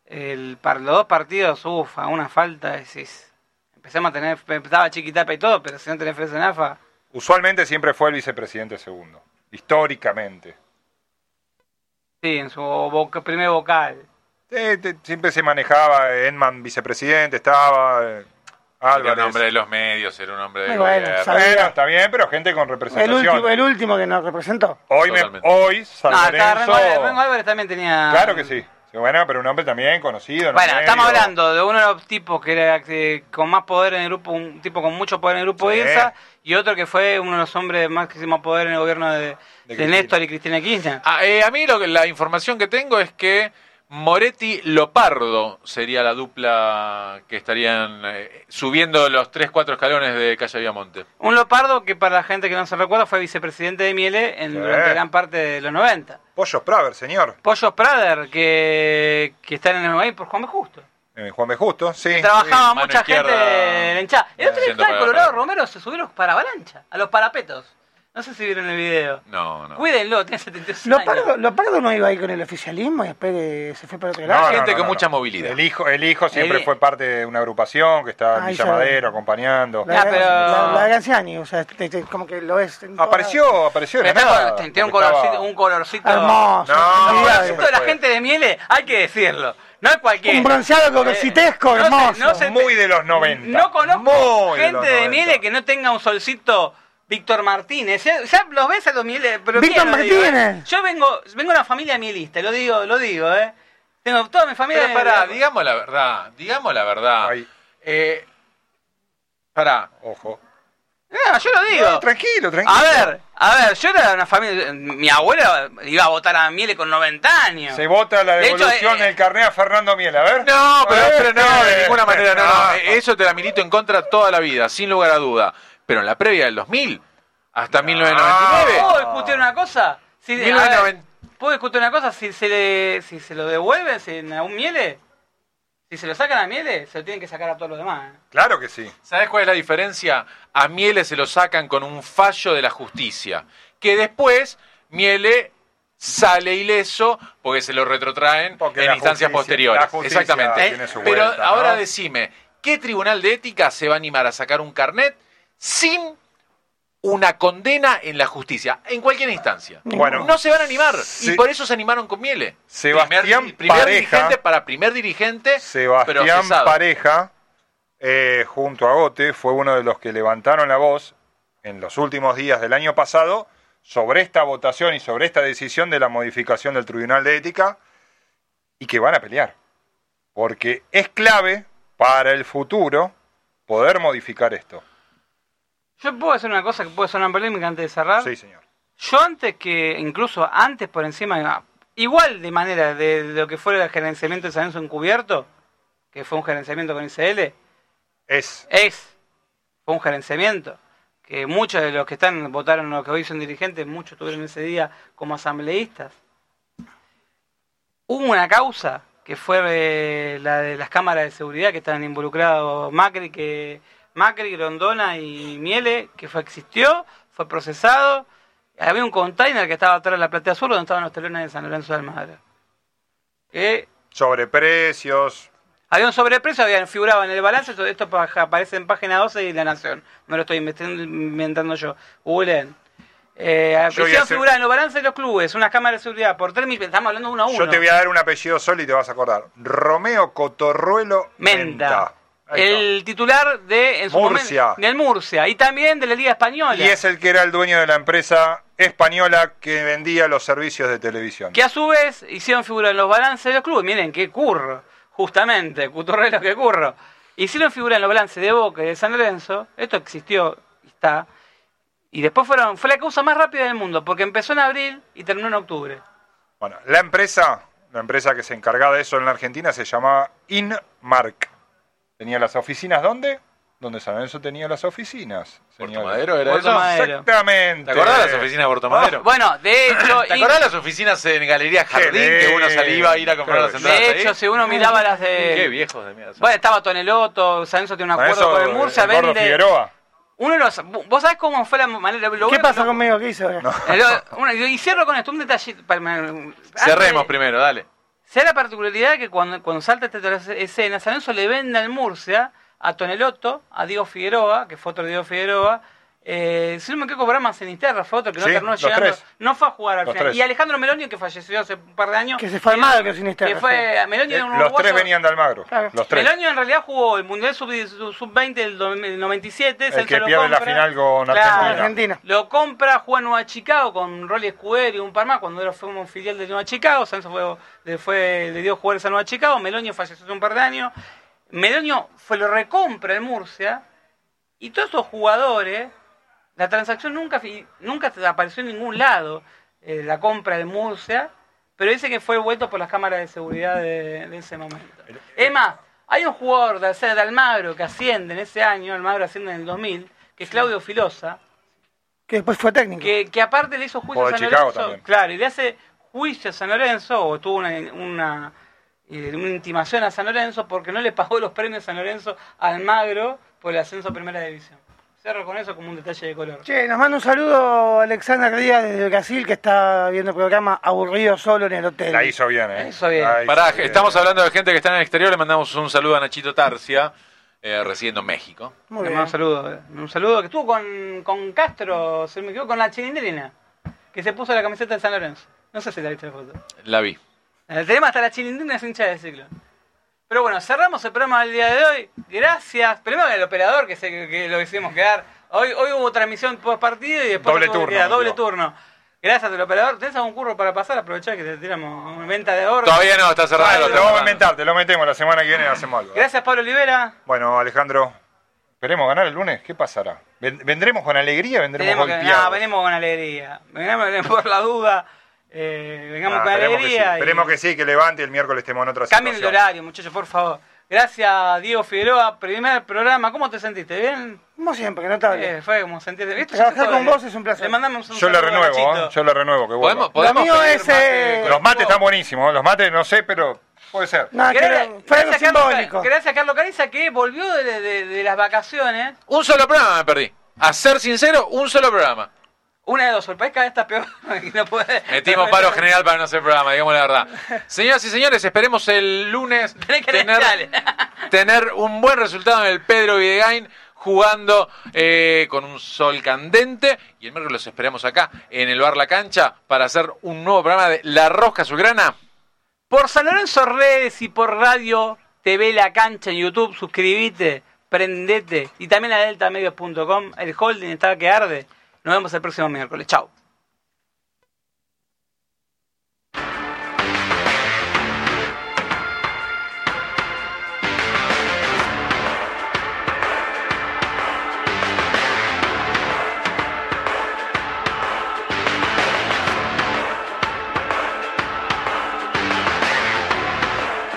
Speaker 3: El, par- los dos partidos, uff, a una falta decís. Empecemos a tener, estaba chiquitapa y todo, pero si no tenés fe en AFA,
Speaker 1: Usualmente siempre fue el vicepresidente segundo, históricamente.
Speaker 3: sí, en su boca- primer vocal.
Speaker 1: Eh, te- siempre se manejaba, eh, Enman vicepresidente estaba, eh,
Speaker 2: Era un
Speaker 1: Álvarez.
Speaker 2: hombre de los medios, era un hombre de.
Speaker 4: Muy bueno, sabe-
Speaker 1: Bueno, está bien, pero gente con
Speaker 4: El
Speaker 1: representación.
Speaker 4: último, el último que nos representó.
Speaker 1: Hoy, me-
Speaker 2: Totalmente.
Speaker 1: hoy San
Speaker 3: No, estaba
Speaker 1: Lorenzo-
Speaker 3: Rengo, Rengo Álvarez también tenía.
Speaker 1: Claro que sí. Sí, Bueno, pero un hombre también conocido. en los
Speaker 3: Ah. Bueno, estamos
Speaker 1: medios.
Speaker 3: hablando de uno de los tipos que era eh, con más poder en el grupo, un tipo con mucho poder en el grupo
Speaker 1: Sí.
Speaker 3: Irsa, y otro que fue uno de los hombres más que más poder en el gobierno de, de
Speaker 1: Cristina.
Speaker 3: Néstor y Cristina Kirchner.
Speaker 2: Ah, eh, a mí lo que- la información que tengo es que Moretti Lopardo sería la dupla que estarían eh, subiendo los 3-4 escalones de Calle Viamonte.
Speaker 3: Un Lopardo que para la gente que no se recuerda fue vicepresidente de Miele en,
Speaker 1: Sí.
Speaker 3: durante gran parte de los 90.
Speaker 1: Pollos Praver, señor.
Speaker 3: Pollos Prader, que, que está en el ahí por Juan B. Justo.
Speaker 1: Eh, Juan B. Justo, sí.
Speaker 3: Trabajaba
Speaker 2: sí, mano
Speaker 3: mucha gente
Speaker 2: izquierda.
Speaker 3: en hinchada. El otro día
Speaker 2: Haciendo
Speaker 3: estaba en
Speaker 2: para-
Speaker 3: Colorado
Speaker 2: para-
Speaker 3: Romero, se subieron para avalancha, a los parapetos. No sé si vieron el video.
Speaker 2: No, no.
Speaker 3: Cuídenlo, tiene 78
Speaker 4: Lo
Speaker 3: años.
Speaker 4: pardo, lo pardo no iba ahí con el oficialismo y después eh, se fue para otro
Speaker 1: No,
Speaker 4: lado.
Speaker 1: no,
Speaker 2: gente
Speaker 1: no,
Speaker 2: con
Speaker 1: no,
Speaker 2: mucha
Speaker 1: no.
Speaker 2: movilidad.
Speaker 1: El hijo, el hijo siempre
Speaker 3: El-
Speaker 1: fue parte de una agrupación que está en
Speaker 4: Ahí
Speaker 1: Villa
Speaker 4: ya-
Speaker 1: Madero acompañando.
Speaker 4: La,
Speaker 3: Ah, pero-
Speaker 4: la, la de Graziani, o sea, te- te- como que lo es. en toda-
Speaker 1: Apareció, apareció. de
Speaker 3: Pero
Speaker 1: la
Speaker 3: estaba-
Speaker 1: nada,
Speaker 3: tenía un
Speaker 1: porque estaba-
Speaker 3: colorcito, un colorcito.
Speaker 4: Hermoso.
Speaker 1: No,
Speaker 3: El
Speaker 1: Siempre
Speaker 3: colorcito de la
Speaker 1: fue.
Speaker 3: gente de Miele, hay que decirlo. No es cualquiera.
Speaker 4: un bronceado cogositesco,
Speaker 3: Eh, no sé,
Speaker 4: hermoso.
Speaker 3: no sé.
Speaker 1: muy de los 90.
Speaker 3: No conozco
Speaker 1: Muy
Speaker 3: gente
Speaker 1: los
Speaker 3: de
Speaker 1: 90.
Speaker 3: Miele que no tenga un solcito Víctor Martínez. Ya, ya los ves a los Miele. Pero
Speaker 4: Víctor
Speaker 3: bien lo digo,
Speaker 4: Martínez.
Speaker 3: ¿eh? Yo vengo, vengo de una familia mielista, lo digo, lo digo, ¿eh? Tengo toda mi familia.
Speaker 2: Pero pará,
Speaker 3: de-
Speaker 2: digamos la verdad, digamos la verdad.
Speaker 1: Ay.
Speaker 2: Eh, pará,
Speaker 1: Ojo.
Speaker 3: No, yo lo digo.
Speaker 1: No, tranquilo, tranquilo.
Speaker 3: a ver, a ver, yo era de una familia. Mi abuela iba a votar a Miele con 90 años.
Speaker 1: Se vota la
Speaker 3: De hecho,
Speaker 1: devolución
Speaker 3: eh,
Speaker 1: del carnet a Fernando Miel, a ver.
Speaker 2: No, pero,
Speaker 1: A ver, eh.
Speaker 2: pero no, de ninguna manera, no, Eh, no.
Speaker 1: no.
Speaker 2: Eh, Eso te la milito en contra toda la vida, sin lugar a duda. Pero en la previa del 2000 hasta 1999.
Speaker 3: ¿Puedo discutir una cosa? Si, a ver,
Speaker 2: 1990.
Speaker 3: ¿Puedo discutir una cosa? Si se, le, si se lo devuelven si, a un Miele, si se lo sacan a Miele, se lo tienen que sacar a todos los demás. ¿eh?
Speaker 1: Claro que sí.
Speaker 2: ¿Sabes cuál es la diferencia? A Miele se lo sacan con un fallo de la justicia. Que después Miele sale ileso porque se lo retrotraen
Speaker 1: Porque
Speaker 2: en
Speaker 1: la
Speaker 2: instancias
Speaker 1: justicia-
Speaker 2: posteriores.
Speaker 1: la justicia
Speaker 2: Exactamente.
Speaker 1: tiene su
Speaker 2: Pero
Speaker 1: vuelta, ¿no?
Speaker 2: ahora decime, ¿qué tribunal de ética se va a animar a sacar un carnet sin una condena en la justicia? En cualquier instancia.
Speaker 1: Bueno,
Speaker 2: No se van a animar. Y
Speaker 1: Se-
Speaker 2: por eso se animaron con Miele.
Speaker 1: Sebastián
Speaker 2: primer, primer
Speaker 1: Pareja.
Speaker 2: dirigente para primer dirigente.
Speaker 1: Sebastián
Speaker 2: procesado.
Speaker 1: Pareja, eh, junto a Gote, fue uno de los que levantaron la voz en los últimos días del año pasado sobre esta votación y sobre esta decisión de la modificación del Tribunal de Ética y que van a pelear. Porque es clave para el futuro poder modificar esto.
Speaker 3: Yo puedo hacer una cosa que puede sonar polémica antes de cerrar.
Speaker 1: Sí, señor.
Speaker 3: Yo antes que, incluso antes por encima, ah, igual de manera de, de lo que fuera el gerenciamiento de San Lorenzo encubierto, que fue un gerenciamiento con ICL,
Speaker 1: Es.
Speaker 3: es fue un gerenciamiento. Que muchos de los que están votaron, los que hoy son dirigentes, muchos tuvieron ese día como asambleístas. Hubo una causa que fue eh, la de las cámaras de seguridad que estaban involucrados Macri, que Macri, Grondona y Miele, que fue existió, fue procesado. Había un container que estaba atrás de la platea sur donde estaban los telones de San Lorenzo del Madre. Que
Speaker 1: Sobreprecios.
Speaker 3: había un sobreprecio, habían figurado en el balance, todo esto pa- aparece en página 12 y La Nación. Me lo estoy inventando, inventando yo. Googleen. Eh,
Speaker 1: Yo voy a
Speaker 3: hicieron
Speaker 1: hacer-
Speaker 3: figurar en los balances de los clubes, unas cámaras de seguridad por 3 millones, estamos hablando uno a uno.
Speaker 1: Yo te voy a dar un apellido solo y te vas a acordar. Romeo Cotorruelo
Speaker 3: Menda.
Speaker 1: Menta. Ahí está.
Speaker 3: El titular de en su
Speaker 1: Murcia.
Speaker 3: momento- del Murcia y también de la Liga Española.
Speaker 1: Y es el que era el dueño de la empresa española que vendía los servicios de televisión.
Speaker 3: Que a su vez hicieron figura en los balances de los clubes. Miren qué curro, justamente, cuturrelo que curro. Hicieron figura en los balances de Boca y de San Lorenzo. Esto existió y está. Y después fueron, fue la causa más rápida del mundo, porque empezó en abril y terminó en octubre.
Speaker 1: Bueno, la empresa, la empresa que se encargaba de eso en la Argentina se llamaba Inmark. ¿Tenía las oficinas dónde? Donde San Lorenzo tenía las oficinas.
Speaker 2: Puerto
Speaker 1: señores.
Speaker 2: Madero era
Speaker 3: Puerto
Speaker 2: eso.
Speaker 3: Madero.
Speaker 1: Exactamente.
Speaker 2: ¿Te acordás de las oficinas de Puerto Madero?
Speaker 3: Bueno, de hecho,
Speaker 2: ¿Te acordás de las oficinas en Galería Jardín que uno salía a ir a comprar las
Speaker 1: Qué
Speaker 2: entradas
Speaker 3: de
Speaker 2: ahí?
Speaker 3: hecho si uno miraba las de...
Speaker 2: Qué viejos de mierda. son.
Speaker 3: Bueno, estaba Toneloto, San Lorenzo tiene un
Speaker 1: San
Speaker 3: acuerdo
Speaker 1: Lorenzo,
Speaker 3: con el Murcia,
Speaker 1: el gordo
Speaker 3: vende...
Speaker 1: Figueroa.
Speaker 3: Uno de los, ¿Vos sabés cómo fue la manera? Lo
Speaker 4: ¿Qué
Speaker 3: bueno-
Speaker 4: pasó
Speaker 3: lo-
Speaker 4: conmigo? ¿Qué hizo?
Speaker 3: lo- una- y cierro con esto, un detallito. para- antes-
Speaker 2: Cerremos primero, dale.
Speaker 3: Sea la particularidad que cuando, cuando salta esta tercera escena, San Lorenzo le vende al Murcia, a Toneloto, a Diego Figueroa, que fue otro Diego Figueroa, eh, si no me equivoco, Brahma Sinisterra fue otro que no
Speaker 1: Sí,
Speaker 3: terminó
Speaker 1: los
Speaker 3: llegando,
Speaker 1: tres.
Speaker 3: no fue a jugar al
Speaker 1: Los
Speaker 3: final.
Speaker 1: tres.
Speaker 3: Y Alejandro Melonio, que falleció hace un par de años. eh,
Speaker 4: Que se fue al Magro, que Sinisterra,
Speaker 3: Que fue, Melonio
Speaker 1: Eh,
Speaker 3: era un
Speaker 1: los tres
Speaker 3: uruguayo-
Speaker 1: venían de Almagro.
Speaker 4: Claro.
Speaker 1: Los tres.
Speaker 3: Melonio en realidad jugó el Mundial Sub- Sub- Sub-20 del do- del 97.
Speaker 1: El
Speaker 3: Celso
Speaker 1: que
Speaker 3: lo
Speaker 1: pierde la
Speaker 3: compra.
Speaker 1: final con
Speaker 3: Claro.
Speaker 1: Argentina.
Speaker 4: Argentina.
Speaker 3: Lo compra, juega en Nueva Chicago con Rolly Escudero y un par más. Cuando era, fue un filial de Nueva Chicago, Sanso fue, le, fue, le dio jugadores a Nueva Chicago. Melonio falleció hace un par de años. Melonio fue, lo recompra el Murcia. Y todos esos jugadores, la transacción nunca, fi- nunca apareció en ningún lado. eh, la compra de Murcia. Pero dice que fue vuelto por las cámaras de seguridad de, de ese momento. Es más, hay un jugador de, de Almagro que asciende en ese año, Almagro asciende en el 2000, que es Claudio Filosa
Speaker 4: Que después fue técnico.
Speaker 3: que, que aparte le hizo juicio
Speaker 1: O
Speaker 3: a
Speaker 1: de
Speaker 3: San
Speaker 1: Chicago
Speaker 3: Lorenzo.
Speaker 1: también.
Speaker 3: Claro, y le hace juicio a San Lorenzo, o tuvo una, una, eh, una intimación a San Lorenzo porque no le pagó los premios San Lorenzo a Almagro por el ascenso a Primera División. Cierro con eso como un detalle de color.
Speaker 4: Che, nos manda un saludo Alexander Díaz desde Brasil, que está viendo el programa aburrido solo en el hotel.
Speaker 1: La hizo bien, ¿eh?
Speaker 3: La hizo bien.
Speaker 1: La hizo
Speaker 2: Pará,
Speaker 1: bien.
Speaker 2: estamos hablando de gente que está en el exterior. Le mandamos un saludo a Nachito Tarcia, eh, residiendo en México.
Speaker 4: Muy
Speaker 3: Le
Speaker 4: bien.
Speaker 3: mando un saludo. eh. Un saludo que estuvo con, con Castro, se me equivoco, con la chilindrina, que se puso la camiseta de San Lorenzo. No sé si la viste la foto.
Speaker 2: La vi.
Speaker 3: El tema hasta la chilindrina es hincha de ciclo. Pero bueno, cerramos el programa del día de hoy. Gracias. Primero al operador que, se, que lo hicimos quedar. Hoy, hoy hubo transmisión post partido y después
Speaker 1: Doble
Speaker 3: tuvo que
Speaker 1: turno,
Speaker 3: quedar, doble
Speaker 1: motivo.
Speaker 3: turno. Gracias al operador. ¿Tenés algún curro para pasar? Aprovechá que te tiramos una venta de oro.
Speaker 2: Todavía no, está cerrado.
Speaker 1: Bueno,
Speaker 2: lo
Speaker 1: te lo vamos a
Speaker 2: estamos
Speaker 1: inventar, te lo metemos la semana que viene hacemos algo. ¿eh?
Speaker 3: Gracias Pablo Olivera.
Speaker 1: Bueno, Alejandro, ¿esperemos ganar el lunes? ¿Qué pasará? Ven- ¿Vendremos con alegría? ¿Vendremos
Speaker 3: Tenemos que,
Speaker 1: golpeados?
Speaker 3: no, venimos con alegría. Venimos por la duda. eh, vengamos
Speaker 1: Ah,
Speaker 3: con
Speaker 1: esperemos
Speaker 3: alegría.
Speaker 1: Que sí.
Speaker 3: y-
Speaker 1: Esperemos que sí, que levante y el miércoles estemos en otra
Speaker 3: Cambien el
Speaker 1: situación.
Speaker 3: horario, muchachos, por favor. Gracias Diego Figueroa. Primer programa. ¿Cómo te sentiste? ¿Bien?
Speaker 4: Como siempre, notable.
Speaker 3: Eh, fue como sentirte. ¿viste?
Speaker 4: Trabajar
Speaker 3: Yo te-
Speaker 4: con vos es un placer.
Speaker 3: Le mandamos un
Speaker 1: Yo le
Speaker 3: saludo a
Speaker 1: renuevo,
Speaker 3: Nachito.
Speaker 1: ¿eh? yo le renuevo, que vuelva.
Speaker 2: ¿Podemos, podemos
Speaker 4: mío
Speaker 2: pedir
Speaker 4: es,
Speaker 2: mate
Speaker 4: eh,
Speaker 2: con-
Speaker 1: Los mates están buenísimos, ¿eh? los mates no sé, pero puede ser.
Speaker 4: No, que
Speaker 3: Gracias,
Speaker 4: era- fue algo
Speaker 3: gracias, a Carlos,
Speaker 4: simbólico.
Speaker 3: gracias a Carlos Cariza que volvió de, de- de las vacaciones.
Speaker 2: Un solo programa me perdí. A ser sincero, un solo programa.
Speaker 3: Una de dos, el país cada vez está peor. y no puede-
Speaker 2: Metimos paro general para no hacer programa, digamos la verdad. Señoras y señores, esperemos el lunes
Speaker 3: Tenés que
Speaker 2: tener,
Speaker 3: dale.
Speaker 2: tener un buen resultado en el Pedro Videgain jugando eh, con un sol candente. Y el miércoles los esperamos acá en el Bar La Cancha para hacer un nuevo programa de La Rosca Azulgrana.
Speaker 3: Por San Lorenzo Redes y por Radio TV La Cancha en YouTube, suscribite, prendete. Y también a deltamedios.com, el holding está que arde. Nos vemos el próximo miércoles. Chau.